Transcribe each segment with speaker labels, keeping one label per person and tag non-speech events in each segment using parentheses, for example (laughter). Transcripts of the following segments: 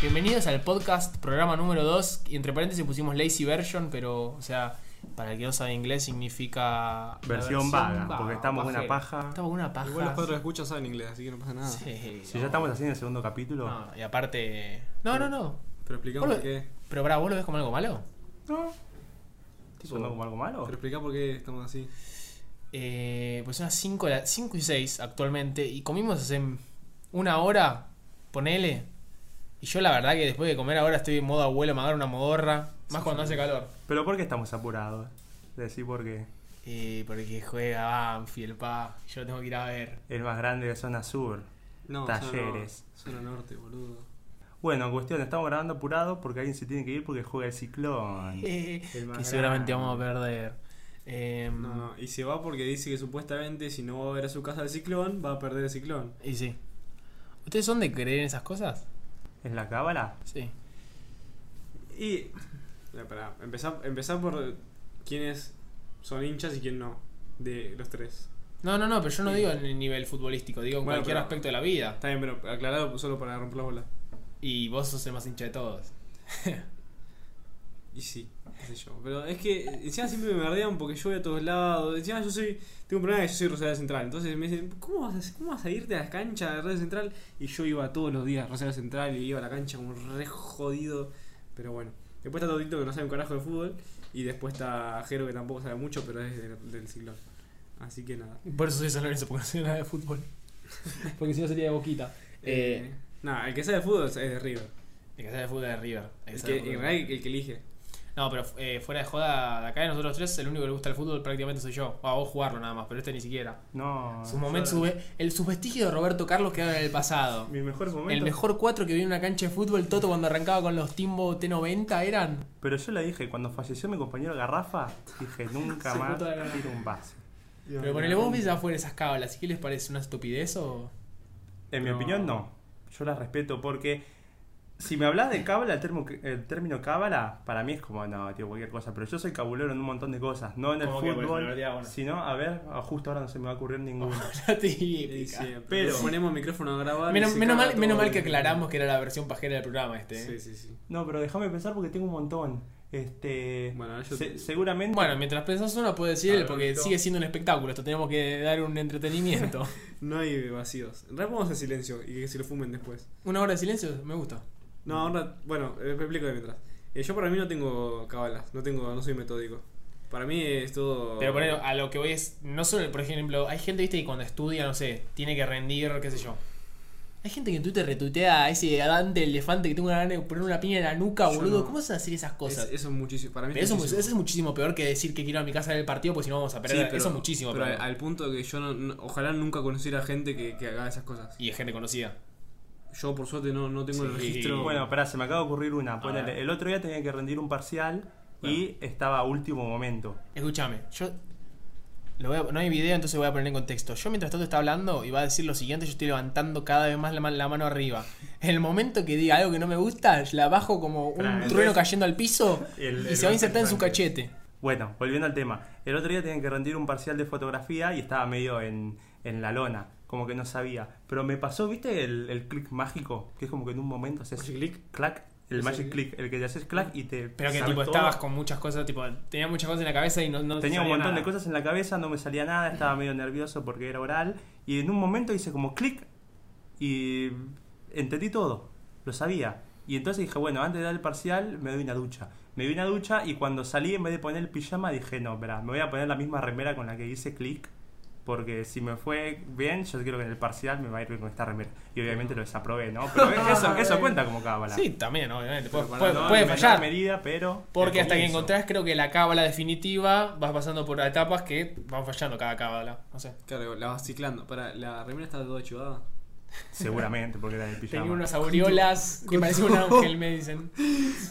Speaker 1: Bienvenidos al podcast, programa número 2. Entre paréntesis pusimos lazy version, pero, o sea, para el que no sabe inglés significa. la
Speaker 2: Versión vaga, porque estamos con una
Speaker 1: pajera.
Speaker 2: paja.
Speaker 1: Estamos con una paja.
Speaker 3: Igual los cuatro que escuchas saben inglés, así que no pasa nada.
Speaker 1: Sí,
Speaker 2: Si
Speaker 1: no.
Speaker 2: ya estamos haciendo el segundo capítulo.
Speaker 1: No, y aparte. No, no, no.
Speaker 3: Pero explica por
Speaker 1: Hola.
Speaker 3: qué.
Speaker 1: Pero, pará, ¿vos lo ves como algo malo?
Speaker 2: No. ¿Sonó como algo malo?
Speaker 3: Pero explica por qué estamos así.
Speaker 1: Eh, pues son las 5 y 6 actualmente y comimos hace una hora, ponele. Y yo la verdad que después de comer ahora estoy en modo abuelo, me agarro una modorra, más cuando hace calor.
Speaker 2: Pero ¿por qué estamos apurados? Decir porque
Speaker 1: Eh, porque juega Banfield, pa, yo tengo que ir a ver.
Speaker 2: es más grande de zona sur.
Speaker 3: No,
Speaker 2: Talleres.
Speaker 3: Zona, no- zona norte, boludo.
Speaker 2: Bueno, cuestión, estamos grabando apurado porque alguien se tiene que ir porque juega el
Speaker 3: Mm.
Speaker 1: (laughs)
Speaker 2: ciclón.
Speaker 1: Eh,
Speaker 2: El más
Speaker 1: que seguramente
Speaker 2: grande.
Speaker 1: vamos a perder. Eh,
Speaker 3: No, no. Y se va porque dice que supuestamente si no va a ver a su casa el ciclón, va a perder el ciclón.
Speaker 1: Y sí. ¿Ustedes son de creer en esas cosas?
Speaker 2: ¿Es la cábala?
Speaker 1: Sí.
Speaker 3: Y. Mira, pará. Empezá, empezá por quiénes son hinchas y quién no. De los tres.
Speaker 1: No, no, no, pero yo no digo en el nivel futbolístico, digo en
Speaker 3: Bueno,
Speaker 1: cualquier
Speaker 3: pero-
Speaker 1: aspecto de la vida.
Speaker 3: Está bien, pero aclarado solo para romper la bola.
Speaker 1: Y vos sos el más hincha de todos.
Speaker 3: Y sí, qué sé yo. Pero es que encima siempre me bardean porque yo voy a todos lados. Encima yo soy. Tengo un problema de que yo soy Rosario Central. Entonces me dicen, ¿cómo vas a, cómo vas a irte a la cancha de Rosario Central? Y yo iba todos los días a Rosario Central y iba a la cancha como re jodido. Pero bueno. Después está Todito que no sabe un carajo de fútbol. Y después está Jero que tampoco sabe mucho, pero es del, del ciclón. Así que nada.
Speaker 1: Por eso soy San Lorenzo, porque no sé nada de fútbol. porque si no sería de boquita.
Speaker 3: Eh, nada, el que sabe de fútbol es de River.
Speaker 1: el que sabe de fútbol es de River. El que sabe de
Speaker 3: El que, en
Speaker 1: fútbol es de
Speaker 3: realidad
Speaker 1: River.
Speaker 3: el que elige.
Speaker 1: No, pero eh, fuera de joda, de acá de nosotros tres, el único que le gusta el fútbol prácticamente soy yo. Va, vos jugarlo nada más, pero este ni siquiera.
Speaker 3: Ah,
Speaker 2: No.
Speaker 1: Su momento, sube, el subvestigio de Roberto Carlos queda en el pasado.
Speaker 2: Mi mejor momento.
Speaker 1: El mejor cuatro que vi en una cancha de fútbol, Toto cuando arrancaba con los Timbo T90 eran.
Speaker 2: Pero yo le dije, cuando falleció mi compañero Garrafa, dije,
Speaker 1: (laughs)
Speaker 2: nunca
Speaker 1: Se
Speaker 2: más
Speaker 1: puto de la-
Speaker 2: tiro un pase.
Speaker 1: Pero ponele vos ves afuera esas cábalas, ¿y qué les parece? ¿Una estupidez o.? (laughs)
Speaker 2: En mi
Speaker 3: No.
Speaker 2: opinión, no. Yo las respeto porque si me hablas de cábala, el, termo- el término cábala para mí es como, no, tío, cualquier cosa. Pero yo soy cabulero en un montón de cosas, no en el
Speaker 3: Como que, por
Speaker 2: fútbol,
Speaker 3: ejemplo, la diagonal.
Speaker 2: sino, a ver, ah, justo ahora no se me va a ocurrir
Speaker 3: (laughs)
Speaker 2: ninguno.
Speaker 1: La
Speaker 3: Y
Speaker 1: típica.
Speaker 3: siempre.
Speaker 2: Pero-
Speaker 3: ponemos micrófono a grabar. y
Speaker 1: Menos,
Speaker 3: se
Speaker 1: menos
Speaker 3: caga
Speaker 1: mal,
Speaker 3: todo
Speaker 1: menos mal
Speaker 3: el-
Speaker 1: que aclaramos que era la versión pajera del programa este. ¿eh?
Speaker 3: Sí, sí, sí.
Speaker 2: No, pero déjame pensar porque tengo un montón. Este,
Speaker 3: Bueno, yo-
Speaker 2: se- seguramente...
Speaker 1: Bueno, mientras pensás uno puede decir
Speaker 3: A
Speaker 1: él,
Speaker 3: ver,
Speaker 1: porque
Speaker 3: listo.
Speaker 1: sigue siendo un espectáculo, esto tenemos que dar un
Speaker 3: (laughs)
Speaker 1: entretenimiento.
Speaker 3: No hay vacíos. Rompamos el silencio y que se lo fumen después.
Speaker 1: Una hora de silencio, me gusta.
Speaker 3: No, ahora, bueno, eh, me explico de mientras. Eh, yo para mí no tengo cabalas, no tengo, no soy metódico. Para mí es todo.
Speaker 1: Pero por ah, ejemplo, a lo que voy es, no solo, por ejemplo, hay gente, viste, que cuando estudia, no sé, tiene que rendir, qué sé yo. Hay gente que en Twitter retuitea a ese Dante elefante que tengo una gana de poner una piña en la nuca,
Speaker 3: Yo
Speaker 1: boludo.
Speaker 3: no.
Speaker 1: ¿Cómo se van a hacer esas
Speaker 3: es-
Speaker 1: cosas?
Speaker 3: eso es muchísimo. Para mí
Speaker 1: Pero eso, es mu-
Speaker 3: muchísimo.
Speaker 1: eso es muchísimo peor que decir que quiero ir a mi casa a ver el partido, porque si no vamos a perder.
Speaker 3: Sí, pero-
Speaker 1: eso es muchísimo
Speaker 3: Pero
Speaker 1: peor.
Speaker 3: al, al punto que yo no, no- ojalá nunca conociera gente que, que haga esas cosas.
Speaker 1: Y es gente conocida.
Speaker 3: Yo por suerte no, no tengo el
Speaker 1: Sí.
Speaker 3: registro.
Speaker 2: Bueno, pará, se me acaba de ocurrir una. Ponele,
Speaker 1: ver.
Speaker 2: el otro día tenía que rendir un parcial y estaba a último momento.
Speaker 1: Escúchame, yo. Lo voy a- no hay video, entonces voy a poner en contexto. Yo mientras Toto está hablando y va a decir lo siguiente, yo estoy levantando cada vez más la, man- la mano arriba. En el momento que diga algo que no me gusta, la bajo como un
Speaker 2: Claro, entonces-
Speaker 1: trueno cayendo al piso
Speaker 2: El-
Speaker 1: y
Speaker 2: el
Speaker 1: se va a insertar en su
Speaker 2: bastante.
Speaker 1: cachete.
Speaker 2: Bueno, volviendo al tema. El otro día tenía que rendir un parcial de fotografía y estaba medio en, en la lona, como que no sabía. Pero me pasó, ¿viste el, el clic mágico? Que es como que en un momento haces
Speaker 3: Magic click.
Speaker 2: clac, el
Speaker 3: Ese
Speaker 2: magic
Speaker 3: click.
Speaker 2: click, el que te haces clac y te.
Speaker 1: Pero que
Speaker 2: sabes
Speaker 1: tipo
Speaker 2: todo.
Speaker 1: estabas con muchas cosas, tipo, tenía muchas cosas en la cabeza y no, no
Speaker 2: Tenía un
Speaker 1: sabía
Speaker 2: montón
Speaker 1: nada.
Speaker 2: de cosas en la cabeza, no me salía nada, estaba medio nervioso porque era oral. Y en un momento hice como clic y entendí todo, lo sabía. Y entonces dije, bueno, antes de dar el parcial me doy una ducha. Me di una ducha y cuando salí en vez de poner el pijama dije, no, verá, me voy a poner la misma remera con la que hice clic. Porque si me fue bien, yo creo que en el parcial me va a ir bien con esta remera. Y obviamente lo desaprobé, ¿no?
Speaker 1: (laughs)
Speaker 2: Pero eso, eso cuenta como cábala.
Speaker 1: Sí, también, obviamente. Puede,
Speaker 3: Pero para
Speaker 1: puede-
Speaker 3: no
Speaker 1: puede
Speaker 2: En menor
Speaker 1: fallar.
Speaker 2: medida, pero...
Speaker 1: Porque
Speaker 2: el
Speaker 1: hasta que
Speaker 2: comienzo.
Speaker 1: encontrás, creo que la cábala definitiva, vas pasando por etapas que van fallando cada cábala. No sé.
Speaker 3: Claro, la vas ciclando. Para, la remera está toda chivada.
Speaker 2: Seguramente, porque era del
Speaker 1: (laughs)
Speaker 2: pijama.
Speaker 1: Tenía unas aureolas que
Speaker 3: con
Speaker 1: parecían un
Speaker 3: tu-
Speaker 1: ángel, me dicen.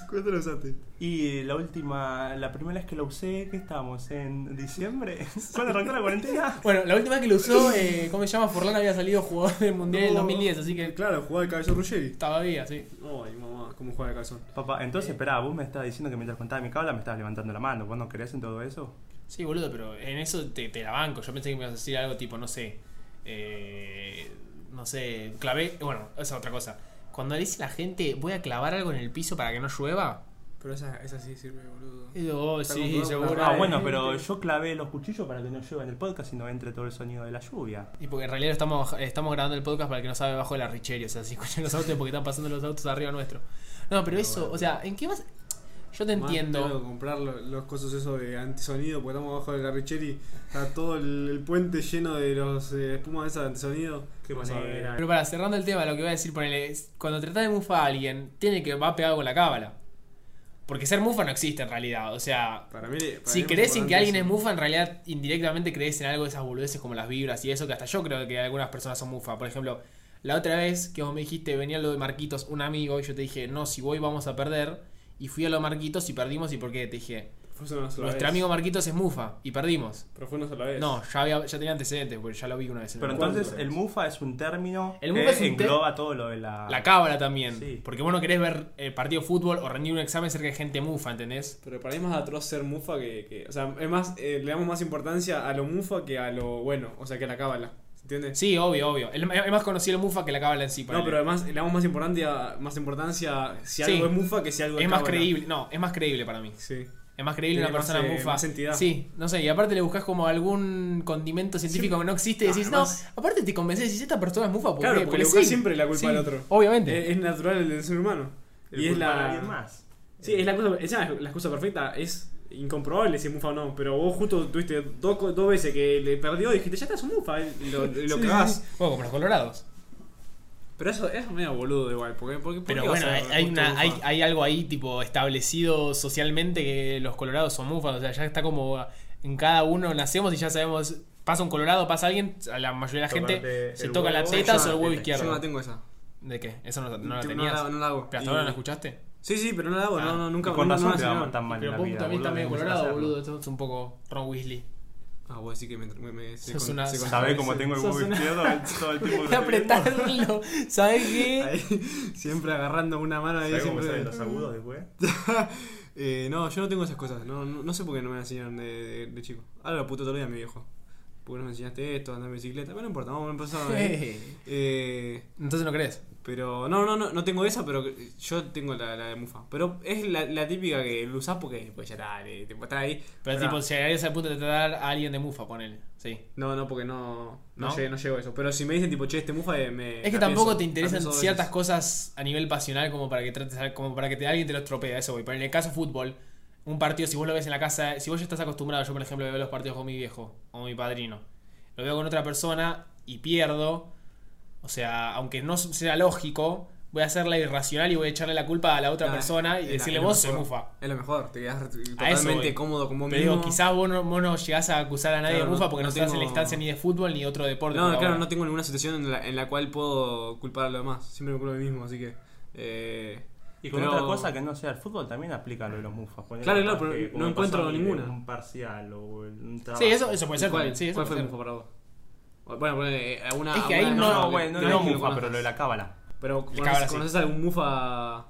Speaker 3: ¿Cuánto lo usaste?
Speaker 2: Y la última, la primera vez que la usé, ¿qué estábamos? ¿En (laughs) diciembre? ¿Cuándo arrancó la cuarentena?
Speaker 1: Bueno, la última vez que lo usó, eh, ¿cómo se llama? Forlán había salido jugador del Mundial en el 2010, así que
Speaker 3: Claro, jugaba el cabello Ruggeri.
Speaker 1: todavía, sí.
Speaker 3: Ay, mamá, cómo juega el calzón.
Speaker 2: Papá, entonces, esperá, vos me estabas diciendo que mientras contaba mi cabla me estabas levantando la mano. ¿Vos no crees en todo eso?
Speaker 1: Sí, boludo, pero en eso te, te la banco. Yo pensé que me ibas a decir algo tipo, no sé. eh, no sé, clavé. Bueno, esa es otra cosa. Cu- Cuando le dice la gente, voy a clavar algo en el piso para que no llueva.
Speaker 3: Pero esa, esa sí sirve, boludo.
Speaker 1: y digo, oh,
Speaker 3: Está
Speaker 1: sí,
Speaker 3: comprobado.
Speaker 1: seguro.
Speaker 2: Ah, bueno, pero yo clavé los cuchillos para que no llueva en el podcast y no entre todo el sonido de la lluvia.
Speaker 1: Y porque en realidad lo estamos, estamos grabando el podcast para el que no sabe bajo de la Richeria, o sea, (laughs) si escuchan los autos porque están pasando los autos arriba nuestro. No, pero eso, o sea, ¿en qué más? Yo te
Speaker 3: Tengo que
Speaker 1: entiendo.
Speaker 3: comprar lo- los cosos esos de antisonido porque estamos abajo del garricheri. Está todo el, el puente lleno de los eh, espumas esas de antisonido. Eh,
Speaker 2: Qué
Speaker 3: Vas a ver.
Speaker 2: manera.
Speaker 1: Pero para cerrando el tema, lo que voy a decir, ponele, es, cuando tratás de mufa a alguien, tiene que va pegado con la cábala. Porque ser mufa no existe en realidad, o sea,
Speaker 3: Para mí, para
Speaker 1: si
Speaker 3: mí
Speaker 1: crees en que alguien es
Speaker 3: importante
Speaker 1: mufa, en realidad indirectamente crees en algo de esas boludeces como las vibras y eso, que hasta yo creo que algunas personas son mufa. Por ejemplo, la otra vez que vos me dijiste, venía lo de Marquitos, un amigo, y yo te dije, no, si voy vamos a perder. Y fui a lo de Marquitos y perdimos, ¿y por qué? Te dije,
Speaker 3: eso. Fue solo una sola
Speaker 1: nuestro
Speaker 3: vez.
Speaker 1: amigo Marquitos es mufa, y perdimos.
Speaker 3: Pero fue una sola vez.
Speaker 1: No, ya, había, ya tenía antecedentes, porque ya lo vi una vez. en el
Speaker 2: Pero
Speaker 1: mundo.
Speaker 2: entonces el mufa es un término
Speaker 1: El
Speaker 2: que
Speaker 1: mufa es un te-
Speaker 2: engloba todo lo de la...
Speaker 1: La cábala también,
Speaker 2: Sí.
Speaker 1: porque vos no querés ver el partido de fútbol o rendir un examen cerca de gente mufa, ¿entendés?
Speaker 3: Pero para mí es más atroz ser mufa que. que- o sea, es más, eh, le damos más importancia a lo mufa que a lo bueno, o sea, que a la cábala. ¿Se entiende?
Speaker 1: Sí, obvio, obvio. El- Es más conocido el mufa que la cábala en sí.
Speaker 3: No,
Speaker 1: ponele.
Speaker 3: pero además le damos más importancia, más importancia si
Speaker 1: Sí.
Speaker 3: algo es mufa que si algo es
Speaker 1: es más
Speaker 3: cábala.
Speaker 1: creíble, no, es más creíble para mí.
Speaker 3: Sí.
Speaker 1: Es más creíble
Speaker 3: Tiene
Speaker 1: una persona
Speaker 3: más, eh,
Speaker 1: mufa.
Speaker 3: más entidad.
Speaker 1: Sí, no sé, y aparte le buscas como algún condimento científico que no existe y decís, no,
Speaker 3: Ah, Además-
Speaker 1: aparte te convences, decís, esta persona es mufa, ¿por
Speaker 3: Claro,
Speaker 1: qué?
Speaker 3: porque le buscas
Speaker 1: sí.
Speaker 3: siempre la culpa
Speaker 1: Sí,
Speaker 3: al otro. Eh,
Speaker 1: Obviamente.
Speaker 3: Es, es natural el del ser humano.
Speaker 2: el
Speaker 3: y es
Speaker 2: culpa de
Speaker 3: la.
Speaker 2: alguien más.
Speaker 3: Sí, es la cosa, esa es la excusa perfecta. Es incomprobable si es mufa o no. Pero vos justo tuviste dos co- dos veces que le perdió y dijiste, ya estás un mufa. eh, Y lo, y lo
Speaker 1: Sí,
Speaker 3: cagás.
Speaker 1: sí, sí. Bueno, como los colorados.
Speaker 3: Pero eso, eso es medio boludo igual. Porque, porque, ¿por
Speaker 1: Pero
Speaker 3: qué
Speaker 1: bueno,
Speaker 3: vas a
Speaker 1: hay,
Speaker 3: ser
Speaker 1: hay
Speaker 3: justo
Speaker 1: una,
Speaker 3: mufa?
Speaker 1: hay, hay algo ahí tipo establecido socialmente que los colorados son mufas, o sea, ya está como en cada uno nacemos y ya sabemos, pasa un colorado, pasa alguien, a la mayoría de la gente
Speaker 2: Tocarte
Speaker 1: se
Speaker 2: el
Speaker 1: toca las
Speaker 2: huevo,
Speaker 1: tetas
Speaker 2: yo-
Speaker 1: o el huevo
Speaker 2: yo
Speaker 1: izquierdo.
Speaker 3: Yo no la tengo esa.
Speaker 1: ¿De qué? Eso no, no la
Speaker 3: Tipo,
Speaker 1: tenías.
Speaker 3: No la, no la hago.
Speaker 1: ¿Pero hasta
Speaker 3: Y-
Speaker 1: ahora no la escuchaste?
Speaker 3: Sí, sí, pero no la hago.
Speaker 1: Ah.
Speaker 3: no, no,
Speaker 2: Y
Speaker 3: nunca
Speaker 2: con
Speaker 3: no-
Speaker 2: razón
Speaker 3: no la
Speaker 2: te vamos
Speaker 3: enseñaron.
Speaker 2: tan mal en
Speaker 1: Pero
Speaker 2: la
Speaker 1: vos
Speaker 2: vida.
Speaker 1: también estás
Speaker 2: boludo,
Speaker 1: medio
Speaker 2: tenés que
Speaker 1: colorado,
Speaker 2: hacerlo.
Speaker 1: boludo. Sos un poco Ron Weasley.
Speaker 3: Ah, vos decís que me. me, me se
Speaker 1: Sos
Speaker 3: con-
Speaker 1: una-
Speaker 3: se
Speaker 2: ¿Sabés cómo tengo
Speaker 3: contradice.
Speaker 2: el
Speaker 1: Sos
Speaker 2: huevo
Speaker 1: una-
Speaker 2: izquierdo todo
Speaker 1: (laughs)
Speaker 2: el tiempo que lo estoy viendo?
Speaker 1: apretarlo. ¿Sabes qué?
Speaker 3: (laughs) Ahí, (laughs) siempre agarrando una mano ahí.
Speaker 2: ¿Sabés cómo
Speaker 3: Siempre...
Speaker 2: salen los agudos después?
Speaker 3: Eh, no, yo no tengo esas cosas. No, no, no sé por qué no me la enseñaron de, de, de chico. Ahora lo puto todo el día, mi viejo. ¿Por qué no me enseñaste esto? Andar en bicicleta. Pero no importa, vamos a empezar.
Speaker 1: (laughs)
Speaker 3: Eh. Eh,
Speaker 1: Entonces no crees.
Speaker 3: pero no, no, no, no tengo esa, pero yo tengo la, la de Mufa. Pero es la, la típica que lo usás porque pues ya está, eh, tipo, está ahí.
Speaker 1: Pero
Speaker 3: Pará.
Speaker 1: tipo, llegarías al punto de tratar a alguien de mufa, ponele. Sí.
Speaker 3: No, no, porque no, no,
Speaker 1: ¿No?
Speaker 3: Llego, no llego a eso. Pero si me dicen tipo, che, este Mufa eh, me...
Speaker 1: Es que
Speaker 3: la
Speaker 1: tampoco
Speaker 3: pienso,
Speaker 1: te
Speaker 3: la
Speaker 1: interesan
Speaker 3: pienso dos
Speaker 1: ciertas
Speaker 3: veces.
Speaker 1: cosas a nivel pasional como para que trates a- como para que te- alguien te lo estropea, eso voy. Pero en el caso fútbol, un partido, si vos lo ves en la casa, si vos ya estás acostumbrado, yo por ejemplo veo los partidos con mi viejo o mi padrino, lo veo con otra persona y pierdo, o sea, aunque no sea lógico, voy a hacerla irracional y voy a echarle la culpa a la otra
Speaker 3: Nah,
Speaker 1: persona y
Speaker 3: es la-
Speaker 1: decirle
Speaker 3: es lo
Speaker 1: vos se
Speaker 3: mejor.
Speaker 1: mufa.
Speaker 3: Es lo mejor, te quedas
Speaker 1: voy.
Speaker 3: totalmente cómodo como
Speaker 1: Pero digo, quizás vos no, vos no llegás a acusar a nadie
Speaker 3: Claro,
Speaker 1: de mufa
Speaker 3: no-
Speaker 1: porque no,
Speaker 3: no
Speaker 1: estás en la
Speaker 3: tengo-
Speaker 1: instancia ni de fútbol ni de otro deporte.
Speaker 3: No,
Speaker 1: por
Speaker 3: claro,
Speaker 1: ahora.
Speaker 3: no tengo ninguna situación en la, en la cual puedo culpar a los demás. Siempre me culpo a mí mismo, así que. eh,
Speaker 2: Y con
Speaker 3: pero-
Speaker 2: otra cosa que no sea el fútbol también aplica lo de los mufas. Ponele
Speaker 3: Claro,
Speaker 2: capaz
Speaker 3: claro, pero
Speaker 2: que como
Speaker 3: no
Speaker 2: me pasó
Speaker 3: encuentro
Speaker 2: a mí de
Speaker 3: ninguna.
Speaker 2: Un parcial o un trabajo.
Speaker 1: Sí, eso, eso puede ser
Speaker 3: ¿Cuál,
Speaker 1: también, sí, eso
Speaker 3: cuál fue
Speaker 1: puede
Speaker 3: el
Speaker 1: ser.
Speaker 3: mufa para vos? Bueno, ponele, eh, alguna.
Speaker 1: Es que
Speaker 3: alguna-
Speaker 1: ahí
Speaker 2: No, no,
Speaker 1: no,
Speaker 2: bueno,
Speaker 1: no,
Speaker 2: no,
Speaker 1: no,
Speaker 2: es
Speaker 1: mufa.
Speaker 2: mufa, pero lo de la cábala.
Speaker 3: Pero
Speaker 1: cábala,
Speaker 3: ¿conoces,
Speaker 1: sí.
Speaker 3: conoces algún mufa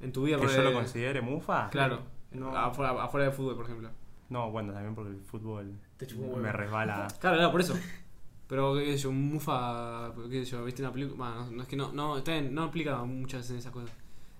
Speaker 3: en tu vida?
Speaker 2: Que yo
Speaker 3: Ponele-
Speaker 2: lo considere mufa.
Speaker 3: Claro.
Speaker 2: No.
Speaker 3: Afuera, afuera del fútbol, por ejemplo.
Speaker 2: No, bueno, también porque el fútbol
Speaker 3: Te chupa un huevo.
Speaker 2: me resbala.
Speaker 3: Claro, claro,
Speaker 2: (laughs)
Speaker 3: por eso. Pero, qué sé yo, un mufa. ¿Qué sé yo? ¿Viste una película? Bueno, no, no es que no. No, está bien, no aplica muchas en esas cosas.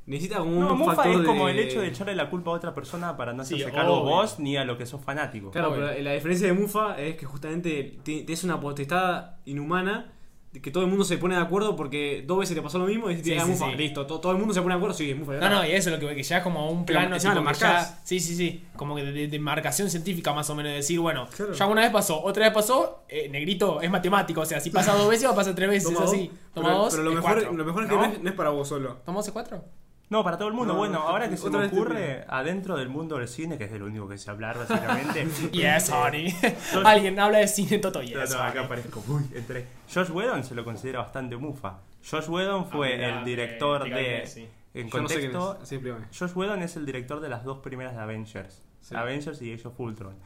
Speaker 3: Necesita como
Speaker 2: No,
Speaker 3: un
Speaker 2: mufa
Speaker 3: factor
Speaker 2: es como el hecho de echarle la culpa a otra persona para no
Speaker 1: Sí,
Speaker 2: hacerse cargo
Speaker 1: obvio.
Speaker 2: vos ni a lo que sos fanático.
Speaker 3: Claro,
Speaker 1: Obvio.
Speaker 3: pero la diferencia de Mufa es que justamente te, te es una potestad inhumana de que todo el mundo se pone de acuerdo porque dos veces te pasó lo mismo y
Speaker 1: Sí,
Speaker 3: dijiste, ah,
Speaker 1: sí,
Speaker 3: Mufa,
Speaker 1: sí.
Speaker 3: listo, to- todo, el mundo se pone de acuerdo, sí, es Mufa.
Speaker 1: No, no, y eso es lo que, que ya es como un
Speaker 3: Pero
Speaker 1: plano.
Speaker 3: encima
Speaker 1: tipo,
Speaker 3: lo
Speaker 1: que ya-
Speaker 3: marcás.
Speaker 1: sí, sí, sí. Como que de, de- de marcación científica, más o menos. de Decir, bueno,
Speaker 3: Claro.
Speaker 1: ya una vez pasó, otra vez pasó, eh, negrito, es matemático. O sea, si pasa dos veces, va a pasar tres veces.
Speaker 3: Toma
Speaker 1: así.
Speaker 3: dos,
Speaker 1: Toma
Speaker 3: pero,
Speaker 1: dos.
Speaker 3: pero lo,
Speaker 1: es
Speaker 3: mejor,
Speaker 1: cuatro,
Speaker 3: lo mejor es que no
Speaker 1: ¿no?
Speaker 3: es, no es para vos solo.
Speaker 1: ¿Toma dos es cuatro?
Speaker 2: No, para todo el mundo.
Speaker 3: No,
Speaker 2: bueno,
Speaker 3: no,
Speaker 2: ahora que se
Speaker 3: otra
Speaker 2: me
Speaker 3: vez te
Speaker 2: ocurre, adentro del mundo del cine, que es de lo único que sé hablar
Speaker 3: (laughs)
Speaker 2: básicamente.
Speaker 1: Yes, honey. (laughs) Alguien habla de cine, Toto. Yes,
Speaker 2: No, no,
Speaker 1: honey.
Speaker 2: acá aparezco. Uy, entré. Josh Whedon se lo considera bastante mufa. Josh Whedon fue
Speaker 1: Ah, mirá,
Speaker 2: el director
Speaker 1: eh,
Speaker 2: de.
Speaker 1: sí.
Speaker 2: En
Speaker 3: Yo no sé quién es,
Speaker 2: contexto,
Speaker 3: así explícame.
Speaker 2: Josh Whedon es el director de las dos primeras de Avengers.
Speaker 3: Sí.
Speaker 2: Avengers y Age of Ultron.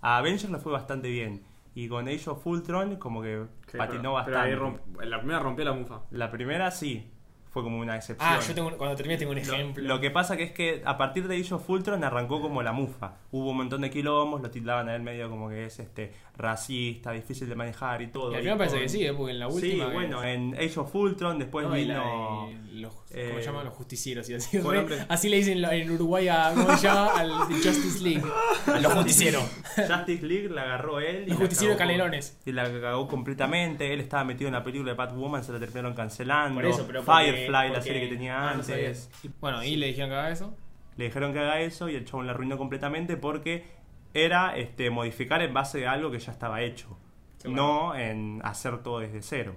Speaker 2: A Avengers le fue bastante bien. Y con Age of Ultron como que
Speaker 3: Sí,
Speaker 2: patinó
Speaker 3: pero- pero
Speaker 2: bastante.
Speaker 3: ahí romp- la primera rompió la Mufa.
Speaker 2: La primera sí. fue como una excepción.
Speaker 1: Ah, yo tengo, un- cuando termine tengo un
Speaker 2: Lo-
Speaker 1: ejemplo.
Speaker 2: Lo, que pasa que es que a partir de ellos Fultron arrancó como la mufa. Hubo un montón de quilombos, lo tildaban a él medio como que es este racista, difícil de manejar y todo.
Speaker 1: Y al
Speaker 2: Y
Speaker 1: final parece
Speaker 2: con-
Speaker 1: que sí, ¿eh? porque en la última.
Speaker 2: sí,
Speaker 1: que-
Speaker 2: bueno, en Age of Ultron después
Speaker 1: No, y la-
Speaker 2: vino...
Speaker 1: y los, ¿Cómo
Speaker 2: eh,
Speaker 1: se llama? Los justicieros. Y así,
Speaker 2: bueno,
Speaker 1: re-
Speaker 2: hombre.
Speaker 1: así le dicen lo- en Uruguay a ¿cómo se llama? al de Justice League. A los justicieros.
Speaker 2: (laughs) Justice League la agarró él.
Speaker 1: Los
Speaker 2: y la
Speaker 1: justicieros
Speaker 2: cagó-
Speaker 1: calelones.
Speaker 2: Y la cagó completamente. Él estaba metido en la película de Batwoman, se la terminaron cancelando.
Speaker 1: Por eso, pero porque-
Speaker 2: Firefly, la
Speaker 1: porque-
Speaker 2: serie que tenía
Speaker 1: Ah, no sabía.
Speaker 2: antes.
Speaker 1: Bueno, y le dijeron que haga eso.
Speaker 2: Le dijeron que haga eso y el chabón la arruinó completamente porque era este, modificar en base a algo que ya estaba hecho.
Speaker 1: Qué
Speaker 2: no en hacer todo desde cero.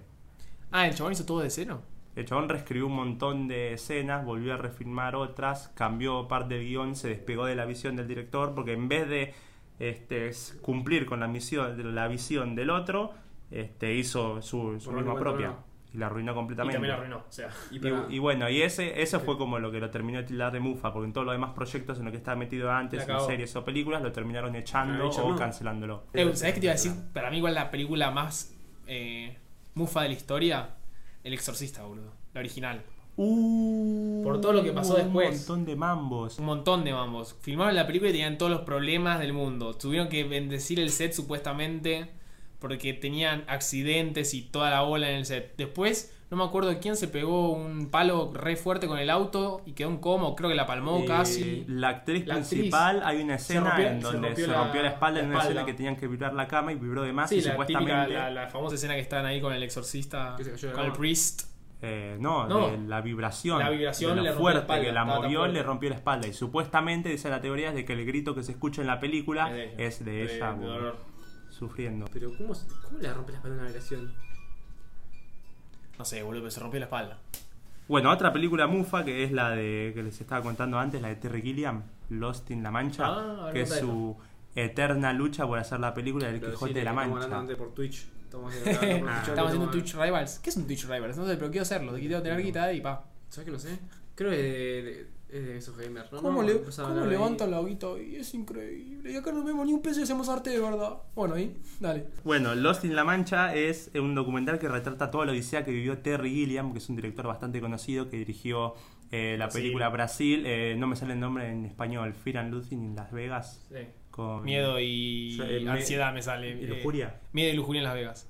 Speaker 1: Ah, el chabón hizo todo de cero.
Speaker 2: El chabón reescribió un montón de escenas, volvió a refilmar otras, cambió parte del guión, se despegó de la visión del director porque en vez de este, s- cumplir con la misión, de la visión del otro, este, hizo su, su
Speaker 3: Por lo
Speaker 2: misma
Speaker 3: que
Speaker 2: propia.
Speaker 3: controló.
Speaker 2: Y la arruinó completamente.
Speaker 1: O sea.
Speaker 3: Y, para-
Speaker 2: Y, y bueno, y ese, eso fue como lo que lo terminó de tildar de mufa, porque en todos los demás proyectos en los que estaba metido
Speaker 1: La
Speaker 2: antes, en
Speaker 1: cagó.
Speaker 2: series o películas, lo terminaron
Speaker 3: Ah,
Speaker 2: echando
Speaker 3: dicho
Speaker 2: o
Speaker 3: no.
Speaker 2: cancelándolo.
Speaker 1: ¿Sabes Eh, qué te iba a decir? Para mí, igual la película más eh, mufa de la historia: El Exorcista, boludo. La original.
Speaker 2: Uh,
Speaker 1: Por todo lo que pasó
Speaker 2: un
Speaker 1: después.
Speaker 2: montón de mambos.
Speaker 1: Un montón de mambos. Filmaron la película y tenían todos los problemas del mundo. Tuvieron que bendecir el set supuestamente porque tenían accidentes y toda la bola en el set. Después, no me acuerdo quién se pegó un palo re fuerte con el auto y quedó en coma, o creo que la palmó
Speaker 2: Eh,
Speaker 1: casi.
Speaker 2: La actriz
Speaker 1: La actriz.
Speaker 2: principal, hay una escena
Speaker 3: rompió-
Speaker 2: en
Speaker 3: se
Speaker 2: donde
Speaker 3: rompió
Speaker 2: se
Speaker 3: la-
Speaker 2: rompió la espalda
Speaker 3: la
Speaker 2: en una escena
Speaker 3: espalda.
Speaker 2: que tenían que vibrar la cama y vibró de más
Speaker 1: sí,
Speaker 2: y
Speaker 1: la,
Speaker 2: supuestamente...
Speaker 1: típica, la, la famosa escena que están ahí con el exorcista,
Speaker 3: Que se cayó de la
Speaker 1: con el
Speaker 3: cama.
Speaker 1: priest.
Speaker 2: Eh, no,
Speaker 1: No.
Speaker 2: de la vibración.
Speaker 1: La vibración
Speaker 2: de lo
Speaker 1: le rompió la
Speaker 2: fuerte
Speaker 1: espalda,
Speaker 2: que la
Speaker 1: estaba tan
Speaker 2: movió
Speaker 1: fuerte.
Speaker 2: le rompió la espalda. Y supuestamente, dice la teoría, es de que el grito que se escucha en la película es de ella
Speaker 1: de
Speaker 2: bueno,
Speaker 1: dolor.
Speaker 2: sufriendo.
Speaker 3: Pero ¿cómo, se- ¿cómo le rompe la espalda a una vibración?
Speaker 1: No sé, boludo, pero se rompió la espalda.
Speaker 3: Ah,
Speaker 2: Bueno, otra película mufa que es la de que les estaba contando antes, la de Terry Gilliam, Lost in La Mancha,
Speaker 1: Ah, a ver,
Speaker 2: que es
Speaker 1: cuenta
Speaker 2: su eterna lucha por hacer la película del
Speaker 3: Pero
Speaker 2: Quijote
Speaker 3: sí,
Speaker 2: de la
Speaker 3: estamos
Speaker 2: Mancha.
Speaker 3: hablando antes por Twitch. Estamos,
Speaker 1: (laughs) Ah, Estamos haciendo Twitch
Speaker 3: eh.
Speaker 1: Rivals. ¿Qué es un Twitch Rivals? No sé, pero quiero hacerlo. Quiero tener guita y pa.
Speaker 3: ¿Sabes que no sé? Creo que es de, de- es de esos gamers. No,
Speaker 1: ¿Cómo,
Speaker 3: no,
Speaker 1: le,
Speaker 3: empezaba a
Speaker 1: cómo
Speaker 3: hablar de-
Speaker 1: levantan la guita y es increíble? Y acá no vemos ni un peso y hacemos arte de verdad. Bueno, ahí, dale.
Speaker 2: Bueno, Lost in La Mancha es eh, un documental que retrata toda la odisea que vivió Terry Gilliam, que es un director bastante conocido que dirigió eh, la
Speaker 1: Brasil.
Speaker 2: película Brasil, eh, no me sale el nombre en español, Fear and Lucy in Las Vegas. Con
Speaker 1: Miedo y
Speaker 2: Sí, el eh, me-
Speaker 1: ansiedad me sale.
Speaker 2: y
Speaker 1: eh,
Speaker 2: lujuria.
Speaker 1: miedo y lujuria en Las Vegas.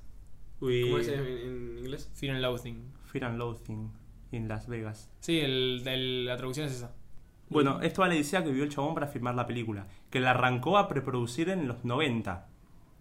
Speaker 2: Y-
Speaker 3: ¿Cómo es en, en inglés?
Speaker 1: Fear and Loathing.
Speaker 2: Fear and Loathing in Las Vegas.
Speaker 1: Sí, el, el- la traducción es esa.
Speaker 2: Bueno, esto va la idea que vivió el chabón para filmar la película, que la arrancó a preproducir en los 90.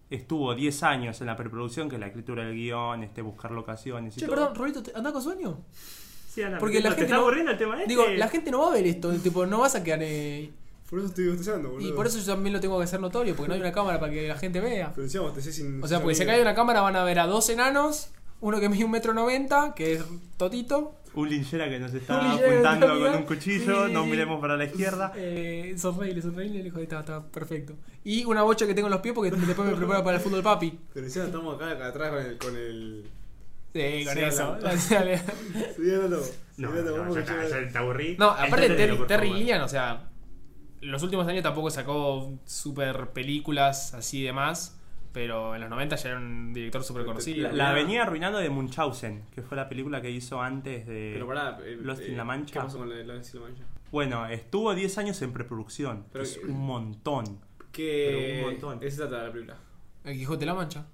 Speaker 2: Estuvo 10 años en la preproducción, que es la escritura del guión, este, buscar locaciones y
Speaker 1: Che,
Speaker 2: todo.
Speaker 1: perdón, Roberto, ¿te- ¿andás con sueño?
Speaker 2: Sí, Ana,
Speaker 1: Porque la
Speaker 2: ¿te
Speaker 1: gente
Speaker 2: está
Speaker 1: no-
Speaker 2: aburriendo el tema este?
Speaker 1: Digo, la gente no va a ver esto. Tipo, no vas a quedar. eh,
Speaker 3: Por eso estoy bostezando,
Speaker 1: y por eso yo también lo tengo que hacer notorio, porque no hay una cámara para que la gente vea.
Speaker 3: Pero encima bostecé sin.
Speaker 1: O sea, porque si acá hay una cámara van a ver a dos enanos, uno que mide un metro noventa, que es Totito.
Speaker 2: Un linchera que nos está
Speaker 1: Un linchera que nos está
Speaker 2: apuntando con
Speaker 1: mirando.
Speaker 2: un cuchillo,
Speaker 1: Sí,
Speaker 2: no
Speaker 1: sí.
Speaker 2: miremos para la izquierda.
Speaker 1: Eh, sonreíle, sonreíle, le dijo, está, está perfecto. Y una bocha que tengo en los pies porque después me preparo para el fútbol papi.
Speaker 3: Pero encima estamos acá, acá atrás con el. Con el...
Speaker 1: Sí, con
Speaker 3: Sí,
Speaker 1: eso.
Speaker 3: hablando.
Speaker 1: (laughs) Dale.
Speaker 3: Sí, dándolo.
Speaker 2: No, no, no, ya está, ya te aburrí.
Speaker 1: no, aparte
Speaker 2: Entretelo,
Speaker 1: Terry,
Speaker 2: por
Speaker 1: Terry
Speaker 2: favor.
Speaker 1: Gillian, o sea, los últimos años tampoco sacó super películas así de más, pero en los 90 ya era un director súper conocido.
Speaker 2: La, la venía arruinando de Munchausen, que fue la película que hizo antes de...
Speaker 3: Pero pará. eh,
Speaker 2: Lost in
Speaker 3: eh,
Speaker 2: La Mancha.
Speaker 3: ¿Qué pasó con la- Lost in La Mancha?
Speaker 2: Bueno, estuvo 10 años en preproducción, que
Speaker 3: Pero
Speaker 2: es
Speaker 3: que-
Speaker 2: un montón.
Speaker 3: Que.
Speaker 2: Pero un montón.
Speaker 3: Esa trata la película.
Speaker 1: El Quijote de la Mancha.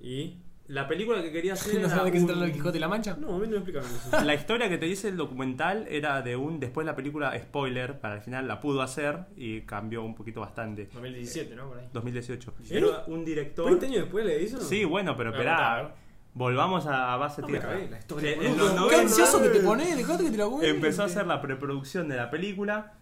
Speaker 3: ¿Y?
Speaker 2: La película que
Speaker 1: (laughs)
Speaker 2: quería hacer
Speaker 1: ¿No sabes de qué se trata el Quijote de la Mancha?
Speaker 3: No, a mí no me explicaron
Speaker 2: (laughs)
Speaker 3: eso.
Speaker 2: La historia que te dice el documental era de un. Después la película, spoiler, para el final la pudo hacer y cambió un poquito bastante.
Speaker 1: 2017, ¿no? Por ahí.
Speaker 2: 2018.
Speaker 3: ¿Eh?
Speaker 2: Era un director.
Speaker 3: 20 años después le hizo?
Speaker 2: Sí, bueno, pero
Speaker 1: Ah,
Speaker 2: esperá.
Speaker 1: está.
Speaker 2: Volvamos a base
Speaker 3: No me
Speaker 2: tierra.
Speaker 3: cagué, la historia,
Speaker 2: Eh,
Speaker 3: boludo.
Speaker 2: en los
Speaker 1: Qué
Speaker 2: 90
Speaker 1: ansioso que te pones, dejate que te la cuente.
Speaker 2: empezó a hacer la preproducción de la película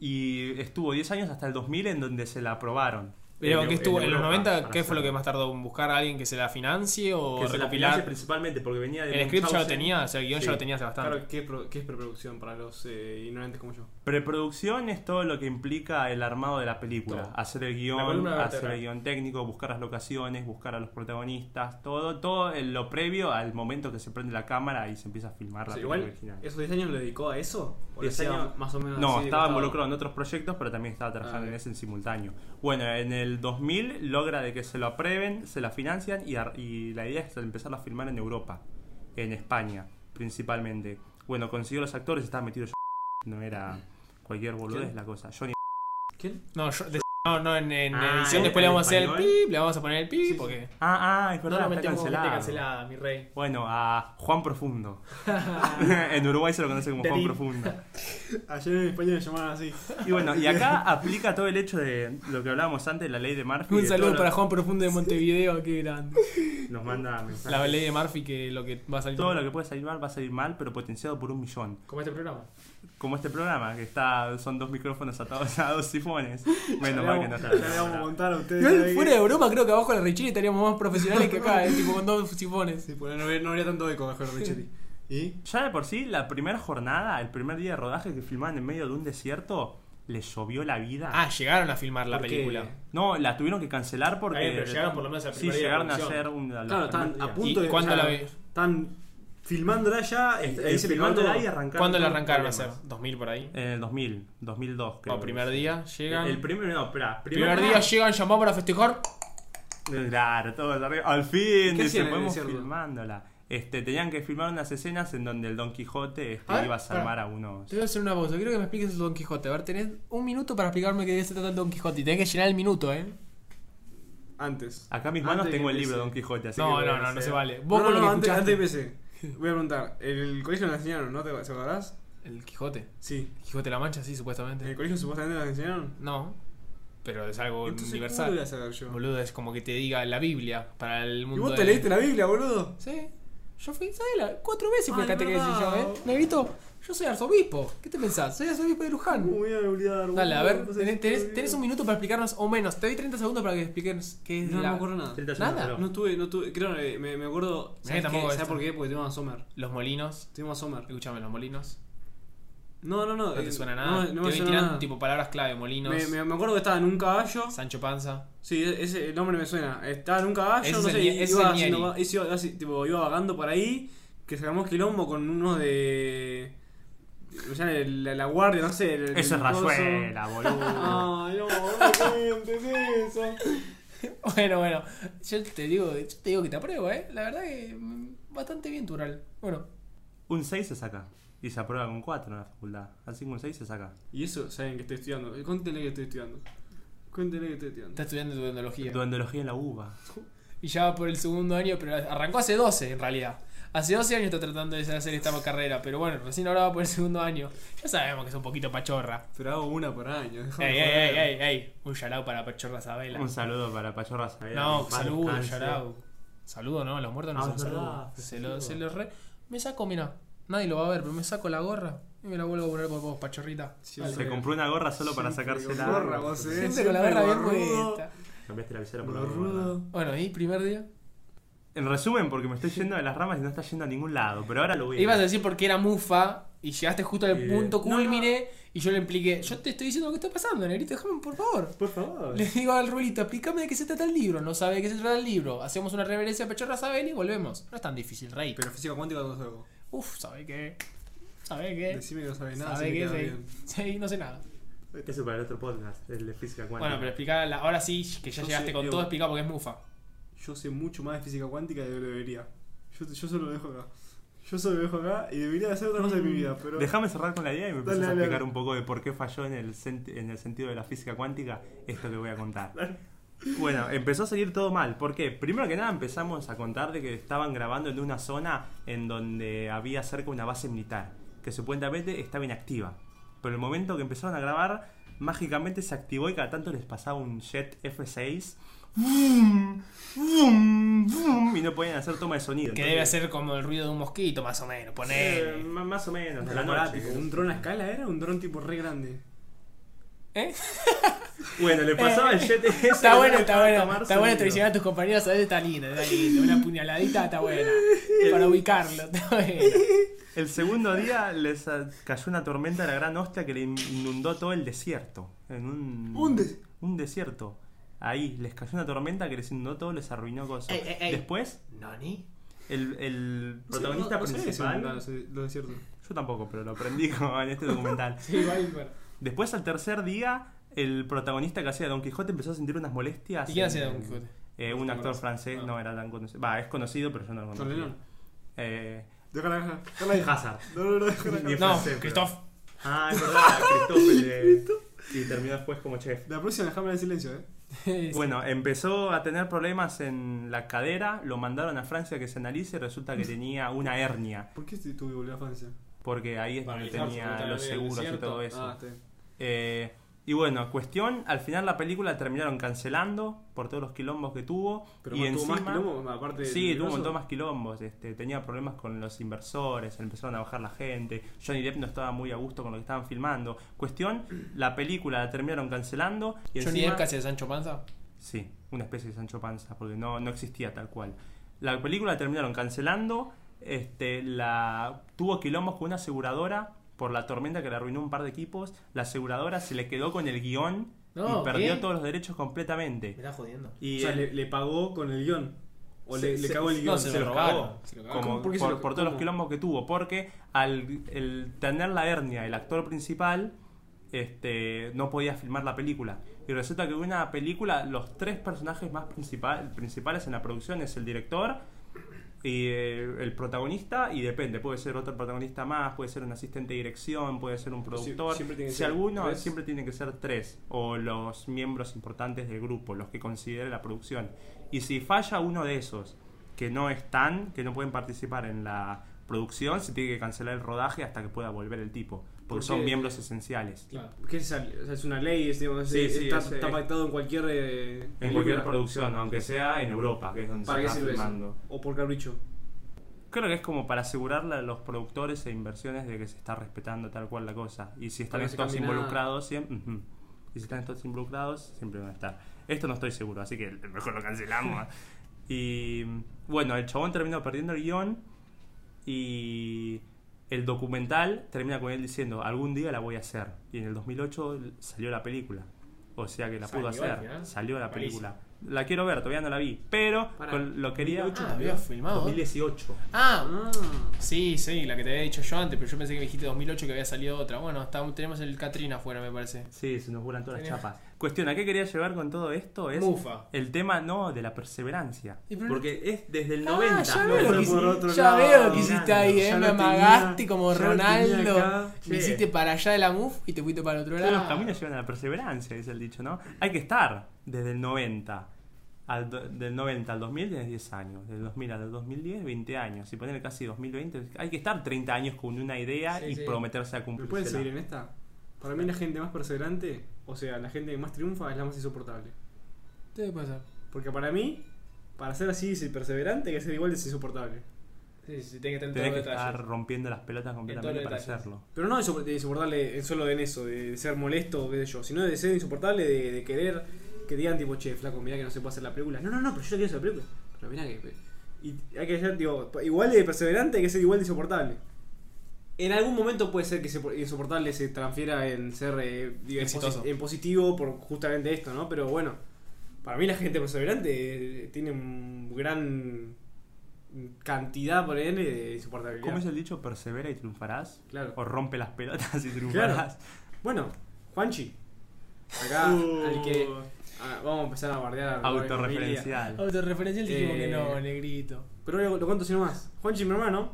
Speaker 2: y estuvo 10 años hasta el 2000 en donde se la aprobaron.
Speaker 1: Pero
Speaker 2: En-
Speaker 1: que estuvo en, los
Speaker 2: Europa,
Speaker 1: 90,
Speaker 2: para
Speaker 1: ¿qué fue lo
Speaker 2: hacerla.
Speaker 1: que más tardó? ¿En buscar a alguien que se la financie o
Speaker 2: Que se la
Speaker 1: recopilar?
Speaker 2: financie principalmente porque venía de.
Speaker 1: el script ya lo
Speaker 2: Munchausen.
Speaker 1: tenía, o sea, el guión
Speaker 2: Sí.
Speaker 1: ya lo tenía hace bastante.
Speaker 3: Claro, ¿qué, pro- qué es preproducción para los eh, ignorantes como yo?
Speaker 2: Preproducción es todo lo que implica el armado de la película.
Speaker 3: Todo.
Speaker 2: Hacer el
Speaker 3: La
Speaker 2: guión,
Speaker 3: columna
Speaker 2: hacer
Speaker 3: vertebral.
Speaker 2: el guión técnico, buscar las locaciones, buscar a los protagonistas, todo, todo en lo previo al momento que se prende la cámara y se empieza a filmar
Speaker 3: O
Speaker 2: la
Speaker 3: sea,
Speaker 2: película
Speaker 3: igual,
Speaker 2: original.
Speaker 3: ¿esos 10 años lo dedicó a eso? ¿O
Speaker 2: 10
Speaker 3: lo hacía
Speaker 2: años-
Speaker 3: más o
Speaker 1: Ah,
Speaker 3: menos
Speaker 2: No,
Speaker 3: así de
Speaker 2: estaba
Speaker 3: costado?
Speaker 2: involucrado en otros proyectos, pero también estaba trabajando
Speaker 3: Ah,
Speaker 2: en
Speaker 3: ok.
Speaker 2: ese en simultáneo. Bueno, en el 2000 logra de que se lo aprueben, se la financian y, ar- y la idea es empezarla a filmar en Europa, en España principalmente. Bueno, consiguió los actores, estaba metido yo. No era
Speaker 1: Mm.
Speaker 2: cualquier boludez
Speaker 3: ¿Quién?
Speaker 2: la cosa. Johnny.
Speaker 3: ¿Quién?
Speaker 1: No, yo- de- no, no, en, en
Speaker 2: Ah,
Speaker 1: edición
Speaker 2: ¿en
Speaker 1: después le vamos a hacer el
Speaker 2: español?
Speaker 1: pip, le vamos a poner el pip, porque.
Speaker 2: Ah, ah, es verdad,
Speaker 1: metemos
Speaker 2: está
Speaker 1: gente
Speaker 2: cancelado.
Speaker 1: cancelada, mi rey.
Speaker 2: Bueno, a
Speaker 1: (laughs)
Speaker 2: Juan Profundo. (laughs) en Uruguay se lo conoce como Juan
Speaker 1: Darín.
Speaker 2: Profundo.
Speaker 3: Ayer en España me llamaban así.
Speaker 2: Y bueno, y acá aplica todo el hecho de lo que hablábamos antes de la ley de Murphy.
Speaker 1: Un
Speaker 2: de
Speaker 1: saludo
Speaker 2: todo lo-
Speaker 1: para Juan Profundo de Montevideo, qué grande.
Speaker 2: Nos manda mensajes.
Speaker 1: La ley de Murphy que lo que va a salir.
Speaker 2: Todo lo que puede salir mal va a salir mal, pero potenciado por un millón.
Speaker 1: Como este programa.
Speaker 2: Como este programa, que está son dos micrófonos atados a dos sifones. Menos mal que no está.
Speaker 3: Ya le vamos a montar a ustedes.
Speaker 1: Igual
Speaker 3: ahí.
Speaker 1: fuera de broma, creo que abajo de la Richie estaríamos más profesionales que acá, eh, tipo con dos sifones.
Speaker 3: Sí, porque no, habría- no habría tanto eco mejor Richetti. ¿Y?
Speaker 2: Ya de por sí, la primera jornada, el primer día de rodaje que filmaban en medio de un desierto, les llovió la vida.
Speaker 1: Ah, llegaron a filmar la
Speaker 2: Porque-
Speaker 1: película.
Speaker 2: No, la tuvieron que cancelar porque.
Speaker 1: Está bien, pero llegaron por lo menos al
Speaker 2: Sí,
Speaker 1: primer día de
Speaker 2: llegaron a
Speaker 1: producción.
Speaker 2: hacer un. a los
Speaker 3: Claro, están
Speaker 2: primeros
Speaker 3: a
Speaker 2: días.
Speaker 1: ¿Y
Speaker 3: punto de.
Speaker 1: cuándo
Speaker 3: o sea,
Speaker 1: la ve-
Speaker 3: Están filmándola ya.
Speaker 2: Eh,
Speaker 3: este, ahí se filmó
Speaker 2: filmándola
Speaker 3: todo.
Speaker 2: y arrancaron.
Speaker 1: ¿Cuándo la
Speaker 2: con
Speaker 1: arrancaron a hacer?
Speaker 2: problemas.
Speaker 1: ¿2000 por ahí?
Speaker 2: En el 2000, 2002, creo.
Speaker 1: O primer
Speaker 2: que es.
Speaker 1: día, llegan.
Speaker 2: El primer, no, espera.
Speaker 1: primer día llegan, llamamos para festejar.
Speaker 2: Claro, todo el arriba. Al fin, dice,
Speaker 3: ¿Qué hacían en el
Speaker 2: podemos
Speaker 3: desierto?
Speaker 2: filmándola. Este, tenían que filmar unas escenas en donde el Don Quijote este,
Speaker 1: A ver,
Speaker 2: iba a
Speaker 1: pará.
Speaker 2: salvar a unos.
Speaker 1: Te voy a hacer una pausa, quiero que me expliques el Don Quijote. A ver, tenés un minuto para explicarme qué se trata el Don Quijote. Y tenés que llenar el minuto, ¿eh?
Speaker 3: Antes.
Speaker 2: Acá en mis manos
Speaker 3: Antes
Speaker 2: tengo
Speaker 3: que
Speaker 2: el libro
Speaker 3: empiece.
Speaker 2: Don Quijote, así
Speaker 1: No,
Speaker 2: que. voy
Speaker 1: no,
Speaker 2: a
Speaker 1: no, no
Speaker 2: hacer-
Speaker 1: se vale.
Speaker 3: No,
Speaker 1: Vos
Speaker 3: no,
Speaker 1: con lo
Speaker 3: no,
Speaker 1: que
Speaker 3: antes,
Speaker 1: escuchaste.
Speaker 3: antes empecé. Voy a preguntar. ¿En el colegio nos enseñaron, no? ¿Te, ¿Se acordarás?
Speaker 1: El Quijote.
Speaker 3: Sí.
Speaker 1: Quijote de la Mancha, sí,
Speaker 3: ¿En
Speaker 1: supuestamente.
Speaker 3: el colegio supuestamente nos enseñaron?
Speaker 1: No, pero es algo
Speaker 3: Entonces, ¿cómo lo voy a
Speaker 1: universal.
Speaker 3: saber yo?
Speaker 1: Boludo, es como que te diga la Biblia para el
Speaker 3: ¿Y
Speaker 1: mundo.
Speaker 3: vos
Speaker 1: de-
Speaker 3: te leíste la Biblia, boludo?
Speaker 1: Sí. Yo fui, ¿sabes? la- Cuatro veces fui
Speaker 3: Ay,
Speaker 1: catequesis yo,
Speaker 3: verdad.
Speaker 1: ¿eh? Negrito, yo soy arzobispo. ¿Qué te pensás? Soy arzobispo de Luján.
Speaker 3: voy a olvidar?
Speaker 1: Dale, a ver, tenés, tenés- tenés un minuto para explicarnos, o menos. Te doy 30 segundos para que expliques qué es
Speaker 3: No,
Speaker 1: la-
Speaker 3: me acuerdo nada.
Speaker 2: 30 segundos,
Speaker 1: Nada.
Speaker 2: creo.
Speaker 3: No tuve, no tuve. Creo que me, me acuerdo. ¿Sabes,
Speaker 1: tampoco
Speaker 3: qué?
Speaker 1: esta.
Speaker 3: ¿Sabes por qué? Porque tuvimos a Sommer.
Speaker 1: los molinos.
Speaker 3: Tuvimos a Sommer.
Speaker 1: Escúchame, los molinos.
Speaker 3: No, no, no.
Speaker 1: No
Speaker 3: eh,
Speaker 1: te suena nada.
Speaker 3: No, no
Speaker 1: te
Speaker 3: me
Speaker 1: voy
Speaker 3: suena
Speaker 1: tirando
Speaker 3: nada.
Speaker 1: tipo palabras clave, molinos.
Speaker 3: me, me, me acuerdo que estaba en un caballo.
Speaker 1: Sancho Panza. (laughs)
Speaker 3: Sí, ese el nombre me suena. Estaba en un caballo,
Speaker 1: Ese
Speaker 3: no
Speaker 1: es
Speaker 3: sé,
Speaker 1: el Nie- ese es
Speaker 3: iba,
Speaker 1: el
Speaker 3: haciendo
Speaker 1: Nieri.
Speaker 3: va- ese iba- así, tipo, iba vagando por ahí, que se armó quilombo con uno de... o sea, el- la, la guardia, no sé. el-
Speaker 2: Eso
Speaker 3: el
Speaker 2: es
Speaker 3: coso. (laughs)
Speaker 2: Rayuela, boludo.
Speaker 3: Ay, no, no me cuentes eso.
Speaker 1: Bueno, bueno, yo te digo, yo te digo que te apruebo, eh. La verdad que mm, bastante bien tu oral. Bueno,
Speaker 2: Un 6 se saca. Y se aprueba con 4 en la facultad. Así que un 6 se saca.
Speaker 3: Y eso, saben que estoy estudiando. Eh, Cuéntenle que estoy estudiando. Cuéntenle que estoy estudiando.
Speaker 1: está estudiando tu odontología.
Speaker 2: Duendología en la uva.
Speaker 1: Y ya va por el segundo año, pero arrancó hace 12 en realidad. Hace 12 años está tratando de hacer esta carrera, pero bueno, recién ahora va por el segundo año. Ya sabemos que es un poquito pachorra.
Speaker 3: Pero hago una por año. dejame
Speaker 1: Ey, ey,
Speaker 3: joder.
Speaker 1: ey, ey, ey. Un yarao para pachorra Sabela.
Speaker 2: Un saludo para Pachorra Saavedra,
Speaker 1: No,
Speaker 2: que en paz
Speaker 1: saludo,
Speaker 2: descanse.
Speaker 1: yarao. Saludo, no, los muertos no
Speaker 2: Ah,
Speaker 1: son
Speaker 2: es verdad,
Speaker 1: saludos. Se lo, se
Speaker 2: festivo.
Speaker 1: lo re. Me saco, mira, nadie lo va a ver, pero me saco la gorra y me la vuelvo a poner por vos, pachorrita.
Speaker 3: Sí,
Speaker 1: Dale.
Speaker 3: sí.
Speaker 2: Se compró una gorra solo para
Speaker 3: Siempre
Speaker 2: sacarse la.
Speaker 3: con gorra, vos, eh.
Speaker 1: Siempre con la gorra bien
Speaker 3: gorrudo.
Speaker 1: puesta.
Speaker 2: Cambiaste la visera por la gorra.
Speaker 3: Gorrudo.
Speaker 1: Bueno, y primer día.
Speaker 2: En resumen, porque me estoy yendo de las ramas y no está yendo a ningún lado. Pero ahora lo voy a.
Speaker 1: Ibas a decir porque era mufa y llegaste justo al
Speaker 2: Eh,
Speaker 1: punto
Speaker 2: no,
Speaker 1: culmine y yo le impliqué, yo te estoy diciendo lo que está pasando, negrito, déjame por favor.
Speaker 2: Por favor.
Speaker 1: Le digo al rulito, explícame de qué se trata el libro, no sabe de qué se trata el libro, hacemos una reverencia a Pechorra Sabel y volvemos. No es tan difícil, rey.
Speaker 3: Pero física cuántica no salgo.
Speaker 1: Uf, sabe qué, sabe qué,
Speaker 3: Decime que no sabés nada.
Speaker 1: Eh, sabe
Speaker 3: si te
Speaker 1: qué,
Speaker 3: queda
Speaker 1: sí.
Speaker 3: bien.
Speaker 1: Sí, no sé nada.
Speaker 2: Eso para el otro podcast, el de física
Speaker 1: Bueno,
Speaker 2: cuántica.
Speaker 1: pero explicar, ahora sí, que ya
Speaker 3: Yo
Speaker 1: llegaste
Speaker 3: sé,
Speaker 1: con
Speaker 3: yo-
Speaker 1: todo, explica porque es mufa.
Speaker 3: Yo sé mucho más de física cuántica de lo que debería. Yo, yo solo lo dejo acá. Yo solo lo dejo acá y debería hacer otra cosa en mi vida, pero.
Speaker 2: Déjame cerrar con la idea y me empezás
Speaker 3: Dale,
Speaker 2: a
Speaker 3: dale,
Speaker 2: explicar
Speaker 3: dale.
Speaker 2: un poco de por qué falló en el, senti- en el sentido de la física cuántica esto que voy a contar. Bueno, empezó a salir todo mal. ¿Por qué? Primero que nada empezamos a contar de que estaban grabando en una zona en donde había cerca una base militar, que supuestamente estaba inactiva. Pero el momento que empezaron a grabar, mágicamente se activó y cada tanto les pasaba un jet F6. ¡Vum! ¡Vum! ¡Vum! Y no podían hacer toma de sonido.
Speaker 1: Que debe ser como el ruido de un mosquito, más o menos,
Speaker 2: Eh,
Speaker 1: ponele.
Speaker 2: ma- más o menos, de la
Speaker 3: Pará,
Speaker 2: noche.
Speaker 3: tipo, ¿Un dron a escala era? ¿Un dron tipo re grande?
Speaker 1: ¿Eh?
Speaker 2: Bueno, le pasaba el jet ese,
Speaker 1: Está
Speaker 2: no
Speaker 1: bueno,
Speaker 2: le
Speaker 1: está
Speaker 2: dejaba
Speaker 1: bueno.
Speaker 2: tomar
Speaker 1: Está bueno
Speaker 2: sonido.
Speaker 1: traicionar a tus compañeros, a veces está lindo, está lindo. Una puñaladita está buena. Para ubicarlo, está bueno.
Speaker 2: El segundo día les ah, cayó una tormenta de la gran hostia que le in- inundó todo el desierto. En un,
Speaker 3: Un des-
Speaker 2: un desierto. Ahí, les cayó una tormenta que les inundó todo, les arruinó cosas.
Speaker 1: Ey, ey, ey.
Speaker 2: Después,
Speaker 1: ¿Noni?
Speaker 2: el, el protagonista
Speaker 3: Sí, no- no sabía que se
Speaker 2: principal.
Speaker 3: inventaron los los desiertos.
Speaker 2: yo tampoco, pero lo aprendí (laughs) como en este documental.
Speaker 1: Sí, igual, pero.
Speaker 2: Después, al tercer día, el protagonista que hacía de Don Quijote empezó a sentir unas molestias.
Speaker 1: ¿Y quién
Speaker 2: en-
Speaker 1: hacía de Don Quijote?
Speaker 2: Eh, un actor francés,
Speaker 3: Ah.
Speaker 2: no era tan conocido. Va, es conocido, pero yo no lo
Speaker 3: John
Speaker 2: conocía.
Speaker 1: (laughs)
Speaker 3: Lennon.
Speaker 2: Eh,
Speaker 3: Déjala, déjala.
Speaker 2: No hay Hazard.
Speaker 3: No, no, no, déjala.
Speaker 2: Ni
Speaker 1: No,
Speaker 2: francés, pero-
Speaker 1: Christoph.
Speaker 2: Ah,
Speaker 1: (laughs)
Speaker 2: es verdad, Cristóbal. Y terminó después como chef.
Speaker 3: La próxima, déjame en silencio, eh.
Speaker 2: Bueno, empezó a tener problemas en la cadera, lo mandaron a Francia que se analice y resulta
Speaker 1: (laughs)
Speaker 2: que tenía una hernia,
Speaker 3: ¿Por qué estoy- tuve que volver a Francia?
Speaker 2: porque ahí es
Speaker 1: Para
Speaker 2: donde
Speaker 1: alisarse,
Speaker 2: tenía
Speaker 1: puta,
Speaker 2: los
Speaker 1: en el
Speaker 2: seguros y
Speaker 1: desierto.
Speaker 2: todo eso.
Speaker 3: Ah, está bien.
Speaker 2: Eh, y bueno, cuestión, al final la película terminaron cancelando por todos los quilombos que tuvo.
Speaker 3: Pero
Speaker 2: y
Speaker 3: tuvo más
Speaker 2: encima-
Speaker 3: quilombo, aparte del
Speaker 2: Sí, tuvo un
Speaker 3: grosso.
Speaker 2: montón más quilombos, este, tenía problemas con los inversores, empezaron a bajar la gente, Johnny Depp no estaba muy a gusto con lo que estaban filmando. Cuestión, la película la terminaron cancelando y
Speaker 1: Johnny
Speaker 2: encima-
Speaker 1: Depp casi de Sancho Panza.
Speaker 2: Sí, una especie de Sancho Panza, porque no, no existía tal cual. La película la terminaron cancelando, este, la tuvo quilombos con una aseguradora por la tormenta que le arruinó un par de equipos, la aseguradora se le quedó con el guión
Speaker 1: No,
Speaker 2: y perdió
Speaker 1: ¿qué?
Speaker 2: todos los derechos completamente.
Speaker 1: está jodiendo.
Speaker 2: Y
Speaker 3: o sea,
Speaker 2: el-
Speaker 3: le, le pagó con el guión. O
Speaker 2: Se-
Speaker 3: le, le
Speaker 2: se-
Speaker 3: cagó el
Speaker 1: no,
Speaker 3: guión.
Speaker 1: se
Speaker 2: se
Speaker 1: lo
Speaker 2: lo
Speaker 1: robaron.
Speaker 2: cagó.
Speaker 3: Se lo cagaron.
Speaker 2: Como
Speaker 3: ¿Cómo? ¿Por qué se
Speaker 2: por,
Speaker 3: lo-
Speaker 2: por todos los
Speaker 3: cómo?
Speaker 2: quilombos que tuvo, porque al el tener la hernia el actor principal este, no podía filmar la película. Y resulta que una película, los tres personajes más principal- principales en la producción es el director, y eh, el protagonista, y depende, puede ser otro protagonista más, puede ser un asistente de dirección, puede ser un productor.
Speaker 3: siempre tiene que
Speaker 2: si
Speaker 3: ser
Speaker 2: alguno,
Speaker 3: tres.
Speaker 2: siempre tiene que ser tres, o los miembros importantes del grupo, los que considere la producción. Y si falla uno de esos, que no están, que no pueden participar en la producción, se tiene que cancelar el rodaje hasta que pueda volver el tipo, porque
Speaker 3: ¿Por
Speaker 2: son
Speaker 3: qué?
Speaker 2: miembros esenciales.
Speaker 3: Claro. ¿Qué es, esa- o sea, es una ley, es, digamos,
Speaker 2: Sí,
Speaker 3: es-
Speaker 2: sí,
Speaker 3: está,
Speaker 2: es-
Speaker 3: está
Speaker 2: es-
Speaker 3: pactado en cualquier. eh,
Speaker 2: En
Speaker 3: película.
Speaker 2: cualquier producción, aunque sea en Europa, que es donde
Speaker 3: ¿Para
Speaker 2: se
Speaker 3: qué
Speaker 2: está
Speaker 3: sirve
Speaker 2: filmando.
Speaker 3: eso? O por capricho.
Speaker 2: Creo que es como para asegurarle a los productores e inversiones de que se está respetando tal cual la cosa. Y si están
Speaker 3: Para que se
Speaker 2: estos
Speaker 3: cambie nada.
Speaker 2: involucrados, siempre. ujú. Y si están estos involucrados, siempre van a estar. Esto no estoy seguro, así que mejor lo cancelamos.
Speaker 3: (laughs)
Speaker 2: y bueno, el chabón terminó perdiendo el guión. Y el documental termina con él diciendo: Algún día la voy a hacer. Y en el 2008 salió la película. O sea que la pudo
Speaker 1: ¿Salió al
Speaker 2: hacer.
Speaker 1: final?
Speaker 2: Salió la
Speaker 1: Malísimo.
Speaker 2: película. La quiero ver, todavía no la vi. Pero
Speaker 3: Pará,
Speaker 2: con- lo quería.
Speaker 3: 2008
Speaker 1: Ah, había filmado.
Speaker 2: 2018.
Speaker 1: Ah,
Speaker 3: Ah,
Speaker 1: sí, sí, la que te había dicho yo antes, pero yo pensé que me dijiste 2008 que había salido otra. Bueno, está- tenemos el Katrina afuera, me parece.
Speaker 2: Sí, se nos vuelan todas las
Speaker 1: Tenés-
Speaker 2: chapas. Cuestión, ¿a qué quería llevar con todo esto? Es
Speaker 1: Mufa.
Speaker 2: el tema, no, de la perseverancia.
Speaker 1: Y pero-
Speaker 2: Porque es desde el
Speaker 1: Ah,
Speaker 2: 90.
Speaker 1: ya
Speaker 2: ¿no?
Speaker 1: veo lo
Speaker 2: Fue
Speaker 1: que hici-
Speaker 2: por otro
Speaker 1: ya
Speaker 2: lado,
Speaker 1: veo lo que
Speaker 2: mirando.
Speaker 1: hiciste ahí,
Speaker 3: Ya
Speaker 1: eh.
Speaker 3: lo
Speaker 1: Me
Speaker 3: tenía-
Speaker 1: amagaste como
Speaker 3: ya lo tenía
Speaker 1: Ronaldo.
Speaker 3: acá.
Speaker 1: Me
Speaker 2: Sí.
Speaker 1: hiciste para allá de la MUF y te fuiste para el otro
Speaker 2: Todos
Speaker 1: lado.
Speaker 2: los caminos llevan a la perseverancia, dice el dicho, ¿no? Hay que estar desde el 90. Al do- del 90 al 2000 tienes 10 años, del 2000 al 2010 20 años, y poner casi 2020, hay que estar 30 años con una idea
Speaker 1: Sí,
Speaker 2: y
Speaker 1: sí.
Speaker 2: prometerse a
Speaker 3: ¿Me pueden seguir
Speaker 2: cumplirla.
Speaker 3: en esta? Para mí, la gente más perseverante, o sea, la gente que más triunfa, es la más insoportable.
Speaker 1: ¿Qué te pasa?
Speaker 3: Porque para mí, para ser así y perseverante, hay que ser igual de insoportable.
Speaker 1: Sí, sí, tiene que tener
Speaker 2: Tenés que estar rompiendo las pelotas completamente para
Speaker 1: detalles.
Speaker 2: hacerlo.
Speaker 3: Pero no insopor- de insoportable en- solo en eso, de ser molesto o qué sé yo, sino de ser insoportable, de, de querer que digan tipo, che, flaco, mirá que no se puede hacer la película. No, no, no, pero yo no quiero hacer la película. Pero mirá que... Y hay que ser, digo, igual de perseverante hay que ser igual de insoportable. En algún momento puede ser que ese por- insoportable se transfiera en ser, eh, digo, en,
Speaker 1: Exitoso.
Speaker 3: posi- en positivo por justamente esto, ¿no? Pero bueno, para mí la gente perseverante eh, tiene un gran cantidad, por él, de insoportabilidad.
Speaker 2: ¿Cómo es el dicho? Persevera y triunfarás.
Speaker 3: Claro.
Speaker 2: O rompe las pelotas y triunfarás.
Speaker 3: Bueno, Juanchi. Acá,
Speaker 2: Uh.
Speaker 3: al que. ah, vamos a empezar a bardear. a mi familia.
Speaker 2: Autorreferencial.
Speaker 1: Autorreferencial dijimos que
Speaker 3: Eh,
Speaker 1: no, negrito.
Speaker 3: Pero lo, lo cuento sino más. Juanchi, mi hermano.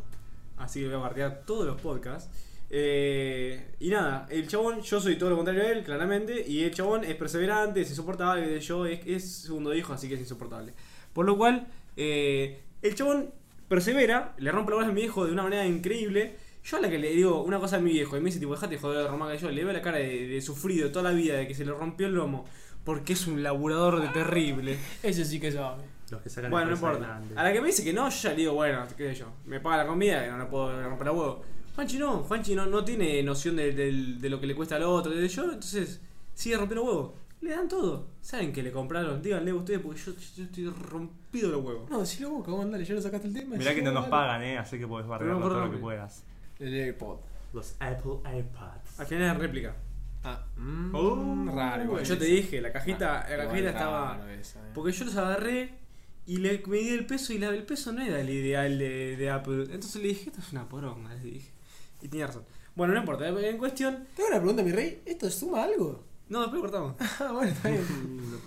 Speaker 3: Así que lo voy a bardear todos los podcasts. Eh, y nada, el chabón, yo soy todo lo contrario a él, claramente. Y el chabón es perseverante, es insoportable. Yo es, es segundo hijo, así que es insoportable. Por lo cual, eh, el chabón persevera, le rompe la bola a mi viejo de una manera increíble. Yo a la que le digo una cosa a mi viejo y me dice, tipo, dejate de joder de Román que yo le veo la cara de, de sufrido toda la vida, de que se le rompió el lomo, porque es un laburador de terrible.
Speaker 1: Eso sí que sabe.
Speaker 2: Los que sacan
Speaker 3: Bueno, no
Speaker 2: las cosas
Speaker 3: importa.
Speaker 2: adelante.
Speaker 3: A la que me dice que no, yo ya le digo, bueno, qué sé yo, me paga la comida y no la puedo romper la huevo. Juanchi no, Juanchi no, no tiene noción de, del- de lo que le cuesta al otro, de yo, entonces sigue rompiendo huevo. Le dan todo. Saben que le compraron, díganle ustedes porque yo, yo estoy rompido los huevos.
Speaker 1: No, si lo busca, vos andale, ya lo sacaste el tema.
Speaker 2: Mirá
Speaker 1: sí,
Speaker 2: que no nos
Speaker 1: dale.
Speaker 2: pagan, eh, así que podés barrer
Speaker 3: Pero no
Speaker 2: todo
Speaker 3: importa,
Speaker 2: lo que
Speaker 3: no.
Speaker 2: puedas.
Speaker 1: El AirPod.
Speaker 2: Los Apple iPads.
Speaker 3: Al final es réplica.
Speaker 1: Ah, mm,
Speaker 2: Oh,
Speaker 1: raro. igual.
Speaker 3: yo te dije, la cajita,
Speaker 1: Ah,
Speaker 3: la
Speaker 1: igual
Speaker 3: cajita
Speaker 1: raro
Speaker 3: estaba.
Speaker 1: esa, eh.
Speaker 3: Porque yo los agarré y le medí el peso y la- el peso no era el ideal de, de Apple. Entonces le dije, esto es una poronga, le dije. Y tenía razón. Bueno, no importa, en cuestión,
Speaker 1: Te hago una pregunta, mi rey. ¿Esto suma algo?
Speaker 3: No, después cortamos.
Speaker 1: (laughs) Ah, bueno, está bien.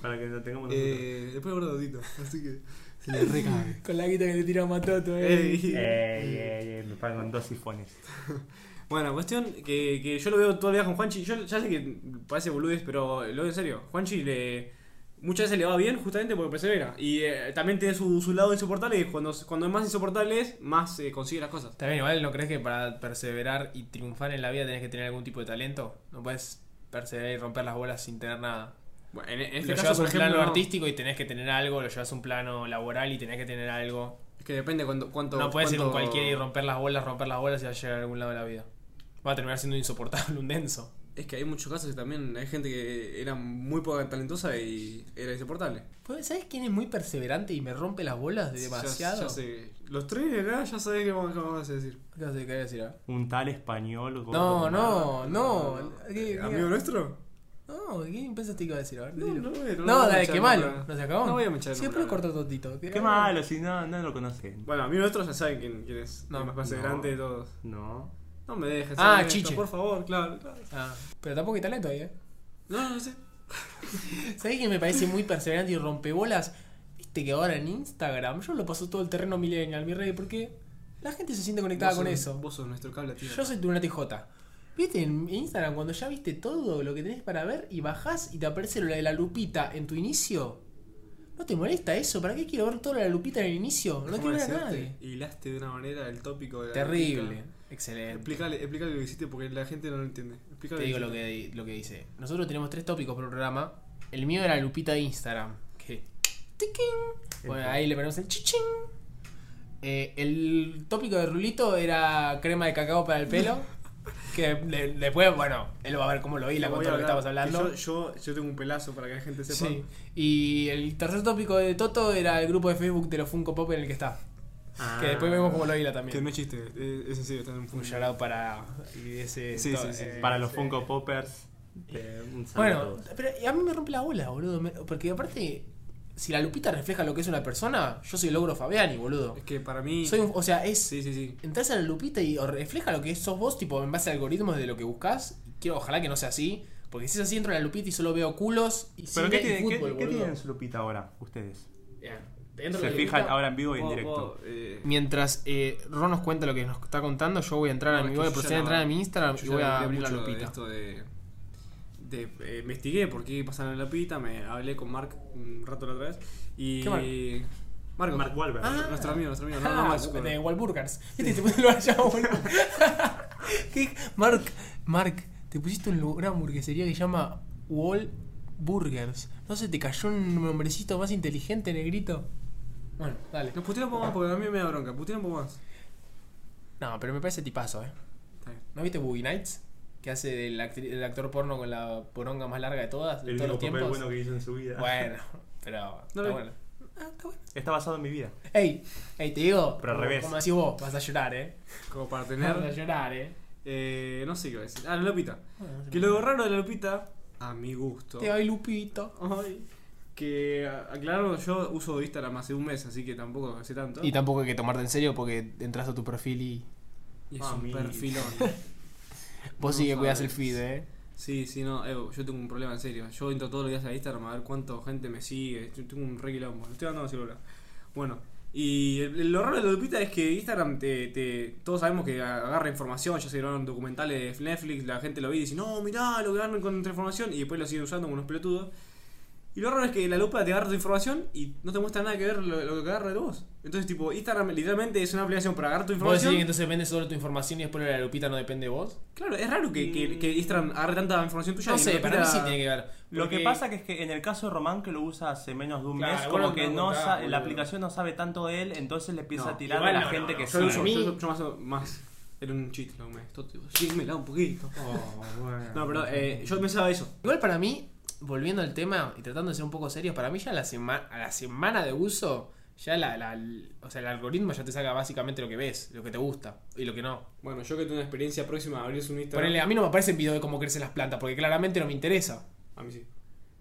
Speaker 2: Para que lo tengamos nosotros.
Speaker 3: Eh, después cortamos Tito. Así que se le recabe.
Speaker 1: (laughs) Con la guita que le tiró a Matoto, eh.
Speaker 3: Ey.
Speaker 2: Ey, ey, ey, me pagan dos sifones.
Speaker 3: Bueno, cuestión que, que yo lo veo todo el día con Juanchi. Yo ya sé que parece boludez, pero lo veo en serio. Juanchi le, muchas veces le va bien justamente porque persevera. Y eh, también tiene su, su lado insoportable. Y cuando, cuando es más insoportable es, más eh, consigue las cosas.
Speaker 1: También igual no crees que para perseverar y triunfar en la vida tenés que tener algún tipo de talento. No puedes perseverar y romper las bolas sin tener nada.
Speaker 3: Bueno, en, en este
Speaker 1: lo llevas
Speaker 3: caso,
Speaker 1: a
Speaker 3: por
Speaker 1: un
Speaker 3: ejemplo,
Speaker 1: plano
Speaker 3: no.
Speaker 1: artístico y tenés que tener algo, lo llevas a un plano laboral y tenés que tener algo.
Speaker 3: Es que depende cuánto. cuánto
Speaker 1: No puedes ir con
Speaker 3: cuánto-
Speaker 1: cualquiera y romper las bolas, romper las bolas y vas a llegar a algún lado de la vida. Va a terminar siendo insoportable, un denso.
Speaker 3: Es que hay muchos casos que también hay gente que era muy poco talentosa y era insoportable.
Speaker 1: ¿Sabes quién es muy perseverante y me rompe las bolas de demasiado?
Speaker 3: Ya- ya sé. Los tres de nada ya sabés qué vamos, qué vamos a decir.
Speaker 1: ¿Qué vas a querer decir? ah?
Speaker 2: Un tal español.
Speaker 1: No,
Speaker 2: gordo,
Speaker 1: no, eh, no.
Speaker 3: Eh,
Speaker 1: ¿Qué- qué-
Speaker 3: ¿Amigo nuestro?
Speaker 1: No, ¿qué pensaste que iba a decir? A ver, decilo.
Speaker 3: bueno,
Speaker 1: No,
Speaker 3: voy a
Speaker 1: dale,
Speaker 3: echar
Speaker 1: qué
Speaker 3: nombre.
Speaker 1: malo. Nos acabamos.
Speaker 3: No voy a echar nombre,
Speaker 1: Siempre
Speaker 3: la verdad.
Speaker 1: corto tontito.
Speaker 2: Qué malo, si no, no lo conocen.
Speaker 3: Bueno, amigos nuestros ya saben quién, quién es.
Speaker 1: No,
Speaker 3: el más perseverante de todos.
Speaker 2: No.
Speaker 3: No me dejes.
Speaker 1: Ah,
Speaker 3: hacer esto,
Speaker 1: Chiche.
Speaker 3: Por favor, claro, claro.
Speaker 1: Ah, pero tampoco hay talento ahí, ¿eh?
Speaker 3: No, no sé.
Speaker 1: ¿Sabés que me parece muy perseverante y rompebolas? Viste que ahora en Instagram yo lo paso todo el terreno millennial, mi rey, porque la gente se siente conectada
Speaker 3: Vos
Speaker 1: con
Speaker 3: sos-
Speaker 1: eso.
Speaker 3: Vos sos nuestro cable, tío.
Speaker 1: Yo soy tu una TJ. Viste en Instagram cuando ya viste todo lo que tenés para ver y bajás y te aparece lo de la lupita en tu inicio. ¿No te molesta eso? ¿Para qué quiero ver toda la lupita en el inicio? No quiero ver a nadie.
Speaker 3: Hilaste de una manera el tópico de la
Speaker 1: Terrible.
Speaker 3: crítica.
Speaker 1: Excelente.
Speaker 3: Explícale, explícale lo que hiciste porque la gente no lo entiende. Explícale
Speaker 1: Te digo lo
Speaker 3: hiciste.
Speaker 1: que, lo que dice. Nosotros tenemos tres tópicos por programa. El mío era Lupita de Instagram. Que. tiquín. Bueno, ahí le ponemos el chichín. Eh, el tópico de Rulito era crema de cacao para el
Speaker 3: (laughs)
Speaker 1: pelo. que le- después, bueno, él va a ver cómo lo hila
Speaker 3: Voy
Speaker 1: con
Speaker 3: a
Speaker 1: todo lo que
Speaker 3: hablar,
Speaker 1: estamos hablando.
Speaker 3: que Yo, yo, yo tengo un pelazo para que la gente sepa.
Speaker 1: Sí. Y el tercer tópico de Toto era el grupo de Facebook de los Funko Pop en el que está.
Speaker 2: Ah.
Speaker 1: Que después vemos cómo lo hila
Speaker 3: Que
Speaker 1: también.
Speaker 3: no es chiste, es, es en serio, está en un
Speaker 1: Un shout out para y ese.
Speaker 3: Sí,
Speaker 1: to-
Speaker 3: sí, sí,
Speaker 1: eh,
Speaker 2: Para los
Speaker 1: ese-
Speaker 2: Funko Poppers. eh, un saludo a
Speaker 1: Bueno,
Speaker 2: todos.
Speaker 1: pero a mí me rompe la bola, boludo. me- Porque aparte, si la lupita refleja lo que es una persona, yo soy el ogro Fabiani, boludo.
Speaker 3: Es que para mí.
Speaker 1: Soy un- o sea, es.
Speaker 3: Sí, sí, sí.
Speaker 1: Entras a la lupita y o refleja lo que sos vos, tipo, en base a algoritmos de lo que buscas. Quiero, ojalá que no sea así. Porque si es así, entro a la lupita y solo veo culos y
Speaker 2: ¿Pero
Speaker 1: cine
Speaker 2: qué
Speaker 1: y
Speaker 2: tienen, qué-
Speaker 1: fútbol,
Speaker 2: qué
Speaker 1: boludo.
Speaker 2: tienen en su lupita ahora, ustedes?
Speaker 1: Bien, dentro de
Speaker 2: Se
Speaker 1: la
Speaker 2: fijan
Speaker 1: lupita-
Speaker 2: ahora en vivo y en
Speaker 3: Vos-
Speaker 2: directo.
Speaker 3: vos, eh,
Speaker 1: Mientras eh, Ron nos cuenta lo que nos está contando, yo voy a entrar
Speaker 3: No,
Speaker 1: a
Speaker 3: es
Speaker 1: mi
Speaker 3: que
Speaker 1: voy a
Speaker 3: yo ya
Speaker 1: proceder a
Speaker 3: no-
Speaker 1: entrar a mi Instagram
Speaker 3: yo
Speaker 1: y
Speaker 3: ya
Speaker 1: voy a
Speaker 3: hablé
Speaker 1: abrir la
Speaker 3: mucho de
Speaker 1: lupita.
Speaker 3: Esto de, de, eh, investigué por qué pasan la lupita, me hablé con Mark un rato la otra vez. Y.
Speaker 1: ¿Qué Mark?
Speaker 3: Marco.
Speaker 2: Mark Wahlberg.
Speaker 1: Ah.
Speaker 3: Nuestro amigo, nuestro amigo. No, no,
Speaker 1: Ah,
Speaker 3: Mark Zuckerberg.
Speaker 1: de Wahlburgers. Viste, te puse el lugar ya, boludo. (laughs) ¿Qué? Mark, Mark, te pusiste un lugar, una hamburguesería que se llama Wahlburgers. No se te cayó un nombrecito más inteligente, negrito. Bueno, dale.
Speaker 3: Nos putearon un poco más porque a mí me da bronca. Putearon un poco más.
Speaker 1: No, pero me parece tipazo, ¿eh?
Speaker 3: Está bien.
Speaker 1: ¿No viste Boogie Nights? Que hace del, actri- del actor porno con la poronga más larga de todas, de
Speaker 2: El
Speaker 1: todos
Speaker 2: único
Speaker 1: los
Speaker 2: papel
Speaker 1: tiempos.
Speaker 2: bueno que hizo en
Speaker 1: (laughs)
Speaker 2: su vida.
Speaker 1: Bueno, pero
Speaker 3: No
Speaker 1: está
Speaker 3: lo-
Speaker 1: bueno. Ah, está bueno.
Speaker 2: Está basado en mi vida.
Speaker 1: Ey, ey, te digo,
Speaker 2: Pero al
Speaker 1: como-
Speaker 2: revés.
Speaker 1: como decís vos, vas a llorar, ¿eh?
Speaker 3: Como para
Speaker 1: Vas a
Speaker 3: tener.
Speaker 1: llorar, ¿eh?
Speaker 3: eh, no sé qué iba a decir. Ah, la lupita.
Speaker 1: Bueno,
Speaker 3: Que lo raro de la lupita, a mi gusto.
Speaker 1: Te va Lupito.
Speaker 3: Ay, que a- aclaro, yo uso Instagram hace un mes, así que tampoco sé tanto.
Speaker 1: Y tampoco hay que tomarte en serio porque entras a tu perfil y
Speaker 3: Y es
Speaker 2: Ah,
Speaker 3: un
Speaker 2: mi-
Speaker 3: perfilón.
Speaker 1: (laughs) vos
Speaker 3: No
Speaker 1: sí que cuidas el
Speaker 3: sabes.
Speaker 1: feed, eh.
Speaker 3: sí, sí, no, eh, yo tengo un problema en serio. Yo entro todos los días a Instagram a ver cuánta gente me sigue. Yo tengo un re quilombo. Lo estoy dando a celular. Bueno. Y el- lo raro de la Lupita es que Instagram te, te- Todos sabemos que agarra información, ya se grabaron documentales de Netflix, la gente lo ve y dice, no, mirá, lo que ganan con nuestra información, y después lo siguen usando como unos pelotudos. Y lo raro es que la lupa te agarra tu información y no te muestra nada que ver lo, lo que agarra de vos. Entonces, tipo, Instagram literalmente es una aplicación para agarrar tu
Speaker 1: Vos
Speaker 3: información.
Speaker 1: decís que entonces depende solo tu información y después la lupita no depende de vos.
Speaker 3: Claro, es raro que, que, que Instagram agarre tanta información tuya.
Speaker 1: No
Speaker 3: y
Speaker 1: sé,
Speaker 3: lo
Speaker 1: para mí
Speaker 3: pida-
Speaker 1: sí tiene que ver.
Speaker 2: Lo que
Speaker 1: porque-
Speaker 2: pasa que es que en el caso de Román, que lo usa hace menos de un
Speaker 1: Claro,
Speaker 2: mes,
Speaker 1: vos
Speaker 2: como
Speaker 1: no
Speaker 2: que
Speaker 1: te
Speaker 2: no
Speaker 1: acordás,
Speaker 2: sa-
Speaker 1: boludo.
Speaker 2: la aplicación no sabe tanto de él, entonces le empieza
Speaker 3: No,
Speaker 2: a tirar
Speaker 1: igual
Speaker 2: a la
Speaker 1: no,
Speaker 2: gente
Speaker 1: no,
Speaker 2: que
Speaker 1: no,
Speaker 3: Yo,
Speaker 2: sabe.
Speaker 3: uso-
Speaker 1: mí-
Speaker 3: yo, uso- yo más, más. Era un chiste, lo me. Esto, tipo, sí, me da un poquito.
Speaker 1: Oh.
Speaker 3: No, pero eh, yo pensaba eso.
Speaker 1: Igual para mí, volviendo al tema y tratando de ser un poco serios, para mí ya la sema- a la semana de uso, ya la, la- o sea, el algoritmo ya te saca básicamente lo que ves, lo que te gusta y lo que no.
Speaker 3: Bueno, yo que tengo una experiencia próxima, abrirse un Instagram.
Speaker 1: Ponele, a mí no me aparecen videos de cómo crecen las plantas, porque claramente no me interesa.
Speaker 3: A mí sí.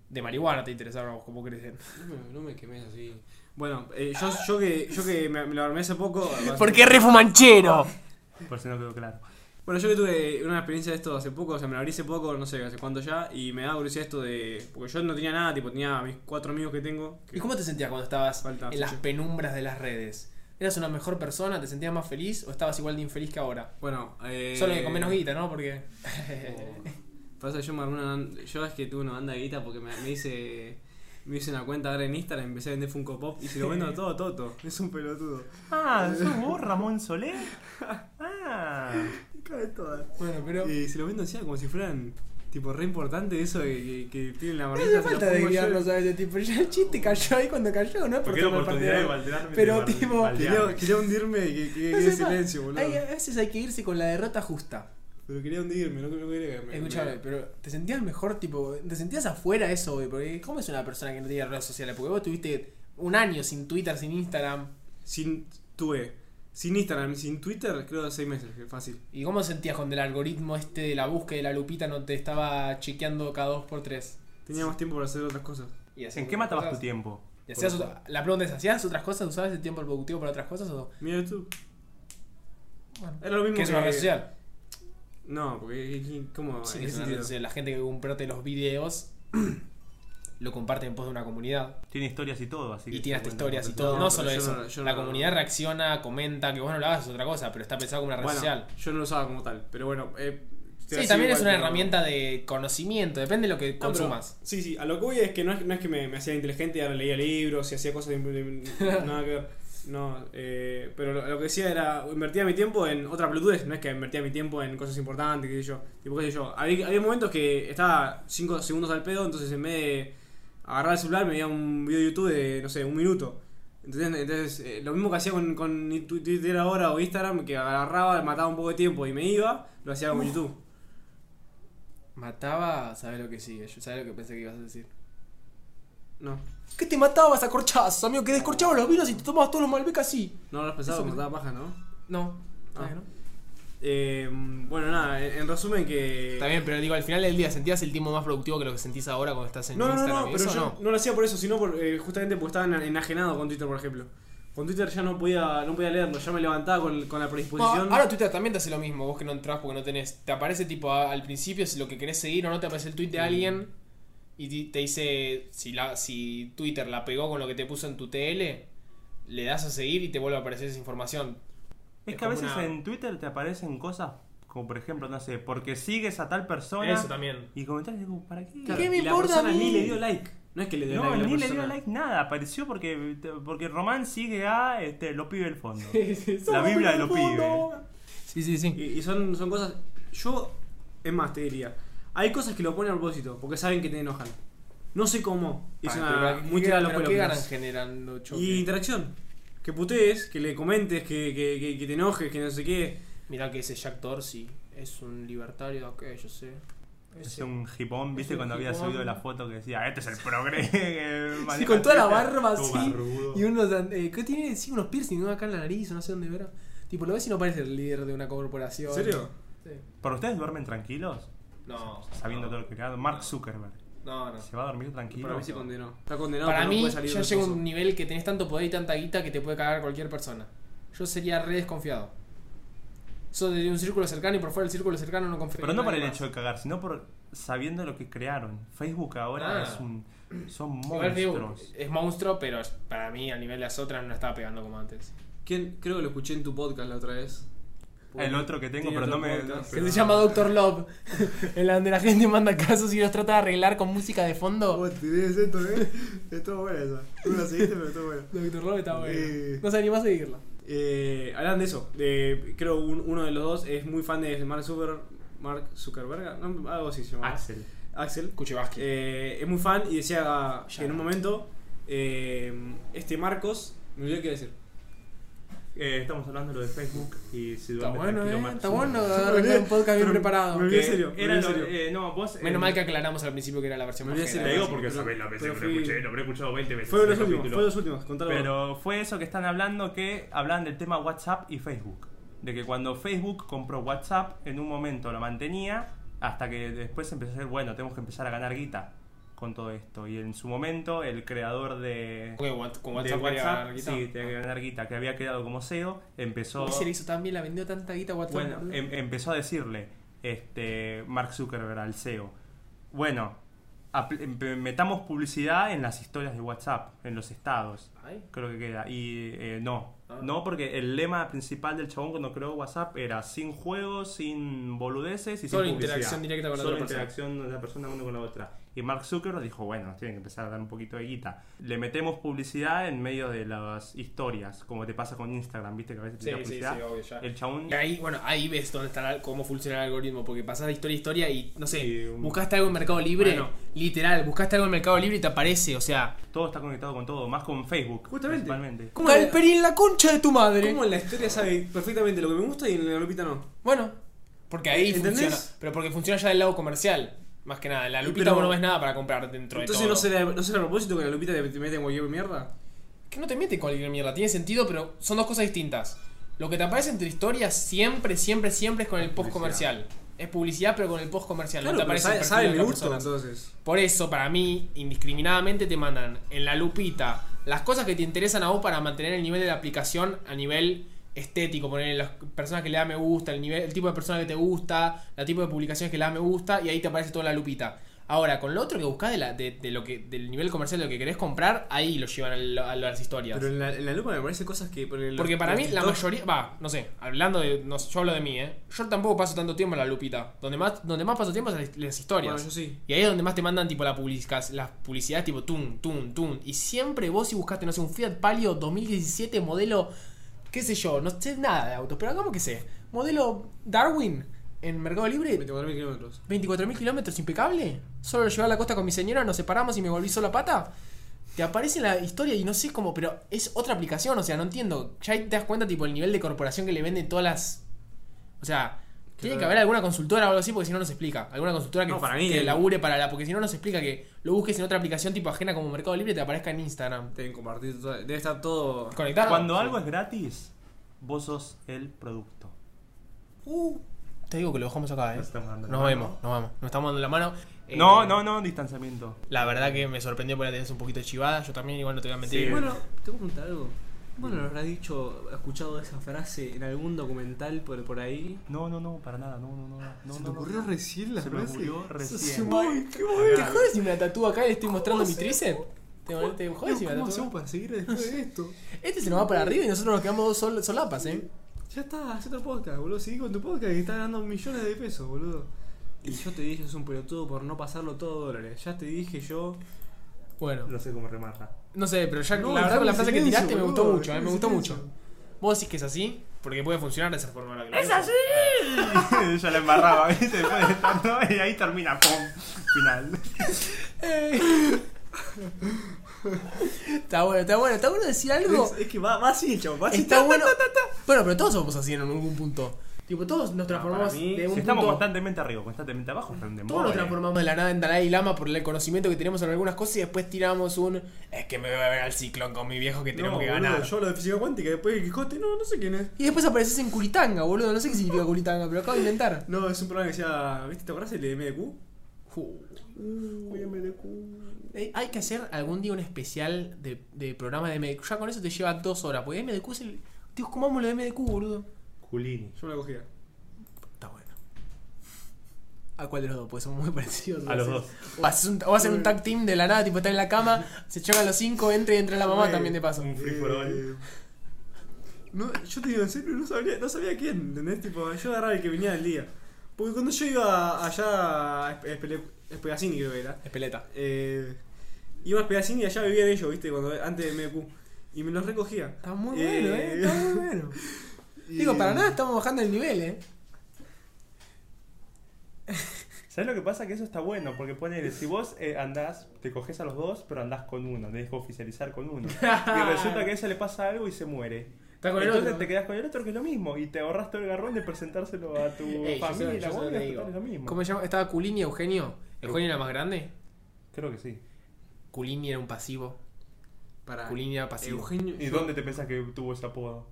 Speaker 1: De marihuana te interesaron a vos cómo crecen.
Speaker 3: No me, no me quemes así. Bueno, eh, yo,
Speaker 1: (laughs)
Speaker 3: yo que, yo que me, me lo armé hace poco.
Speaker 1: Porque es refumanchero.
Speaker 2: Por si no quedó claro.
Speaker 3: Bueno, yo que tuve una experiencia de esto hace poco, o sea, me la abrí hace poco, no sé, hace cuánto ya, y me daba curiosidad esto de. Porque yo no tenía nada, tipo, tenía a mis cuatro amigos que tengo. que-
Speaker 1: ¿Y cómo te sentías cuando estabas
Speaker 3: Falta,
Speaker 1: en las
Speaker 3: sí.
Speaker 1: penumbras de las redes? ¿Eras una mejor persona? ¿Te sentías más feliz o estabas igual de infeliz que ahora?
Speaker 3: Bueno, eh.
Speaker 1: Solo que con menos guita, ¿no?
Speaker 3: (laughs)
Speaker 1: Porque.
Speaker 3: Pasa, yo me armé una. ban- Yo es que tuve una banda de guita porque me, me hice. Me hice una cuenta ahora en Instagram, empecé a vender Funko Pop y se lo vendo a todo Toto. (laughs) Es un pelotudo.
Speaker 2: Ah, ¿sos vos, Ramón Solé? Ah.
Speaker 3: Cabe toda.
Speaker 1: bueno, pero.
Speaker 3: Y eh, se lo vendo encima como si fueran. Tipo, re importante eso de que, que tienen la
Speaker 1: No
Speaker 3: marquita.
Speaker 1: hace
Speaker 3: se la
Speaker 1: falta
Speaker 3: pongo yo.
Speaker 1: desviarnos a veces, tipo, ya el chiste cayó ahí cuando cayó, ¿no? es
Speaker 2: Porque
Speaker 1: por
Speaker 2: era
Speaker 1: tomar
Speaker 2: oportunidad de
Speaker 1: partido.
Speaker 2: baldearme.
Speaker 1: Pero,
Speaker 2: de balde-
Speaker 1: tipo,
Speaker 2: baldearme.
Speaker 3: Quería, quería hundirme y que, que
Speaker 1: No
Speaker 3: quede
Speaker 1: hace
Speaker 3: silencio,
Speaker 1: falta.
Speaker 3: boludo.
Speaker 1: Hay- a veces hay que irse con la derrota justa.
Speaker 3: Pero quería hundirme, no, no quería que me-
Speaker 1: Escuchame,
Speaker 3: me-
Speaker 1: pero ¿te sentías mejor, tipo, te sentías afuera eso, güey? Porque ¿cómo es una persona que no tiene redes sociales? Porque vos tuviste un año sin Twitter, sin Instagram.
Speaker 3: Sin, tuve. Sin Instagram, sin Twitter, creo seis meses, que fácil.
Speaker 1: ¿Y cómo sentías cuando el algoritmo este de la búsqueda de la lupita no te estaba chequeando cada dos por tres?
Speaker 3: Tenía más tiempo para hacer otras cosas.
Speaker 1: Y hacías
Speaker 2: ¿En qué
Speaker 1: otras
Speaker 2: matabas tu
Speaker 1: cosas.
Speaker 2: tiempo?
Speaker 1: Y hacías otra- la pregunta es, ¿hacías otras cosas? ¿Usabas el tiempo productivo para otras cosas o
Speaker 3: Mira YouTube.
Speaker 1: Bueno.
Speaker 3: Era lo mismo
Speaker 1: ¿Qué es una red social?
Speaker 3: No, porque. ¿qué- ¿Cómo?
Speaker 1: Sí,
Speaker 3: ¿En qué
Speaker 1: es una red
Speaker 3: sentido?
Speaker 1: social. La gente que comparte los videos (clears throat) lo comparte en pos de una comunidad.
Speaker 2: Tiene historias y todo, así que.
Speaker 1: y tiene hasta
Speaker 2: bueno,
Speaker 1: historias y
Speaker 2: no,
Speaker 1: todo. No,
Speaker 3: pero
Speaker 1: solo
Speaker 3: yo
Speaker 1: eso.
Speaker 3: no- yo
Speaker 1: la
Speaker 3: no-
Speaker 1: comunidad reacciona, comenta, que vos no lo hagas es otra cosa, pero está pensado como una red
Speaker 3: Bueno,
Speaker 1: social.
Speaker 3: yo no lo usaba como tal, pero bueno. Eh,
Speaker 1: Sí,
Speaker 3: así
Speaker 1: también
Speaker 3: igual,
Speaker 1: es una
Speaker 3: pero-
Speaker 1: herramienta de conocimiento, depende de lo que
Speaker 3: No, Ah, pero-
Speaker 1: consumas.
Speaker 3: sí, sí, a lo que voy es que no es, no es que me, me hacía inteligente y ahora leía libros y hacía cosas de- de- nada que
Speaker 1: (laughs)
Speaker 3: ver. No, eh, pero lo, lo que decía era, invertía mi tiempo en otra pelotudez, no es que invertía mi tiempo en cosas importantes, qué sé yo. Tipo, qué sé yo. Había, había momentos que estaba 5 segundos al pedo, entonces en vez de agarrar el celular me veía un video de YouTube de, no sé, un minuto. Entonces, entonces eh, lo mismo que hacía con, con Twitter ahora o Instagram, que agarraba, mataba un poco de tiempo y me iba, lo hacía con YouTube.
Speaker 1: Mataba, sabes lo que sigue, yo sabes lo que pensé que ibas a decir.
Speaker 3: No,
Speaker 1: ¿Qué te matabas a corchazos, amigo? Que descorchabas los vinos y te tomabas todos los Malbec así.
Speaker 3: no lo has pensado,
Speaker 1: Eso
Speaker 3: me
Speaker 1: me-
Speaker 3: daba paja, ¿no?
Speaker 1: No.
Speaker 3: Ah.
Speaker 1: no.
Speaker 3: Eh, bueno, nada, en, en resumen que...
Speaker 1: Está bien, pero digo, al final del día sentías el tiempo más productivo que lo que sentís ahora cuando estás en
Speaker 3: No, no, no,
Speaker 1: Instagram.
Speaker 3: no,
Speaker 1: y
Speaker 3: pero
Speaker 1: eso
Speaker 3: yo
Speaker 1: no.
Speaker 3: no. lo hacía por eso, sino por, eh, justamente porque estaba ena- enajenado con Twitter, por ejemplo. Con Twitter ya no podía, no podía leerlo, ya me levantaba con, con la predisposición.
Speaker 1: Bueno, Ah, ahora Twitter también te hace lo mismo, vos que no entras porque no tenés. Te aparece tipo a- al principio si lo que querés seguir o no te aparece el tweet de alguien y ti- te dice si, la, si Twitter la pegó con lo que te puso en tu TL, le das a seguir y te vuelve a aparecer esa información.
Speaker 2: Es
Speaker 1: Es
Speaker 2: que a
Speaker 1: como
Speaker 2: veces
Speaker 1: una-
Speaker 2: en Twitter te aparecen cosas como, por ejemplo, no sé, porque sigues a tal persona.
Speaker 1: Eso también.
Speaker 2: Y comentarios digo, ¿para qué?
Speaker 3: Claro,
Speaker 1: ¿Qué me
Speaker 3: y la
Speaker 1: importa a
Speaker 3: persona
Speaker 1: mí?
Speaker 3: ni le dio like. No es que le dio
Speaker 2: No,
Speaker 3: like. a la
Speaker 2: ni le
Speaker 3: persona.
Speaker 2: dio like nada, apareció porque, porque Román sigue a este, los pibes del fondo.
Speaker 1: (laughs) Somos
Speaker 2: Biblia
Speaker 1: del
Speaker 2: de los
Speaker 1: mundo. Sí, sí, sí.
Speaker 3: Y, y son, son cosas... Yo, es más, te diría. Hay cosas que lo ponen a propósito, porque saben que te enojan. No sé cómo. Y es
Speaker 1: Ah,
Speaker 3: una-
Speaker 1: pero ¿qué-
Speaker 3: muy
Speaker 1: qué-
Speaker 3: tirada a los
Speaker 1: pero
Speaker 3: pelos,
Speaker 1: ¿Qué
Speaker 3: quizás.
Speaker 1: ganan generando choque?
Speaker 3: Y interacción. Que putees, que le comentes, que, que, que, que te enojes, que no sé qué.
Speaker 1: Mirá que ese Jack Dorsey es un libertario, ok, yo sé.
Speaker 2: Es
Speaker 1: Ese-
Speaker 2: un hipón,
Speaker 1: Es
Speaker 2: viste
Speaker 1: un
Speaker 2: cuando había
Speaker 1: hipón.
Speaker 2: subido la foto que decía, este es el progre. (laughs) que maneja este
Speaker 1: con toda la
Speaker 2: Twitter".
Speaker 1: barba
Speaker 2: Todo
Speaker 1: así,
Speaker 2: barbudo.
Speaker 1: Y unos. eh, ¿Qué tiene? Sí, unos piercing, ¿no? Acá en la nariz, o no sé dónde verá. Tipo, lo ves y no parece el líder de una corporación.
Speaker 3: ¿En serio?
Speaker 1: Sí.
Speaker 2: ¿Pero ustedes duermen tranquilos?
Speaker 1: No.
Speaker 2: Sabiendo todo lo que creado. Mark Zuckerberg.
Speaker 1: No, no.
Speaker 2: ¿Se va a dormir tranquilo?
Speaker 3: Para mí se condenó. Está condenado
Speaker 1: Para
Speaker 3: pero no
Speaker 1: mí,
Speaker 3: puede salir
Speaker 1: ya
Speaker 3: del
Speaker 1: llega
Speaker 3: pozo.
Speaker 1: un nivel que tenés tanto poder y tanta guita que te puede cagar cualquier persona. Yo sería re desconfiado. Sos de un círculo cercano y por fuera del círculo cercano no confío.
Speaker 2: Pero no
Speaker 1: en
Speaker 2: por
Speaker 1: nadie
Speaker 2: el
Speaker 1: más.
Speaker 2: hecho de cagar, sino por sabiendo lo que crearon. Facebook ahora
Speaker 1: Ah.
Speaker 2: es un. Son
Speaker 1: Igual digo,
Speaker 2: monstruos.
Speaker 1: es monstruo, pero para mí, al nivel de las otras, no estaba pegando como antes.
Speaker 3: ¿Quién? Creo que lo escuché en tu podcast la otra vez.
Speaker 2: El otro que tengo,
Speaker 3: Tiene
Speaker 2: pero
Speaker 3: otro
Speaker 2: no me.
Speaker 3: podcast,
Speaker 1: Que
Speaker 3: pero-
Speaker 1: se llama Doctor Love, (laughs) en la donde la gente manda casos y los trata de arreglar con música de fondo.
Speaker 3: tenés esto, eh. Estuvo buena esa. Tú la seguiste, pero estuvo buena.
Speaker 1: Doctor Love está
Speaker 3: Eh.
Speaker 1: bueno. No se animó a seguirla.
Speaker 3: Eh, hablan de eso. De, creo un- uno de los dos es muy fan de Mark Zuckerberg. Mark Zuckerberg, no, algo así se llama.
Speaker 2: Axel.
Speaker 3: Axel.
Speaker 1: Kuchevaski.
Speaker 3: Eh, es muy fan y decía
Speaker 1: Ya.
Speaker 3: que en un momento eh, este Marcos. Me olvidé qué decir.
Speaker 2: Eh, estamos hablando de lo de Facebook y si
Speaker 1: Está
Speaker 2: duerme
Speaker 1: bueno,
Speaker 2: tranquilo,
Speaker 1: eh.
Speaker 2: Mark
Speaker 1: Está
Speaker 2: Zuckerberg.
Speaker 1: bueno arreglar un podcast bien
Speaker 3: Pero-
Speaker 1: preparado.
Speaker 3: Me olvidé
Speaker 2: Que
Speaker 3: en serio, me
Speaker 2: era
Speaker 3: olvidé en
Speaker 2: lo-
Speaker 3: serio.
Speaker 2: eh, no, vos.
Speaker 1: Menos
Speaker 2: eh,
Speaker 1: mal que aclaramos al principio que era la versión
Speaker 3: Me
Speaker 1: más
Speaker 3: olvidé
Speaker 2: Te
Speaker 1: general.
Speaker 3: decir
Speaker 2: digo
Speaker 3: Pero-
Speaker 2: porque
Speaker 3: pero-
Speaker 2: sabés la veces
Speaker 3: pero
Speaker 2: que lo
Speaker 3: fui-
Speaker 2: escuché, lo habré escuchado 20 veces.
Speaker 3: Fue de los
Speaker 2: ese
Speaker 3: últimos,
Speaker 2: capítulo.
Speaker 3: fue de los últimos, contalo.
Speaker 2: Pero fue eso que están hablando que hablan del tema WhatsApp y Facebook. De que cuando Facebook compró WhatsApp, en un momento lo mantenía hasta que después empezó a decir, bueno, tenemos que empezar a ganar guita. con todo esto. Y en su momento, el creador de.
Speaker 1: Porque What- con
Speaker 2: de
Speaker 1: WhatsApp va a ganar guita.
Speaker 2: sí, tenía que ganar guita, que había quedado como CEO, empezó.
Speaker 1: Y se le hizo tan bien, la vendió tanta guita a WhatsApp.
Speaker 2: Bueno,
Speaker 1: boludo.
Speaker 2: em- empezó a decirle este Mark Zuckerberg al CEO, bueno, apl- em- metamos publicidad en las historias de WhatsApp, en los estados,
Speaker 1: Ay.
Speaker 2: creo que queda. Y eh, no,
Speaker 1: Ah.
Speaker 2: no, porque el lema principal del chabón cuando creó WhatsApp era sin juegos, sin boludeces y
Speaker 1: Solo
Speaker 2: sin publicidad.
Speaker 1: interacción directa con la
Speaker 2: Solo
Speaker 1: otra persona.
Speaker 2: interacción de la persona uno con la otra. Y Mark Zuckerberg dijo, bueno, nos tienen que empezar a dar un poquito de guita. Le metemos publicidad en medio de las historias, como te pasa con Instagram, viste que a veces te
Speaker 1: Sí,
Speaker 2: tira
Speaker 1: sí, sí,
Speaker 2: publicidad.
Speaker 1: obvio, ya. Eh,
Speaker 2: El chabón
Speaker 1: Y ahí, bueno, ahí ves dónde está la- cómo funciona el algoritmo, porque pasás de historia a historia y, no sé,
Speaker 2: Sí, un-
Speaker 1: buscaste algo en Mercado Libre,
Speaker 2: Bueno.
Speaker 1: literal, buscaste algo en Mercado Libre y te aparece, o sea...
Speaker 2: Todo está conectado con todo, más con Facebook.
Speaker 3: Justamente.
Speaker 2: Principalmente.
Speaker 3: ¿Cómo
Speaker 1: ¡Calperín, la concha de tu madre!
Speaker 3: ¿Cómo en la historia sabe perfectamente lo que me gusta y en la lupita no?
Speaker 1: Bueno, porque ahí
Speaker 3: ¿Entendés?
Speaker 1: funciona, pero porque funciona ya del lado comercial, más que nada. En la lupita
Speaker 3: Pero-
Speaker 1: vos no ves nada para comprar dentro
Speaker 3: Entonces
Speaker 1: de todo.
Speaker 3: no será, no será a propósito que la lupita te te mete en cualquier mierda.
Speaker 1: Que no te mete cualquier mierda, tiene sentido, pero son dos cosas distintas. Lo que te aparece en tu historia siempre, siempre, siempre es con el post comercial. Es publicidad, pero con el post comercial.
Speaker 3: Claro,
Speaker 1: no te
Speaker 3: pero
Speaker 1: aparece el perfil
Speaker 3: sabe, sabe
Speaker 1: de
Speaker 3: mi
Speaker 1: otra
Speaker 3: gusto
Speaker 1: persona.
Speaker 3: entonces.
Speaker 1: Por eso, para mí, indiscriminadamente te mandan en la lupita las cosas que te interesan a vos para mantener el nivel de la aplicación a nivel estético, poner las personas que le da me gusta, el nivel, el tipo de persona que te gusta, la tipo de publicaciones que le da me gusta, y ahí te aparece toda la lupita. Ahora, con lo otro que buscás de la- de- de lo que, del nivel comercial de lo que querés comprar, ahí lo llevan al- a las historias.
Speaker 3: Pero en la, en la lupa me aparecen cosas que. por el-
Speaker 1: Porque para
Speaker 3: los
Speaker 1: mí la
Speaker 3: TikTok-
Speaker 1: mayoría, va, no sé, hablando de, no sé, yo hablo de mí, ¿eh? Yo tampoco paso tanto tiempo en la lupita. Donde más, donde más paso tiempo es en las- las historias.
Speaker 3: Bueno, yo sí.
Speaker 1: Y ahí es donde más te mandan tipo la publicas, las publicidades tipo tum, tum, tum. Y siempre vos si buscaste, no sé, un Fiat Palio 2017 modelo, qué sé yo, no sé nada de autos, pero hagamos que sé. Modelo Darwin en Mercado Libre,
Speaker 3: 24.000 kilómetros.
Speaker 1: 24.000 kilómetros, impecable. Solo lo llevé a la costa con mi señora, nos separamos y me volví sola a pata. Te aparece en la historia y no sé cómo, pero es otra aplicación, o sea, no entiendo. Ya ahí te das cuenta tipo el nivel de corporación que le venden todas las... O sea... Tiene que
Speaker 3: Claro.
Speaker 1: haber alguna consultora o algo así, porque si no, no se explica. Alguna consultora que,
Speaker 3: No, para mí,
Speaker 1: que
Speaker 3: eh.
Speaker 1: labure para la. Porque si no, no se explica que lo busques en otra aplicación tipo ajena como Mercado Libre y te aparezca en Instagram.
Speaker 3: Deben compartir. todo- Debe estar todo.
Speaker 1: Conectado.
Speaker 2: Cuando algo es gratis, vos sos el producto.
Speaker 1: Uh, te digo que lo dejamos acá, eh.
Speaker 2: Nos estamos dando la
Speaker 1: Nos
Speaker 2: mano.
Speaker 1: vemos, nos vamos. Nos estamos dando la mano. Eh,
Speaker 2: No, no, no, distanciamiento.
Speaker 1: La verdad que me sorprendió porque la tenés un poquito chivada. Yo también, igual no te voy a mentir.
Speaker 2: Sí.
Speaker 3: Bueno, te voy a preguntar algo. Bueno, habrás dicho, escuchado esa frase en algún documental por, por ahí?
Speaker 2: No, no, no, para nada, no, no, no. no
Speaker 3: ¿Se
Speaker 2: no,
Speaker 3: te
Speaker 2: no.
Speaker 3: ocurrió
Speaker 2: (laughs)
Speaker 3: recién la
Speaker 2: Se me
Speaker 3: frase?
Speaker 2: ocurrió
Speaker 3: Sos un
Speaker 2: recién.
Speaker 3: boy, qué boy.
Speaker 1: ¿Te jodes si me la tatúo acá y le estoy mostrando mi tríceps? ¿Te, te jodes si me la
Speaker 3: ¿Cómo hacemos
Speaker 1: tatúo?
Speaker 3: para seguir después
Speaker 1: (laughs)
Speaker 3: de esto?
Speaker 1: Este se nos va para arriba y nosotros nos quedamos dos sol- solapas, eh.
Speaker 3: Ya está, haz otro podcast, boludo. Seguí con tu podcast que está ganando millones de pesos, boludo. Y yo te dije, es un pelotudo por no pasarlo todo a dólares. Ya te dije yo.
Speaker 1: Bueno.
Speaker 2: No sé cómo remarla.
Speaker 1: No sé, pero ya
Speaker 3: No,
Speaker 1: la verdad
Speaker 3: dejame
Speaker 1: que la frase que
Speaker 3: silencio,
Speaker 1: tiraste me gustó
Speaker 3: boludo,
Speaker 1: mucho, eh,
Speaker 3: dejame
Speaker 1: me gustó
Speaker 3: silencio.
Speaker 1: mucho. Vos decís que es así, porque puede funcionar de esa forma. la que lo
Speaker 2: ¡Es
Speaker 1: digo.
Speaker 2: así! Yo la embarraba, ¿viste? Después de tanto, y ahí termina, ¡pum! Final.
Speaker 1: Eh. está bueno, está bueno, está bueno decir algo.
Speaker 3: Es, es que va, va así, chavo, va así.
Speaker 1: Está bueno. Bueno, pero todos somos así en algún punto. Tipo, todos nos transformamos
Speaker 3: para mí,
Speaker 1: de un
Speaker 2: Si estamos
Speaker 1: punto.
Speaker 2: constantemente arriba, constantemente abajo, están de
Speaker 1: Todos nos
Speaker 2: embole.
Speaker 1: transformamos de la nada en Dalai Lama por el conocimiento que tenemos en algunas cosas y después tiramos un. Es que me voy a ver al ciclón con mi viejo que tenemos
Speaker 3: No,
Speaker 1: que
Speaker 3: boludo,
Speaker 1: ganar.
Speaker 3: yo lo de física cuántica, después el Quijote, no, no sé quién es.
Speaker 1: Y después apareces en Curitanga, boludo. No sé qué significa Curitanga, pero acabo de inventar.
Speaker 3: No, es un programa que decía, ¿viste? ¿Te acordás el de MDQ?
Speaker 1: Fu.
Speaker 3: MDQ.
Speaker 1: Eh, Hay que hacer algún día un especial de, de programa de MDQ. Ya con eso te lleva dos horas. Porque MDQ es el. Dios, ¿cómo amo lo de MDQ, boludo?
Speaker 2: Culini.
Speaker 3: Yo me la cogía.
Speaker 1: Está bueno. ¿A cuál de los dos? Pues son muy (laughs) parecidos.
Speaker 2: A los dos.
Speaker 1: O haces un- o hacen un tag team de la nada, tipo, están en la cama, se chocan los cinco, entra y entra la mamá
Speaker 3: Güey,
Speaker 1: también de paso.
Speaker 2: un- Free for all.
Speaker 3: Eh, No, yo te digo en serio, no sabía, no sabía quién, ¿entendés? Tipo, yo agarraba el que venía del día. Porque cuando yo iba allá a Espe- Espele- Espegacini, creo que era,
Speaker 1: Espeleta.
Speaker 3: eh, iba a Espegacini y allá vivían ellos, ¿viste? Cuando, antes de MQ. Y me los recogía.
Speaker 1: Está muy bueno, eh. Está muy bueno.
Speaker 3: (laughs) y-
Speaker 1: Digo, para nada estamos bajando el nivel, eh.
Speaker 2: ¿Sabes lo que pasa? Que eso está bueno, porque ponele, si vos eh, andás, te coges a los dos, pero andás con uno, tenés que oficializar con
Speaker 3: (laughs)
Speaker 2: uno. Y resulta que a ese le pasa algo y se muere.
Speaker 1: Está con el
Speaker 2: Entonces
Speaker 1: otro.
Speaker 2: te quedás con el otro, que es lo mismo, y te ahorras todo el garrón de presentárselo a tu
Speaker 1: Ey, yo
Speaker 2: familia
Speaker 1: sé-
Speaker 2: y la
Speaker 1: yo sé lo
Speaker 2: abuela,
Speaker 1: que
Speaker 2: total,
Speaker 1: digo.
Speaker 2: es lo mismo.
Speaker 1: ¿Cómo se llama? ¿Estaba Culini y Eugenio? ¿Eugenio era más grande?
Speaker 2: Creo que sí.
Speaker 1: Culini era un pasivo.
Speaker 3: Para
Speaker 1: Culini era pasivo.
Speaker 3: (laughs) Eugenio.
Speaker 2: Ah, ¿Y dónde te pensás que tuvo ese apodo?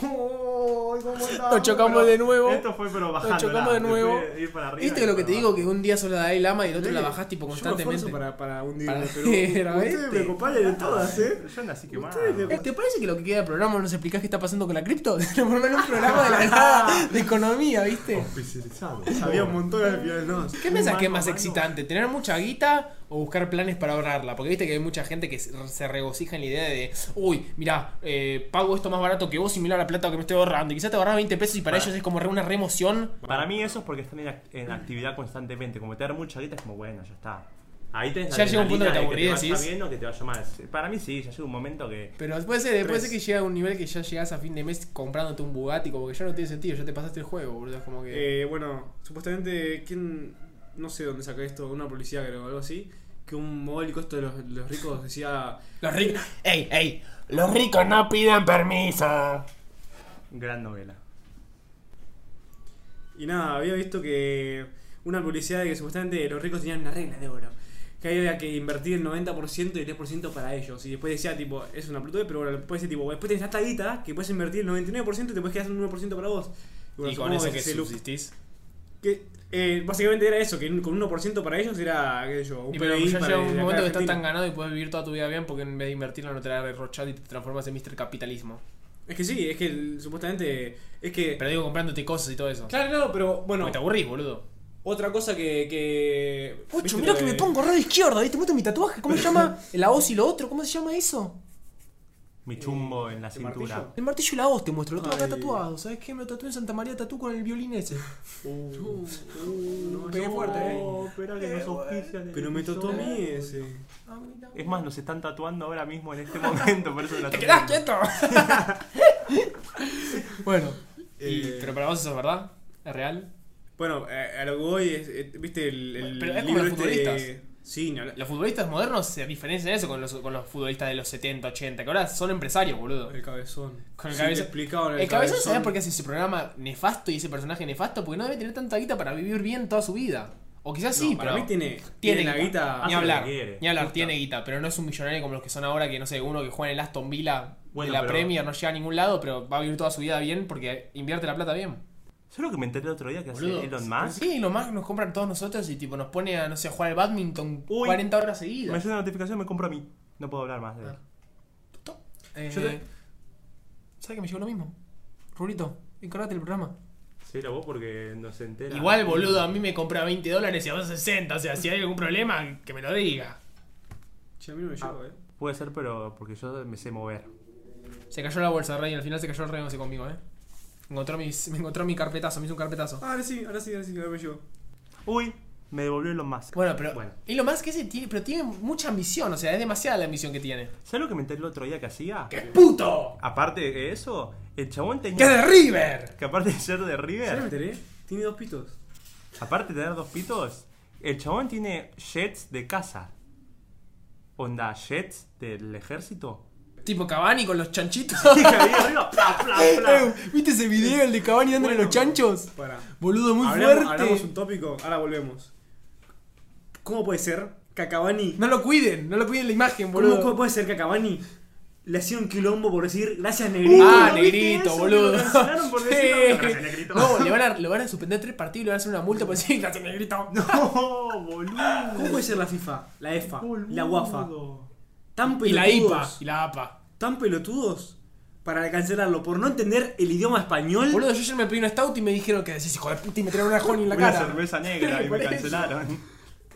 Speaker 2: (laughs)
Speaker 1: Oh,
Speaker 2: cómo estábamos,
Speaker 1: Nos chocamos
Speaker 2: pero
Speaker 1: de nuevo.
Speaker 2: Ah, Esto fue pero bajando.
Speaker 1: chocamos de nuevo.
Speaker 2: Ir para arriba
Speaker 1: ¿Viste
Speaker 2: y
Speaker 1: lo que
Speaker 2: para
Speaker 1: te
Speaker 2: abajo.
Speaker 1: digo? Que un día sos la Dalai Lama y el otro
Speaker 3: Lele,
Speaker 1: la bajás tipo
Speaker 3: yo me esfuerzo
Speaker 1: constantemente.
Speaker 3: para, para hundirme,
Speaker 1: Para- (laughs) este.
Speaker 3: pero
Speaker 1: Pero
Speaker 3: ustedes
Speaker 1: viste.
Speaker 3: me comparan de
Speaker 1: (laughs)
Speaker 3: todas, ¿eh?
Speaker 2: Yo nací quemado.
Speaker 3: Ustedes de-
Speaker 1: Eh, ¿Te parece que lo que queda del programa nos explicás qué está pasando con la cripto? (laughs) Por lo menos un programa de la nada de economía, ¿viste?
Speaker 3: Especializado. Había un montón al final, no.
Speaker 1: ¿Qué pensás que es
Speaker 2: Mano a
Speaker 1: más
Speaker 2: mano.
Speaker 1: excitante? ¿Tener mucha guita o buscar planes para ahorrarla? Porque viste que hay mucha gente que se se regocija en la idea de, uy, mirá, eh, pago esto más barato que vos y mirá la plata que me estoy ahorrando. Y quizás te ahorras 20 pesos y para
Speaker 2: Para-
Speaker 1: ellos es como re- una remoción.
Speaker 2: Para mí eso es porque están en, act- en actividad constantemente. Como tener mucha guita es como, bueno, ya está. Ahí tenés la
Speaker 1: Ya llega un punto que te
Speaker 2: adrenalina de
Speaker 1: aburrís,
Speaker 2: Que te vaya
Speaker 1: decís.
Speaker 2: bien o que te vaya mal. Para mí sí, ya llega un momento que...
Speaker 1: Pero puede ser, puede
Speaker 2: Tres.
Speaker 1: ser que llega a un nivel que ya llegás a fin de mes comprándote un Bugatti, como que ya no tiene sentido, ya te pasaste el juego, boludo. Es como que.
Speaker 3: Eh, bueno, supuestamente, ¿quién.? No sé dónde saca esto, una publicidad creo, algo así. Que un mogólico esto de los, los ricos decía.
Speaker 1: Los ricos. ¡Ey, ey! Los ricos no piden permiso.
Speaker 2: Gran novela.
Speaker 3: Y nada, había visto que una publicidad de que supuestamente los ricos tenían una regla de oro. Que había que invertir el 90% y el 10% para ellos. Y después decía, tipo, es una pelotudez, pero bueno, después decía, tipo, después tenés tanta guita que puedes invertir el 99% y te puedes quedar un 1% para vos. bueno,
Speaker 1: y con
Speaker 3: supongo
Speaker 1: eso
Speaker 3: que
Speaker 1: que
Speaker 3: se lu-
Speaker 1: subsistís.
Speaker 3: que, eh, básicamente era eso, que un- con 1% para ellos era, qué sé yo, un
Speaker 1: Y pero
Speaker 3: PBI
Speaker 1: ya llega
Speaker 3: para de acá
Speaker 1: un
Speaker 3: de
Speaker 1: momento que estás
Speaker 3: Argentina.
Speaker 1: tan ganado y puedes vivir toda tu vida bien porque en vez de invertirlo no te la derrochado y te transformas en Mr. Capitalismo.
Speaker 3: Es que sí, es que el- supuestamente. Es que.
Speaker 1: Pero digo comprándote cosas y todo eso.
Speaker 3: claro, no, pero bueno,
Speaker 1: Porque te aburrís, boludo.
Speaker 3: otra cosa que. que
Speaker 1: Ocho,
Speaker 3: ¿viste
Speaker 1: mirá
Speaker 3: lo
Speaker 1: que
Speaker 3: de-
Speaker 1: me pongo re de izquierda, ¿viste? ¿Viste mi tatuaje? ¿Cómo se (laughs) llama? La hoz y lo otro, ¿cómo se llama eso?
Speaker 2: Mi chumbo en la
Speaker 3: ¿el
Speaker 2: cintura.
Speaker 3: martillo?
Speaker 1: El martillo y la hoz te muestro, lo tengo acá
Speaker 3: Ay.
Speaker 1: tatuado. ¿Sabes qué? Me lo tatué en Santa María Tatú con el violín ese.
Speaker 3: Uh,
Speaker 1: no, Pegué fuerte, eh.
Speaker 2: No, espera que nos auspician el
Speaker 3: eh. pero me
Speaker 2: episodio.
Speaker 3: totó a mí ese.
Speaker 1: Ah, mirá.
Speaker 2: Es más, nos están tatuando ahora mismo en este (laughs) momento, por eso me la
Speaker 1: ¡Te
Speaker 2: tomé.
Speaker 1: quedás quieto! bueno. y-
Speaker 3: Eh.
Speaker 1: pero para vos eso es verdad, es real.
Speaker 3: Bueno, eh, a lo que voy es. eh, ¿Viste el. el
Speaker 1: Pero es como
Speaker 3: libro
Speaker 1: los
Speaker 3: este de-
Speaker 1: futbolistas.
Speaker 3: Sí, ni hablar.
Speaker 1: Los futbolistas modernos se diferencian eso con los, con los futbolistas de los 70, 80, que ahora son empresarios, boludo.
Speaker 3: El cabezón.
Speaker 1: Con el
Speaker 3: Sí, me
Speaker 1: cabezón.
Speaker 3: explicaban
Speaker 1: El cabezón, ¿sabes por qué hace ese programa nefasto y ese personaje nefasto? Porque no debe tener tanta guita para vivir bien toda su vida. O quizás
Speaker 3: No,
Speaker 1: sí,
Speaker 3: para
Speaker 1: pero
Speaker 3: mí tiene,
Speaker 1: tiene Ah,
Speaker 3: tiene la guita.
Speaker 1: Ni
Speaker 2: hace lo
Speaker 1: hablar,
Speaker 2: que quiere,
Speaker 1: ni hablar,
Speaker 2: justo.
Speaker 1: tiene guita, pero no es un millonario como los que son ahora, que no sé, uno que juega en el Aston Villa de
Speaker 2: Bueno,
Speaker 1: la
Speaker 2: pero-
Speaker 1: Premier, no llega a ningún lado, pero va a vivir toda su vida bien porque invierte la plata bien.
Speaker 2: ¿Sabes lo que me enteré el otro día que
Speaker 1: Boludo,
Speaker 2: hace Elon Musk?
Speaker 1: Sí, lo más que nos compran todos nosotros y tipo nos pone a, no sé, a jugar al badminton
Speaker 2: Uy.
Speaker 1: 40 horas
Speaker 2: Me
Speaker 1: seguidas.
Speaker 2: hace una notificación me compro a mí. No puedo hablar más de él.
Speaker 1: Ah. Eh,
Speaker 3: Yo te-
Speaker 1: ¿Sabes que me llegó lo mismo? Rurito, encargate el programa.
Speaker 2: Sí, lo vos porque no se entera.
Speaker 1: Igual, boludo, a mí me compra 20 dólares y a vos 60. O sea, si hay algún problema, que me lo diga.
Speaker 3: Che, a mí no me llegó, eh.
Speaker 2: Puede ser, pero porque yo me sé mover.
Speaker 1: Se cayó la bolsa, Rey. y Al final se cayó el rey, no sé conmigo, eh. Encontró mis, me encontró mi carpetazo, me hizo un carpetazo.
Speaker 3: Ah, ahora sí, ahora sí, ahora sí, ahora me llegó.
Speaker 2: Uy, me devolvió Elon Musk.
Speaker 1: Bueno, pero.
Speaker 2: Bueno.
Speaker 1: Y lo más que ese tiene, pero tiene mucha ambición, o sea, es demasiada la ambición que tiene.
Speaker 2: ¿Sabes lo que me enteré el otro día que hacía?
Speaker 1: ¡Qué puto!
Speaker 2: Aparte de eso, el chabón
Speaker 1: ¡Que es
Speaker 2: tenía.
Speaker 1: de River!
Speaker 2: Que aparte de ser de
Speaker 3: ¿Ya me
Speaker 2: River,
Speaker 3: enteré? Tiene dos (laughs) pitos.
Speaker 2: aparte de tener dos pitos, el chabón tiene jets de casa. Onda, jets del ejército.
Speaker 1: Tipo Cavani con los
Speaker 3: (laughs)
Speaker 1: chanchitos. Eh,
Speaker 2: Y ahí arriba, pla, pla, pla.
Speaker 1: ¿Viste ese video, el de Cavani dándole
Speaker 3: Ah, Bueno.
Speaker 1: los chanchos?
Speaker 3: Para.
Speaker 1: Boludo, muy
Speaker 3: hablamos,
Speaker 1: fuerte.
Speaker 3: hablamos un tópico, ahora volvemos. ¿Cómo puede ser que a Cavani-
Speaker 1: No lo cuiden, no lo cuiden la imagen,
Speaker 3: ¿Cómo,
Speaker 1: boludo.
Speaker 3: cómo puede ser que a Cavani le hacían un quilombo por decir gracias Negrito?
Speaker 1: ah,
Speaker 2: ¿no viste
Speaker 1: negrito,
Speaker 2: eso?
Speaker 1: boludo.
Speaker 2: Que lo cancelaron por decir,
Speaker 1: (laughs) Sí.
Speaker 2: "No, gracias, negrito".
Speaker 1: No, le van, a, le van a suspender tres partidos y le van a hacer una multa por decir gracias, negrito. (laughs)
Speaker 2: No, boludo.
Speaker 3: ¿Cómo puede ser la FIFA, la EFA,
Speaker 2: Boludo.
Speaker 3: la UAFA? Tan
Speaker 1: Y la IPA,
Speaker 3: pelotudos,
Speaker 1: y la APA.
Speaker 3: tan pelotudos para cancelarlo por no entender el idioma español.
Speaker 1: Boludo, yo ayer me pedí una stout y me dijeron que decís hijo de puta y me tiraron una joni en la
Speaker 2: Una
Speaker 1: cara.
Speaker 2: cerveza negra y
Speaker 1: Por
Speaker 2: me
Speaker 1: eso.
Speaker 2: cancelaron.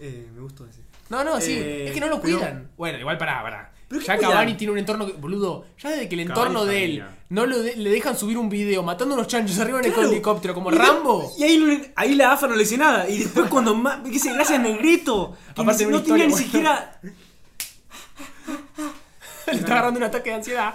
Speaker 3: Eh, me gustó ese.
Speaker 1: No, no, sí,
Speaker 3: Eh,
Speaker 1: es que no lo
Speaker 3: pero-
Speaker 1: cuidan. Bueno, igual pará, pará.
Speaker 3: ¿Pero qué
Speaker 1: Ah, Ya
Speaker 3: cuidan?
Speaker 1: Cavani tiene un entorno que, boludo, ya desde que el entorno
Speaker 2: Cavani
Speaker 1: de él
Speaker 2: familia.
Speaker 1: no lo de- le dejan subir un video matando unos chanchos arriba en
Speaker 3: Claro.
Speaker 1: el helicóptero como
Speaker 3: Y de-
Speaker 2: (laughs)
Speaker 1: Rambo. (laughs)
Speaker 3: Y ahí, no le- ahí la AFA no le dice nada. Y después cuando más. dice gracias Negrito. Que
Speaker 1: Aparte
Speaker 3: ni-
Speaker 1: de una
Speaker 3: no tenía
Speaker 1: historia,
Speaker 3: ni
Speaker 1: bueno.
Speaker 3: siquiera.
Speaker 1: le está agarrando un ataque de ansiedad.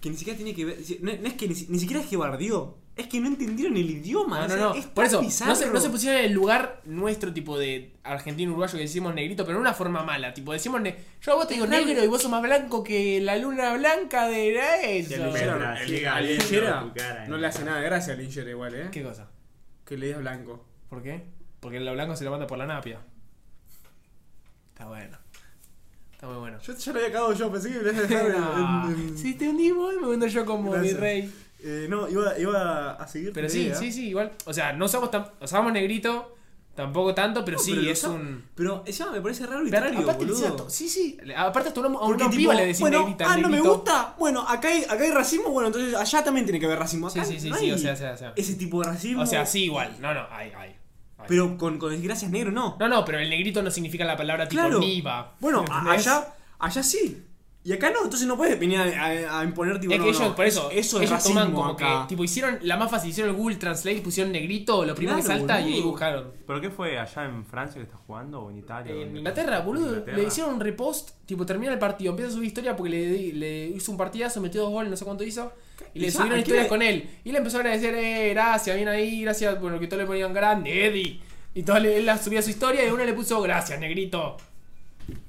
Speaker 3: Que ni siquiera tiene que ver. No, no es que ni, si- ni siquiera es que bardeó. Es que no entendieron el idioma.
Speaker 1: Ah, No,
Speaker 3: o sea,
Speaker 1: no, no.
Speaker 3: es tan
Speaker 1: Por eso, no se,
Speaker 3: bizarro.
Speaker 1: no se pusieron en el lugar nuestro tipo de argentino-uruguayo que decimos negrito, pero en una forma mala. Tipo, decimos, ne- yo a vos te digo
Speaker 3: Claro.
Speaker 1: negro y vos sos más blanco que la luna blanca de la- eso.
Speaker 3: Al Lingera,
Speaker 2: Vendrá,
Speaker 3: al-
Speaker 2: llega
Speaker 3: al
Speaker 2: viendo
Speaker 3: Lingera
Speaker 2: tu cara en
Speaker 3: no
Speaker 2: la
Speaker 3: le hace nada de gracia al Lingera igual, ¿eh?
Speaker 1: ¿Qué cosa?
Speaker 3: Que le digas blanco.
Speaker 1: ¿Por qué? Porque lo blanco se lo manda por la napia. Está bueno. Está muy bueno.
Speaker 3: Yo ya lo había cagado yo, pensé que me lo
Speaker 1: Ah, Si te hundí vos, me hundo yo como mi
Speaker 3: Gracias.
Speaker 1: rey.
Speaker 3: Eh, no, iba, iba a seguir.
Speaker 1: Pero sí, sí, sí, igual. O sea, no somos tan. O sea, somos negrito, tampoco tanto, pero
Speaker 3: No,
Speaker 1: sí,
Speaker 3: pero lo
Speaker 1: es
Speaker 3: sa-
Speaker 1: un.
Speaker 3: Pero encima me parece raro y
Speaker 1: Pero
Speaker 3: turbio,
Speaker 1: aparte le
Speaker 3: boludo.
Speaker 1: decís a to- Sí, sí. le- Aparte hasta una- a
Speaker 3: Porque,
Speaker 1: una
Speaker 3: tipo,
Speaker 1: piba le decís
Speaker 3: bueno,
Speaker 1: negrita,
Speaker 3: ah, no me
Speaker 1: negrito.
Speaker 3: gusta. Bueno, acá hay, acá hay racismo, bueno, entonces allá también tiene que haber racismo.
Speaker 1: Sí,
Speaker 3: Acá
Speaker 1: sí, sí,
Speaker 3: no
Speaker 1: sí,
Speaker 3: hay
Speaker 1: o sea, o sea, o sea.
Speaker 3: Ese tipo de racismo.
Speaker 1: O sea, sí, igual. No, no, hay, hay. hay.
Speaker 3: Pero con, con desgracias negro no.
Speaker 1: No, no, pero el negrito no significa la palabra tipo
Speaker 3: Claro.
Speaker 1: niva.
Speaker 3: Bueno, a-
Speaker 1: ¿entendés?
Speaker 3: allá, allá sí. Y acá no, entonces no puedes venir a, a- a imponer tipo.
Speaker 1: Es
Speaker 3: no,
Speaker 1: que ellos,
Speaker 3: no,
Speaker 1: por eso,
Speaker 3: Eso es
Speaker 1: ellos
Speaker 3: racismo
Speaker 1: toman como
Speaker 3: acá.
Speaker 1: que, tipo, hicieron la más fácil, hicieron el Google Translate, pusieron negrito, lo primero que
Speaker 3: Claro,
Speaker 1: salta y ahí
Speaker 3: boludo.
Speaker 1: buscaron.
Speaker 2: ¿Pero qué fue allá en Francia que está jugando o en Italia?
Speaker 1: En
Speaker 2: ¿Dónde?
Speaker 1: Inglaterra, boludo,
Speaker 2: Inglaterra.
Speaker 1: le hicieron un repost, tipo, termina el partido, empieza a subir historia porque le, le hizo un partidazo, metió dos goles, no sé cuánto hizo, y le
Speaker 3: Ya,
Speaker 1: subieron
Speaker 3: ¿a
Speaker 1: historias
Speaker 3: qué-
Speaker 1: con él. Y le empezó a agradecer, eh, gracias, bien ahí, gracias, bueno, que todos le ponían grande, Eddie. Y todos le, él la subía su historia y uno le puso, gracias, negrito.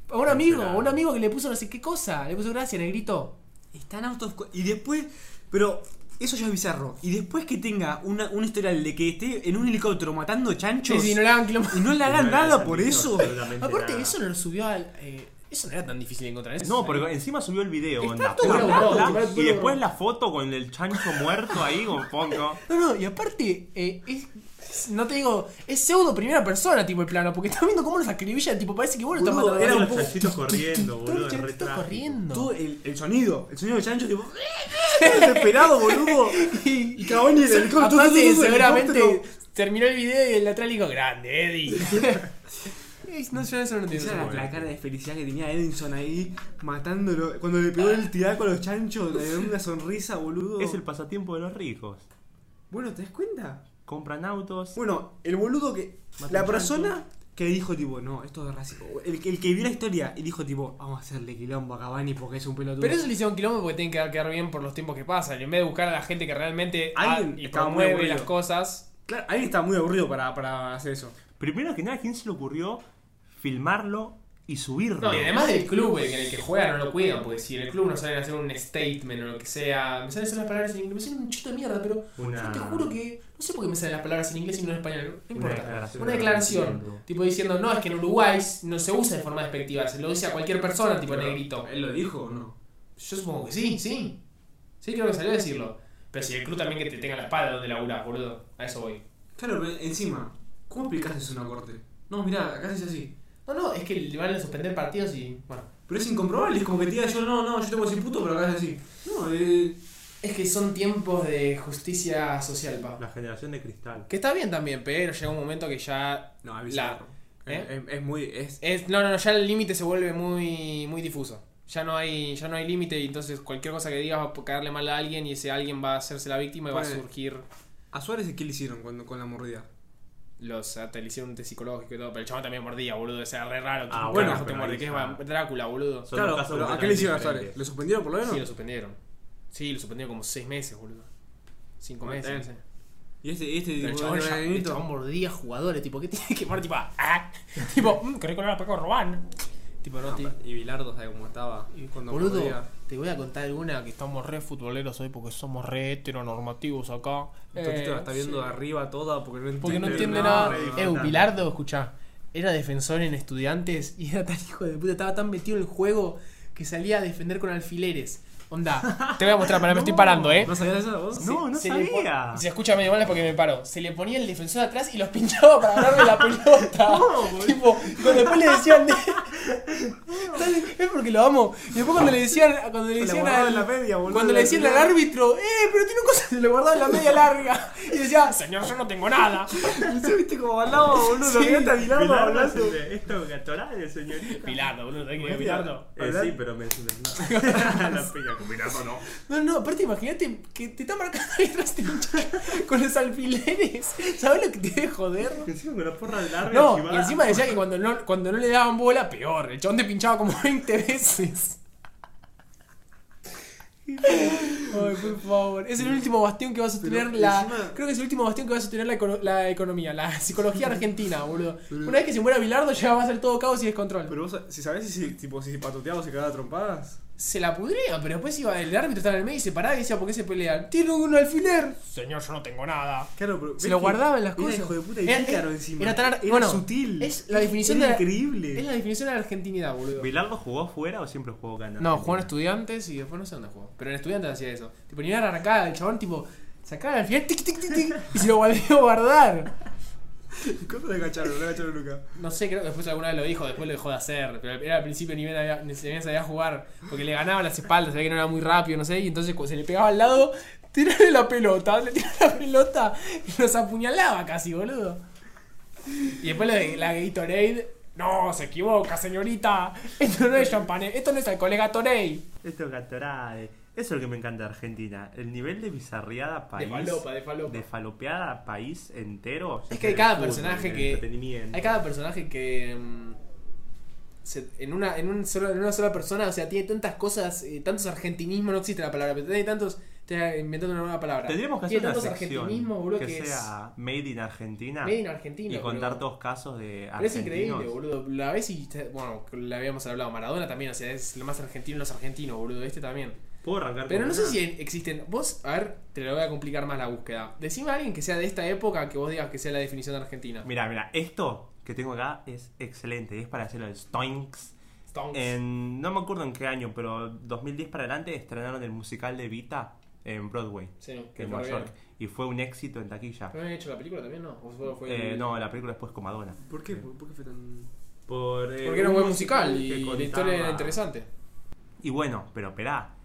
Speaker 1: A un amigo, a un amigo que le puso no sé qué cosa, le puso gracias, negrito.
Speaker 3: Están autos. Y después. Pero eso ya es bizarro. Y después que tenga una, un historial de que esté en un helicóptero matando chanchos.
Speaker 1: Sí, sí, no le hagan (laughs) quilombo.
Speaker 3: Y no le hagan
Speaker 2: No,
Speaker 3: nada
Speaker 2: no,
Speaker 3: por
Speaker 2: no,
Speaker 3: eso.
Speaker 2: absolutamente
Speaker 1: Aparte,
Speaker 2: nada.
Speaker 1: eso no lo subió al. eh, eso no era tan difícil de encontrar. eso
Speaker 2: No,
Speaker 1: es-
Speaker 2: porque encima subió el video.
Speaker 3: Está
Speaker 2: onda.
Speaker 3: todo
Speaker 2: Pla,
Speaker 1: borrado,
Speaker 2: pla,
Speaker 1: está todo
Speaker 2: y después la foto con el chancho muerto ahí, con poco.
Speaker 1: No, no, y aparte, eh, es, es- no te digo, es pseudo primera persona, tipo el plano, porque estás viendo cómo los acribillan, tipo, parece que vos lo estás
Speaker 3: Boludo,
Speaker 1: matando.
Speaker 3: era
Speaker 2: Todos
Speaker 3: un
Speaker 2: los
Speaker 3: poco-
Speaker 2: chanchitos corriendo,
Speaker 1: Todo
Speaker 2: boludo.
Speaker 1: el
Speaker 2: es
Speaker 1: chanchito
Speaker 2: re trágico.
Speaker 1: corriendo.
Speaker 3: Todo el, el sonido. El sonido de chancho, tipo. (laughs)
Speaker 1: (laughs)
Speaker 3: Desesperado, boludo. Y Cavani en el helicóptero.
Speaker 1: Aparte,
Speaker 3: tu, tu, tu, tu,
Speaker 1: seguramente
Speaker 3: helicóptero.
Speaker 1: terminó el video y el lateral dijo, grande,
Speaker 3: (laughs)
Speaker 1: Eddie. (laughs) Es- no, yo eso no
Speaker 3: Esa
Speaker 1: entiendo.
Speaker 3: era
Speaker 2: bueno.
Speaker 3: la cara de felicidad que tenía Edinson ahí matándolo. Cuando le pegó el tiraco a los chanchos, le dio una sonrisa, boludo.
Speaker 2: Es el pasatiempo de los ricos.
Speaker 3: Bueno, ¿te das cuenta?
Speaker 2: Compran autos.
Speaker 3: Bueno, el boludo que.
Speaker 2: Mata
Speaker 3: la
Speaker 2: un
Speaker 3: persona que dijo, tipo, no, esto es racismo. El, que- el que vio la historia y dijo, tipo, vamos a hacerle quilombo a Cavani porque es un pelotudo.
Speaker 1: Pero eso le hicieron quilombo porque tienen que quedar bien por los tiempos que pasan. y En vez de buscar a la gente que realmente ha-
Speaker 3: Alguien
Speaker 1: y
Speaker 3: estaba muy
Speaker 1: promueve
Speaker 3: aburrido.
Speaker 1: las cosas.
Speaker 3: Claro, alguien está muy aburrido para, para hacer eso.
Speaker 2: Primero que nada, ¿quién se le ocurrió filmarlo y subirlo?
Speaker 1: No, y además del club en el que juegan no lo cuidan, porque si en el club no saben hacer un statement o lo que sea, me salen solo las palabras en inglés, me salen un chito de mierda, pero
Speaker 2: Una-
Speaker 1: yo te juro que no sé por qué me salen las palabras en inglés y no en español, no importa. Una declaración,
Speaker 2: declaración.
Speaker 1: tipo diciendo, no, es que en Uruguay no se usa de forma despectiva, se lo dice a cualquier persona, tipo negrito.
Speaker 3: ¿Él lo dijo o no?
Speaker 1: Yo supongo que sí, sí. Sí, creo que salió a decirlo. Pero si el club también que te tenga la espalda donde laburás, boludo, a eso voy.
Speaker 3: Claro, pero encima, ¿cómo explicás eso en una corte? No, mirá, acá se dice así.
Speaker 1: No, no, es que le van a suspender partidos y, bueno.
Speaker 3: Pero es incomprobable, es como que te diga yo, no, no, yo te voy a decir puto, pero acá es así. No, eh,
Speaker 1: Es que son tiempos de justicia social, pa.
Speaker 2: La generación de cristal.
Speaker 1: Que está bien también, pero llega un momento que ya.
Speaker 3: No, es
Speaker 1: bizarro. ¿Eh?
Speaker 3: Es, es muy. Es,
Speaker 1: Es, no, no, no, ya el límite se vuelve muy, muy difuso. Ya no hay, ya no hay límite, y entonces cualquier cosa que digas va a caerle mal a alguien y ese alguien va a hacerse la víctima y va a
Speaker 3: Ponele.
Speaker 1: surgir
Speaker 3: ¿A Suárez qué le hicieron cuando, con la mordida?
Speaker 1: los hasta le hicieron un test psicológico y todo, pero el chabón también mordía, boludo, o sea, re raro.
Speaker 2: Ah,
Speaker 1: tipo,
Speaker 2: bueno,
Speaker 1: carajo te
Speaker 2: pero
Speaker 1: muerde,
Speaker 2: ahí
Speaker 1: que es
Speaker 2: ya-
Speaker 1: va- Drácula, boludo.
Speaker 2: Son
Speaker 3: Claro,
Speaker 2: dos casos
Speaker 3: pero ¿a qué
Speaker 2: completamente
Speaker 3: le hicieron a
Speaker 2: diferentes.
Speaker 3: Suárez? ¿Lo suspendieron por lo menos?
Speaker 1: Sí, lo suspendieron. Sí, lo suspendieron como seis meses, boludo. Cinco
Speaker 3: Bueno,
Speaker 1: meses, no
Speaker 3: está
Speaker 1: sé.
Speaker 3: Y este, este
Speaker 1: Pero el
Speaker 3: tipo,
Speaker 1: chabón, ya, el
Speaker 3: Benito,
Speaker 1: chabón mordía jugadores, tipo, ¿qué tiene que morder? (laughs) Tipo, ah, tipo, mmm, querés colar a Paco Robán. Tipo, no, ti-
Speaker 3: Y Bilardo sabe cómo estaba. Cuando
Speaker 1: Boludo,
Speaker 3: mordía.
Speaker 1: te voy a contar alguna que estamos re futboleros hoy porque somos re heteronormativos acá. Eh,
Speaker 3: El Toquito la está viendo
Speaker 1: sí.
Speaker 3: arriba toda Eh, porque no entiende,
Speaker 1: Porque no
Speaker 2: Pero
Speaker 1: entiende
Speaker 2: no,
Speaker 1: nada.
Speaker 2: re disfrutando.
Speaker 1: Eh, Bilardo, escuchá, era defensor en estudiantes y era tan hijo de puta, estaba tan metido en el juego que salía a defender con alfileres. Onda, te voy a mostrar, para me estoy parando, eh.
Speaker 3: (laughs) ¿No sabías eso vos?
Speaker 2: No, no
Speaker 1: Se le pon-
Speaker 2: sabía.
Speaker 1: Se escucha medio mal es porque me paro. Se le ponía el defensor atrás y los (laughs) pinchaba para agarrarle la (laughs) pelota. tipo, cuando después le decían. de- (laughs) Dale, es porque lo amo. Y después cuando le decían. Cuando le
Speaker 3: Se la
Speaker 1: decían
Speaker 3: guardaba
Speaker 1: al-
Speaker 3: en la media, boludo,
Speaker 1: Cuando le
Speaker 3: la
Speaker 1: decían al
Speaker 3: primera.
Speaker 1: árbitro, eh, pero tiene un cosa. Se lo guardaba en la media larga. Y decía, señor, yo no tengo (laughs) nada.
Speaker 3: (laughs) ¿Sí viste cómo hablaba, boludo?
Speaker 1: Sí,
Speaker 3: Miraste a
Speaker 2: Pilar,
Speaker 3: Bilardo hablando.
Speaker 2: es de- esto es gatorade, señorita.
Speaker 1: Pilardo, boludo, ¿sabés quién es
Speaker 3: Media.
Speaker 1: Pilardo?
Speaker 2: Eh, sí, pero me La piña con Pilardo no.
Speaker 1: No, no, aparte imagínate que te está marcando (laughs) ahí atrás te hincha con los alfileres. ¿Sabes lo que te debe joder?
Speaker 2: Encima con la porra de larga.
Speaker 1: No,
Speaker 2: chivada.
Speaker 1: y encima decía que cuando no, cuando no le daban bola, peor. El chabón te pinchaba como (laughs) 20 veces. Ay, por favor. Es el último bastión que va a sostener
Speaker 3: Pero
Speaker 1: la.
Speaker 3: encima-
Speaker 1: Creo que es el último bastión que va a sostener la, econo- la economía, la psicología argentina, boludo.
Speaker 3: Pero-
Speaker 1: Una vez que se muera Bilardo, ya va a ser todo caos y descontrol.
Speaker 3: Pero vos, si sabés si, tipo, si patoteaba o se cagaba a trompadas.
Speaker 1: se la pudría, pero después iba el árbitro estaba en el medio y se paraba y decía, ¿por qué se pelean? ¡Tiene un alfiler! Señor, yo no tengo nada.
Speaker 3: Claro, pero.
Speaker 1: Se lo guardaban las cosas.
Speaker 3: Era hijo de puta y
Speaker 1: Era-
Speaker 3: pícaro
Speaker 1: era-
Speaker 3: encima.
Speaker 1: era tan ar- bueno,
Speaker 3: sutil.
Speaker 1: es la definición
Speaker 3: Era
Speaker 1: de la-
Speaker 3: increíble.
Speaker 1: Es
Speaker 3: (laughs)
Speaker 1: la definición de la argentinidad, boludo.
Speaker 2: ¿Bilardo jugó fuera o siempre jugó ganando?
Speaker 1: No, jugó en estudiantes y después no sé dónde jugó. Pero en estudiantes hacía eso. Tipo, ni una arrancada, el chabón, tipo, sacaba el alfiler, tic, tic, tic, tic, y se lo volvió a guardar.
Speaker 3: ¿Cuánto le cacharon? No le cacharon nunca.
Speaker 1: No sé, creo que después alguna vez lo dijo, después lo dejó de hacer. Pero era al principio ni bien, había- ni siquiera sabía jugar. Porque le ganaba las espaldas, sabía que no era muy rápido, no sé. Y entonces cuando se le pegaba al lado, tirarle la pelota, le tiraba la pelota y nos apuñalaba casi, boludo. Y después la, de- la Gatorade. No, se equivoca, señorita. Esto no es champagne, esto no es alcohol, es Gatorade.
Speaker 2: Esto es Gatorade. Eso es lo que me encanta de Argentina. El nivel de bizarriada país.
Speaker 1: falopa, de falopa.
Speaker 2: De falopeada país entero.
Speaker 1: Es que hay cada
Speaker 2: Fútbol,
Speaker 1: personaje que-
Speaker 2: entretenimiento.
Speaker 1: Hay cada personaje que. mm, se- en, una, en, un solo- en una sola persona, o sea, tiene tantas cosas, eh, tantos argentinismos, no existe la palabra, pero tiene tantos. Te inventando una nueva palabra.
Speaker 2: Tendríamos que hacer
Speaker 1: tiene
Speaker 2: una
Speaker 1: tantos
Speaker 2: sección
Speaker 1: argentinismos, boludo,
Speaker 2: que,
Speaker 1: que, es
Speaker 2: sea Made in Argentina.
Speaker 1: Made in Argentina.
Speaker 2: y contar
Speaker 1: boludo.
Speaker 2: todos casos de
Speaker 1: Pero es increíble,
Speaker 2: argentinos.
Speaker 1: boludo. La vez y. te- Bueno, la habíamos hablado. Maradona también, o sea, es lo más argentino de los argentinos, boludo. Este también.
Speaker 2: Puedo arrancar
Speaker 1: Pero
Speaker 2: con
Speaker 1: no sé
Speaker 2: una?
Speaker 1: si existen. Vos, a ver, te lo voy a complicar más la búsqueda. Decime a alguien que sea de esta época que vos digas que sea la definición de Argentina.
Speaker 2: Mira, mira, esto que tengo acá es excelente. Es para hacerlo el Stoinks.
Speaker 1: Stonks.
Speaker 2: En, no me acuerdo en qué año, pero 2010 para adelante estrenaron el musical de Vita en Broadway,
Speaker 1: Sí, no, que
Speaker 2: en
Speaker 1: fue
Speaker 2: Nueva
Speaker 1: re
Speaker 2: York.
Speaker 1: bien.
Speaker 2: Y fue un éxito en taquilla.
Speaker 1: ¿No habían hecho la película también, no? ¿O fue- fue
Speaker 2: Eh,
Speaker 1: el-
Speaker 2: no, la película después con Madonna.
Speaker 3: ¿Por qué? ¿Por, por qué fue tan.?
Speaker 2: Por, eh,
Speaker 1: Porque era un buen musical,
Speaker 2: que
Speaker 1: y la
Speaker 2: contaba-
Speaker 1: historia era interesante.
Speaker 2: Y bueno, pero esperá,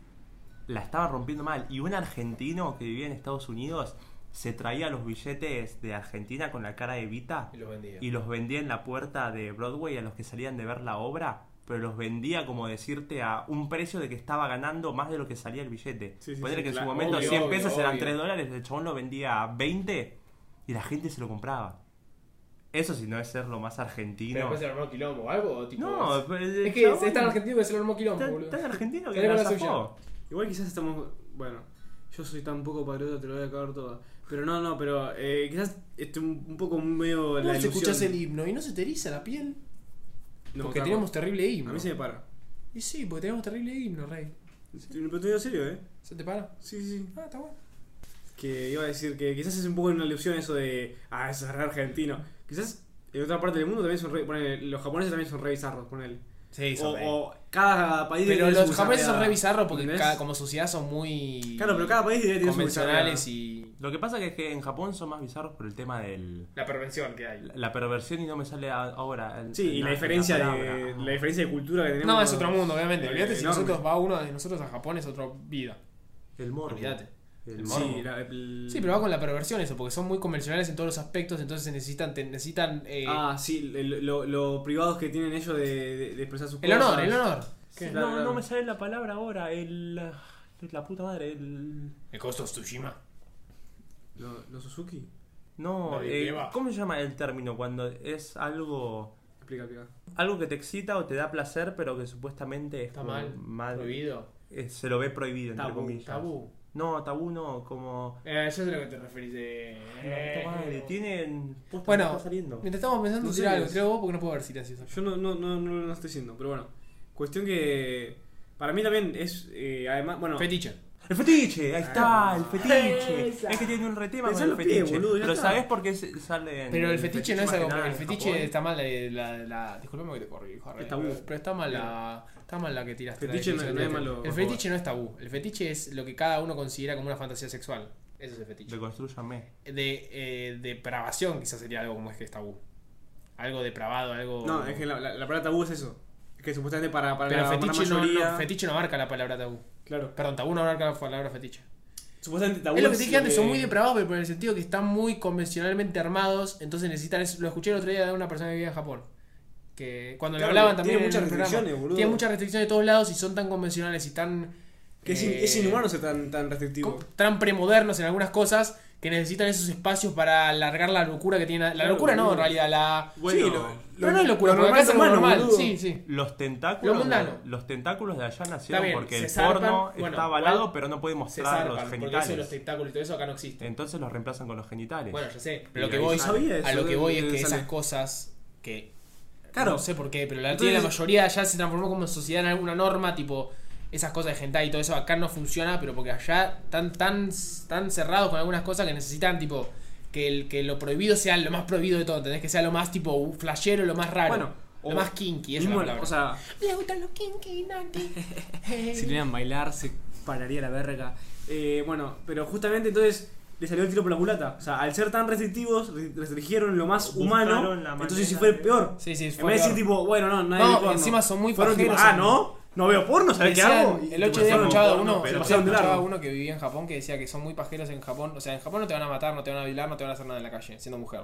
Speaker 2: la estaba rompiendo mal. Y un argentino que vivía en Estados Unidos se traía los billetes de Argentina con la cara de Vita
Speaker 1: Y los vendía.
Speaker 2: y los vendía en la puerta de Broadway a los que salían de ver la obra, pero los vendía como decirte a un precio de que estaba ganando más de lo que salía el billete.
Speaker 3: Sí, sí,
Speaker 2: Poner
Speaker 3: sí,
Speaker 2: que en su
Speaker 3: claro.
Speaker 2: momento
Speaker 1: Obvio,
Speaker 2: 100
Speaker 1: obvio,
Speaker 2: pesos eran
Speaker 1: obvio.
Speaker 2: 3 dólares, el chabón lo vendía a 20 y la gente se lo compraba. Eso si no es ser lo más
Speaker 1: Pero
Speaker 2: argentino.
Speaker 1: después se armó quilombo o algo, o tipo.
Speaker 2: No,
Speaker 1: es,
Speaker 2: pero el
Speaker 3: eh,
Speaker 1: es que
Speaker 2: chabón
Speaker 1: es tan argentino que se lo armó quilombo,
Speaker 2: tan-
Speaker 1: boludo.
Speaker 2: tan argentino que
Speaker 1: Sale
Speaker 2: la
Speaker 1: con la
Speaker 2: zafó.
Speaker 1: suya.
Speaker 3: Igual quizás estamos. Bueno, yo soy tan poco patriota, te lo voy a acabar todo. Pero no, no, pero eh, quizás esté un, un poco medio la
Speaker 1: Vos
Speaker 3: ilusión.
Speaker 1: escuchás el himno y no se te eriza la piel.
Speaker 3: No,
Speaker 1: porque
Speaker 3: Taco,
Speaker 1: tenemos terrible
Speaker 3: A
Speaker 1: himno.
Speaker 3: mí se me para.
Speaker 1: Y sí, porque tenemos terrible himno, rey.
Speaker 3: Pero te digo en serio, ¿eh?
Speaker 1: ¿Se te para?
Speaker 3: Sí, sí, sí.
Speaker 1: Ah, está bueno.
Speaker 3: Que iba a decir que quizás es un poco una ilusión eso de. Ah, eso es re argentino. Quizás en otra parte del mundo también son re. ponele, los japoneses también son re bizarros, ponele.
Speaker 1: Sí,
Speaker 3: O, o cada país
Speaker 1: Pero
Speaker 3: tiene
Speaker 1: los
Speaker 3: su
Speaker 1: japoneses son
Speaker 3: bizarreada.
Speaker 1: re bizarros porque
Speaker 3: ¿Entendés?
Speaker 1: cada- como sociedad son muy.
Speaker 3: Claro, pero cada país tiene su
Speaker 1: Convencionales
Speaker 3: bizarreada.
Speaker 1: y.
Speaker 2: Lo que pasa que es que en Japón son más bizarros por el tema del
Speaker 1: La pervención que hay.
Speaker 2: la la perversión y no me sale a- ahora. el-
Speaker 3: Sí, y la diferencia de.
Speaker 2: palabra.
Speaker 3: La diferencia de cultura que tenemos.
Speaker 1: No, es otro mundo, obviamente.
Speaker 3: Eh,
Speaker 1: Olvídate si
Speaker 3: enorme.
Speaker 1: nosotros va uno de nosotros a Japón es otra vida.
Speaker 2: El morbo.
Speaker 1: Olvídate.
Speaker 2: El morbo.
Speaker 3: Sí, la- el-
Speaker 1: Sí, pero va con la perversión eso, porque son muy convencionales en todos los aspectos, entonces se necesitan, te- necesitan eh,
Speaker 3: Ah, sí, el- lo, lo privados que tienen ellos de, de- de expresar sus
Speaker 1: el
Speaker 3: cosas.
Speaker 1: honor, el honor.
Speaker 3: ¿Qué?
Speaker 2: No,
Speaker 3: Claro,
Speaker 2: no
Speaker 3: claro.
Speaker 2: me sale la palabra ahora. El. La puta madre. El.
Speaker 1: El costo de Tsushima.
Speaker 3: ¿Lo- ¿Los Suzuki?
Speaker 2: No,
Speaker 1: La de
Speaker 2: eh,
Speaker 1: Eva.
Speaker 2: ¿cómo se llama el término cuando es algo.
Speaker 3: Explica, explica.
Speaker 2: Algo que te excita o te da placer, pero que supuestamente es
Speaker 1: Está
Speaker 2: como
Speaker 1: mal, Prohibido.
Speaker 2: eh, se lo ve prohibido, entre
Speaker 1: Tabú.
Speaker 2: comillas.
Speaker 1: Tabú.
Speaker 2: No, tabú no, como.
Speaker 1: Eh, yo sé a lo que te referís.
Speaker 2: La puta madre,
Speaker 1: Eh.
Speaker 2: tienen. posta,
Speaker 1: Bueno,
Speaker 2: está saliendo.
Speaker 1: Mientras estamos pensando,
Speaker 3: No
Speaker 1: tira
Speaker 3: sé.
Speaker 1: algo, tira vos porque no puedo ver silencioso.
Speaker 3: Yo no, no, no, no lo estoy diciendo, pero bueno. Cuestión que. Para mí también es. eh, además, bueno.
Speaker 1: Fetiche.
Speaker 2: El fetiche, ahí está, el fetiche.
Speaker 1: Ah, Esa.
Speaker 2: Es que tiene un retema
Speaker 3: Pensá
Speaker 2: con el
Speaker 3: en los pies,
Speaker 2: fetiche.
Speaker 3: boludo, ya
Speaker 2: Pero
Speaker 3: está.
Speaker 2: ¿sabés por qué se- sale en
Speaker 1: Pero el fetiche no es
Speaker 2: más
Speaker 1: algo.
Speaker 2: que nada
Speaker 1: El
Speaker 2: en
Speaker 1: fetiche
Speaker 2: Japón?
Speaker 1: está mal la. la, la- disculpame que te corrijo. Harry,
Speaker 3: Es tabú.
Speaker 1: Pero, pero está mal la. Está mal la que tiraste. la
Speaker 3: Fetiche no-
Speaker 1: definición
Speaker 3: no es
Speaker 1: que-
Speaker 3: malo,
Speaker 1: El
Speaker 3: por
Speaker 1: fetiche no es tabú. El fetiche es lo que cada uno considera como una fantasía sexual. Eso es el
Speaker 2: eh,
Speaker 1: fetiche.
Speaker 2: Deconstrúyame.
Speaker 1: de eh, depravación quizás sería algo como es que es tabú. Algo depravado, algo...
Speaker 3: No, es que la, la, la palabra tabú es eso. Es que supuestamente para, para
Speaker 1: Pero
Speaker 3: la gran
Speaker 1: fetiche, no,
Speaker 3: mayoría.
Speaker 1: no, fetiche no abarca la palabra tabú.
Speaker 3: Claro.
Speaker 1: Perdón, tabú no abarca la palabra fetiche.
Speaker 3: Supuestamente tabú
Speaker 1: es lo que te dije antes, son muy depravados, pero por el sentido que están muy convencionalmente armados, entonces necesitan... eso. Lo escuché el otro día de una persona que vivía en Japón. Que cuando
Speaker 3: Claro,
Speaker 1: le hablaban también...
Speaker 3: tiene
Speaker 1: en
Speaker 3: muchas
Speaker 1: el programa,
Speaker 3: restricciones, boludo.
Speaker 1: Tiene muchas restricciones de todos lados y son tan convencionales y tan...
Speaker 3: Que es, in-
Speaker 1: eh,
Speaker 3: es inhumano ser tan, tan restrictivo.
Speaker 1: co- tan premodernos en algunas cosas que necesitan esos espacios para alargar la locura que tienen. La
Speaker 3: Claro,
Speaker 1: locura no,
Speaker 3: boludo.
Speaker 1: en realidad, la...
Speaker 2: Bueno,
Speaker 3: lo-
Speaker 1: Pero no es locura,
Speaker 3: lo
Speaker 1: porque acá es algo
Speaker 3: humano,
Speaker 1: normal.
Speaker 3: boludo.
Speaker 1: Sí, sí.
Speaker 2: Los
Speaker 1: Lo
Speaker 2: tentáculos,
Speaker 1: mundano.
Speaker 2: de, los tentáculos de allá nacieron
Speaker 1: bien,
Speaker 2: porque
Speaker 1: se
Speaker 2: el
Speaker 1: zarpan,
Speaker 2: porno
Speaker 1: bueno,
Speaker 2: está avalado,
Speaker 1: igual
Speaker 2: pero no puede
Speaker 1: Se
Speaker 2: mostrar
Speaker 1: zarpan,
Speaker 2: los
Speaker 1: porque eso de los
Speaker 2: genitales.
Speaker 1: tentáculos y todo eso acá no existe.
Speaker 2: Entonces los reemplazan con los genitales.
Speaker 1: Bueno, ya sé.
Speaker 2: Y
Speaker 1: Pero lo que
Speaker 2: ahí
Speaker 1: voy,
Speaker 2: sale.
Speaker 3: Sabía
Speaker 1: a
Speaker 3: eso,
Speaker 1: lo que voy es que
Speaker 3: sale.
Speaker 1: esas cosas que
Speaker 3: Claro.
Speaker 1: no sé por qué, pero la,
Speaker 3: Entonces-
Speaker 1: tiene la mayoría ya se transformó como sociedad en alguna norma, tipo esas cosas de hentai y todo eso acá no funciona, pero porque allá están tan, tan cerrados con algunas cosas que necesitan, tipo, que, el, que lo prohibido sea lo más prohibido de todo, ¿entendés? Que sea lo más, tipo, flashero, lo más raro.
Speaker 3: Bueno,
Speaker 1: lo
Speaker 3: o-
Speaker 1: más kinky, esa es la
Speaker 3: Mismo,
Speaker 1: palabra.
Speaker 3: o sea,
Speaker 1: Le gustan los kinky, (laughs) nanky.
Speaker 3: si le dieran bailar se pararía la verga. Eh, bueno, pero justamente entonces le salió el tiro por la culata. O sea, al ser tan restrictivos, re- restringieron lo más
Speaker 2: Buscaron
Speaker 3: humano.
Speaker 2: la manera
Speaker 3: Entonces sí fue
Speaker 2: de-
Speaker 3: peor.
Speaker 1: Sí, sí,
Speaker 3: en vez de decir tipo, bueno, no, nadie
Speaker 1: No,
Speaker 3: ve porno.
Speaker 1: encima son muy
Speaker 3: Fueron tipo,
Speaker 1: fajeros,
Speaker 3: ah,
Speaker 1: son-
Speaker 3: ¿no? No veo porno, ¿sabes qué
Speaker 1: Decían-
Speaker 3: hago? Y
Speaker 1: El
Speaker 3: te
Speaker 1: 8 día
Speaker 3: pasaron-
Speaker 1: escuchaba a
Speaker 2: porno,
Speaker 1: uno,
Speaker 2: pero
Speaker 1: se
Speaker 3: pasaron de
Speaker 1: escuchaba a
Speaker 3: largo.
Speaker 1: uno que vivía en Japón que decía que son muy pajeros en Japón. O sea, en Japón no te van a matar, no te van a violar, no te van a hacer nada en la calle, siendo mujer.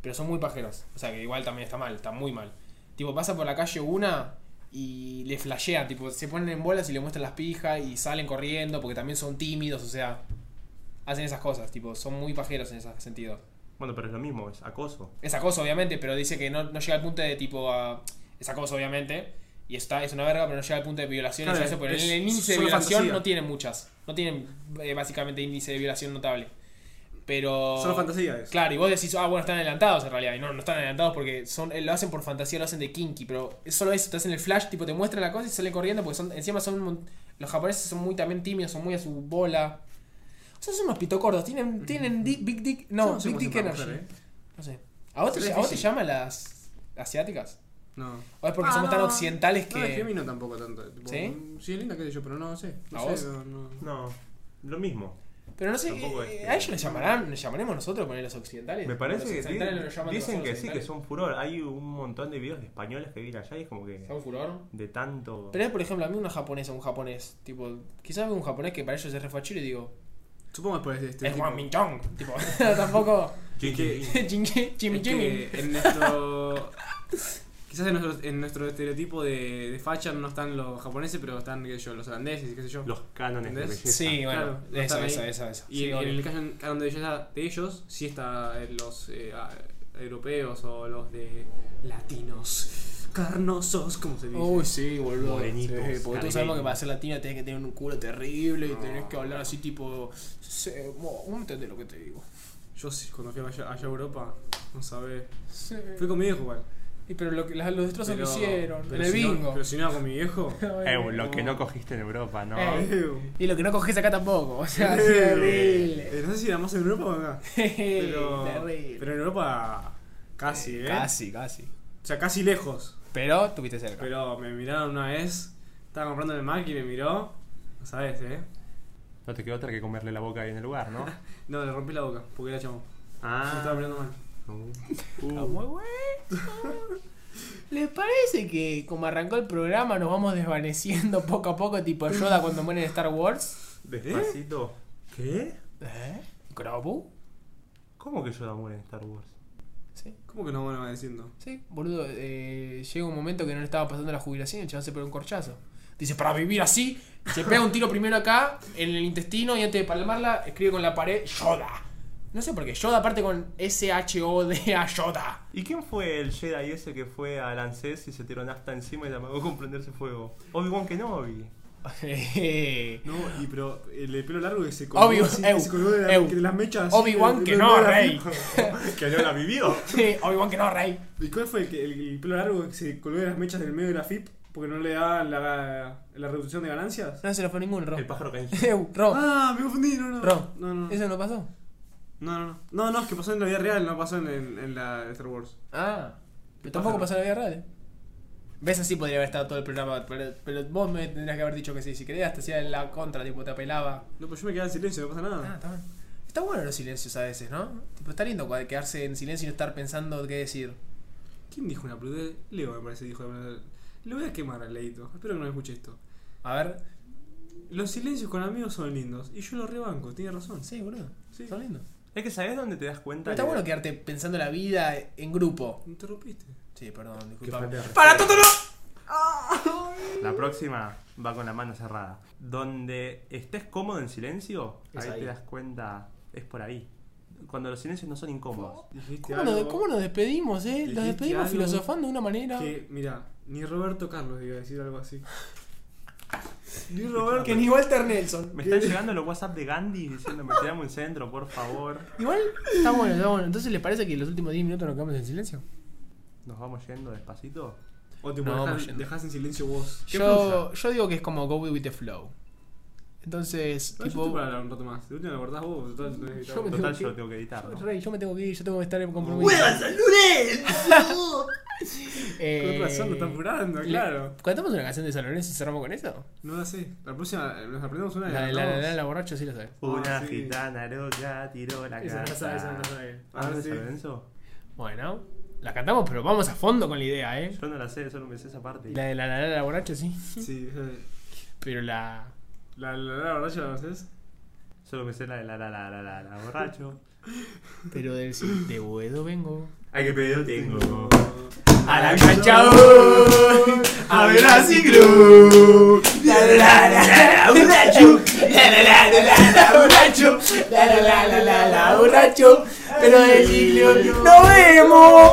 Speaker 1: Pero son muy pajeros. O sea, que igual también está mal, está muy mal. Tipo, pasa por la calle una y le flashean, tipo, se ponen en bolas y le muestran las pijas y salen corriendo porque también son tímidos, o sea, hacen esas cosas, tipo, son muy pajeros en ese sentido.
Speaker 2: Bueno, pero es lo mismo, es acoso.
Speaker 1: Es acoso, obviamente, pero dice que no, no llega al punto de tipo a. Es acoso, obviamente. Y está, es una verga, pero no llega al punto de violaciones
Speaker 3: Claro,
Speaker 1: y eso, pero
Speaker 3: es
Speaker 1: el, el índice de
Speaker 3: solo
Speaker 1: violación
Speaker 3: fantasía.
Speaker 1: no tienen muchas. No tienen eh, básicamente índice de violación notable. Pero.
Speaker 3: Solo fantasía es.
Speaker 1: Claro, y vos decís, ah, bueno, están adelantados en realidad. Y no, no están adelantados porque son, eh, lo hacen por fantasía, lo hacen de kinky, pero es solo eso, te hacen el flash, tipo, te muestran la cosa y salen corriendo porque son, encima son. un mon- Los japoneses son muy también tímidos, son muy a su bola. O sea, son unos pitocordos, tienen, tienen di- Big Dick. No,
Speaker 3: Yo sé
Speaker 1: Big
Speaker 3: cómo
Speaker 1: Dick
Speaker 3: se llama
Speaker 1: Energy.
Speaker 3: mujer, ¿eh?
Speaker 1: No sé. ¿A vos, te,
Speaker 3: Pero
Speaker 1: a
Speaker 3: es
Speaker 1: vos te
Speaker 3: difícil.
Speaker 1: llaman las asiáticas?
Speaker 3: No.
Speaker 1: ¿O es porque
Speaker 3: Ah,
Speaker 1: somos tan
Speaker 3: no.
Speaker 1: occidentales que.?
Speaker 3: No, es que a mí no tampoco tanto. tipo,
Speaker 1: ¿Sí?
Speaker 3: Sí, es linda, qué sé yo, pero no sé. No
Speaker 1: ¿A
Speaker 3: sé,
Speaker 1: vos?
Speaker 3: no- no.
Speaker 2: No, lo mismo.
Speaker 1: Pero no sé,
Speaker 2: Tampoco
Speaker 1: eh,
Speaker 2: es que-
Speaker 1: ¿a ellos les llamarán? ¿Les llamaremos nosotros poner los occidentales?
Speaker 2: Me parece
Speaker 1: Los
Speaker 2: que sí.
Speaker 1: occidentales no nos llaman
Speaker 2: Dicen
Speaker 1: nosotros
Speaker 2: que sí, que
Speaker 1: occidentales.
Speaker 2: son furor. Hay un montón de videos de españoles que vienen allá y es como que
Speaker 1: ¿Son furor?
Speaker 2: de tanto...
Speaker 1: Pero es, por ejemplo, a mí una japonesa, un japonés. Tipo, quizás veo un japonés que para ellos es refachero y digo,
Speaker 3: Supongo que es por este- este
Speaker 1: es
Speaker 3: tipo.
Speaker 1: Juan Minchong. (laughs) Tipo, tampoco.
Speaker 2: Chin,
Speaker 1: (laughs)
Speaker 2: chin, chin.
Speaker 1: Chimi
Speaker 3: Es
Speaker 1: chimi.
Speaker 3: que en nuestro. (laughs) Quizás en nuestro, en nuestro estereotipo de, de facha no están los japoneses, pero están, qué sé yo, los holandeses y qué sé yo.
Speaker 2: Los cánones de
Speaker 3: ¿Entendés?
Speaker 2: belleza.
Speaker 1: Sí,
Speaker 3: Claro,
Speaker 1: bueno,
Speaker 3: no
Speaker 1: eso,
Speaker 3: están
Speaker 1: eso,
Speaker 3: ahí.
Speaker 1: eso, eso.
Speaker 3: Y
Speaker 1: Sí,
Speaker 3: en,
Speaker 1: obvio.
Speaker 3: en el caso en- canon de belleza de ellos, sí está eh, los eh, ah, europeos o los de latinos carnosos, como se dice.
Speaker 1: Uy, sí, boludo.
Speaker 2: Morenitos,
Speaker 1: Sí, porque tú sabes
Speaker 2: caribeños.
Speaker 1: que para ser latino tenés que tener un culo terrible y
Speaker 3: No.
Speaker 1: tenés que hablar así tipo. se- mo- ¿Vos me entendés lo que te digo?
Speaker 3: Yo sí, cuando fui allá, allá a Europa, no sabés.
Speaker 1: Sí.
Speaker 3: Fui con mi viejo igual.
Speaker 1: Y pero lo que- las- los destrozos
Speaker 3: pero-
Speaker 1: que hicieron
Speaker 3: pero
Speaker 1: en el
Speaker 3: si no-
Speaker 1: bingo. (laughs)
Speaker 3: pero si no era con mi viejo.
Speaker 2: Eh, lo que no cogiste en Europa, ¿no?
Speaker 1: Eh.
Speaker 3: Eh,
Speaker 1: Y lo que no coges acá tampoco. O sea, (laughs)
Speaker 3: eh,
Speaker 1: terrible.
Speaker 3: eh, No sé si era más en Europa o acá.
Speaker 1: (laughs)
Speaker 3: Pero,
Speaker 1: terrible.
Speaker 3: pero en Europa casi, ¿eh?
Speaker 1: Casi, casi.
Speaker 3: O sea, casi lejos.
Speaker 1: Pero tuviste cerca.
Speaker 3: Pero me miraron una vez, estaba comprando en el Mac y me miró. No sabes, ¿eh?
Speaker 2: No te quedó otra que comerle la boca ahí en el lugar, (laughs) ¿no?
Speaker 3: No, le rompí la boca porque era chamo. Me estaba
Speaker 2: ah.
Speaker 3: mirando mal.
Speaker 2: Uh.
Speaker 1: Ah, muy bueno. ¿Les parece que como arrancó el programa nos vamos desvaneciendo (laughs) poco a poco tipo Yoda cuando muere en Star Wars?
Speaker 2: Despacito. ¿Qué?
Speaker 1: ¿Eh? ¿Grobu?
Speaker 2: ¿Cómo que yo da muero en Star Wars?
Speaker 1: Sí.
Speaker 3: ¿Cómo que no van a diciendo?
Speaker 1: Sí, boludo, eh, llega un momento que no le estaba pasando la jubilación y el chaval se pega un corchazo. Dice, para vivir así, se pega un tiro primero acá, en el intestino, y antes de palmarla, escribe con la pared, Yoda. No sé por qué, Yoda aparte con S-H-O-D-A, Yoda. (laughs)
Speaker 2: ¿Y quién fue el Jedi ese que fue a Lancés y se tiró hasta encima y le amagó con prenderse fuego? Obi-Wan Kenobi.
Speaker 3: No, y pero el de pelo largo que se
Speaker 1: colgó
Speaker 3: colgó,
Speaker 1: Obvio, así, que eu, se colgó de la- eu. que de
Speaker 3: las mechas.
Speaker 1: así, Obi-Wan de- de- que no, de la- rey. (laughs)
Speaker 2: que no la vivió.
Speaker 1: Sí, Obi-Wan que no, rey.
Speaker 3: ¿Y cuál fue el, que- el- el pelo largo que se colgó de las mechas del medio de la FIP? Porque no le daban la, la reducción de ganancias.
Speaker 1: No se lo fue ningún Ro.
Speaker 2: El pájaro canino.
Speaker 1: Eu, (laughs) Ro.
Speaker 3: Ah, me confundí, no, no.
Speaker 1: Ron.
Speaker 3: No, no, no.
Speaker 1: ¿Eso no pasó?
Speaker 3: No, no, no. No, no, es que pasó en la vida real, no pasó en, en- en la de Star Wars.
Speaker 1: Ah, pero tampoco
Speaker 3: Pájaro.
Speaker 1: pasó en la vida real. eh. ¿Ves? Así podría haber estado todo el programa, pero, pero vos me tendrías que haber dicho que sí. Si querías, te hacía la contra, tipo, te apelaba.
Speaker 3: No, pues yo me quedé en silencio, no pasa
Speaker 1: Ah,
Speaker 3: nada.
Speaker 1: está bueno. Está bueno los silencios a veces, ¿no? Tipo, está lindo cua- quedarse en silencio y no estar pensando qué decir.
Speaker 3: ¿Quién dijo una pelotudez? Leo, me parece, dijo. una- Le voy a quemar a Leito. Espero que no escuche esto.
Speaker 1: A ver.
Speaker 3: Los silencios con amigos son lindos. Y yo lo rebanco, tiene razón.
Speaker 1: Sí, boludo.
Speaker 3: Sí.
Speaker 1: Está lindo.
Speaker 2: Es que sabes dónde te das cuenta.
Speaker 1: Pero está
Speaker 2: que-
Speaker 1: bueno quedarte pensando la vida en grupo.
Speaker 3: Me interrumpiste.
Speaker 1: Sí, perdón,
Speaker 2: que falta
Speaker 1: disculpa.
Speaker 2: de respeto.
Speaker 1: ¡Para todo
Speaker 2: La próxima va con la mano cerrada. Donde estés cómodo en silencio,
Speaker 1: Es
Speaker 2: ahí,
Speaker 1: ahí.
Speaker 2: te das cuenta, es por ahí. Cuando los silencios no son incómodos.
Speaker 3: Dijiste
Speaker 1: ¿Cómo, nos,
Speaker 3: algo
Speaker 1: cómo nos despedimos, eh?
Speaker 3: Dijiste
Speaker 1: Nos despedimos
Speaker 3: algo
Speaker 1: filosofando de una manera.
Speaker 3: Que, mira, ni Roberto Carlos iba a decir
Speaker 1: (laughs)
Speaker 3: algo así. ni Roberto.
Speaker 1: Que ni Walter Nelson.
Speaker 2: Me están llegando los WhatsApp de Gandhi diciéndome, te un centro, por favor.
Speaker 1: Igual está bueno, está bueno. Entonces, ¿les parece que los últimos 10 minutos nos quedamos en silencio?
Speaker 3: (laughs)
Speaker 2: Nos vamos yendo despacito.
Speaker 3: O te
Speaker 1: No,
Speaker 3: dejás,
Speaker 1: vamos yendo.
Speaker 3: dejás en silencio vos. ¿Qué
Speaker 1: Yo, yo digo que es como go with the flow. Entonces,
Speaker 3: fluya? No, yo estoy
Speaker 1: tipo.
Speaker 3: para hablar un rato más. De última la cortás vos, total, no necesitas-
Speaker 1: Yo me-
Speaker 2: Total,
Speaker 1: tengo
Speaker 2: yo
Speaker 1: que-
Speaker 2: lo tengo que editar. ¿no?
Speaker 1: Rey, yo me tengo que ir, yo tengo que estar en compromiso.
Speaker 3: al lunes!
Speaker 1: Eh,
Speaker 3: Con razón lo están furando,
Speaker 1: le-
Speaker 3: claro.
Speaker 1: ¿Cantamos una canción de San Lorenzo y cerramos con eso?
Speaker 3: No la sé. La próxima, eh, nos aprendemos una
Speaker 1: La
Speaker 3: y
Speaker 1: de la, la,
Speaker 3: cantamos.
Speaker 1: la, la borracho sí la sabe.
Speaker 2: Una
Speaker 3: Ah, sí.
Speaker 2: gitana loca tiró la
Speaker 3: Esa no la sabe, esa no la
Speaker 2: casa.
Speaker 3: sabe.
Speaker 2: Ah,
Speaker 3: A
Speaker 2: ¿no
Speaker 3: ver
Speaker 2: es
Speaker 3: si.
Speaker 2: San Lorenzo?
Speaker 1: Bueno, la cantamos, pero vamos a fondo con la idea, ¿eh?
Speaker 2: Yo no la sé, solo me sé esa parte.
Speaker 1: Y La de la, la, la, la borracho sí.
Speaker 3: Sí, esa es.
Speaker 1: Pero la.
Speaker 3: la, la, la, la borracha, ¿la conoces?
Speaker 2: Solo me sé la de la la la la la, la, borracho.
Speaker 1: (laughs) Pero del sí, de Boedo vengo.
Speaker 2: Ay, qué pedo tengo.
Speaker 1: A la
Speaker 2: villa,
Speaker 1: cancha
Speaker 2: chao.
Speaker 1: A ver, así
Speaker 2: club.
Speaker 1: La, la, la, la, la, borracho. La, la, la, la, la, la, borracho. La, la, la, la, la, la, borracho. Pero del siglo nos vemos.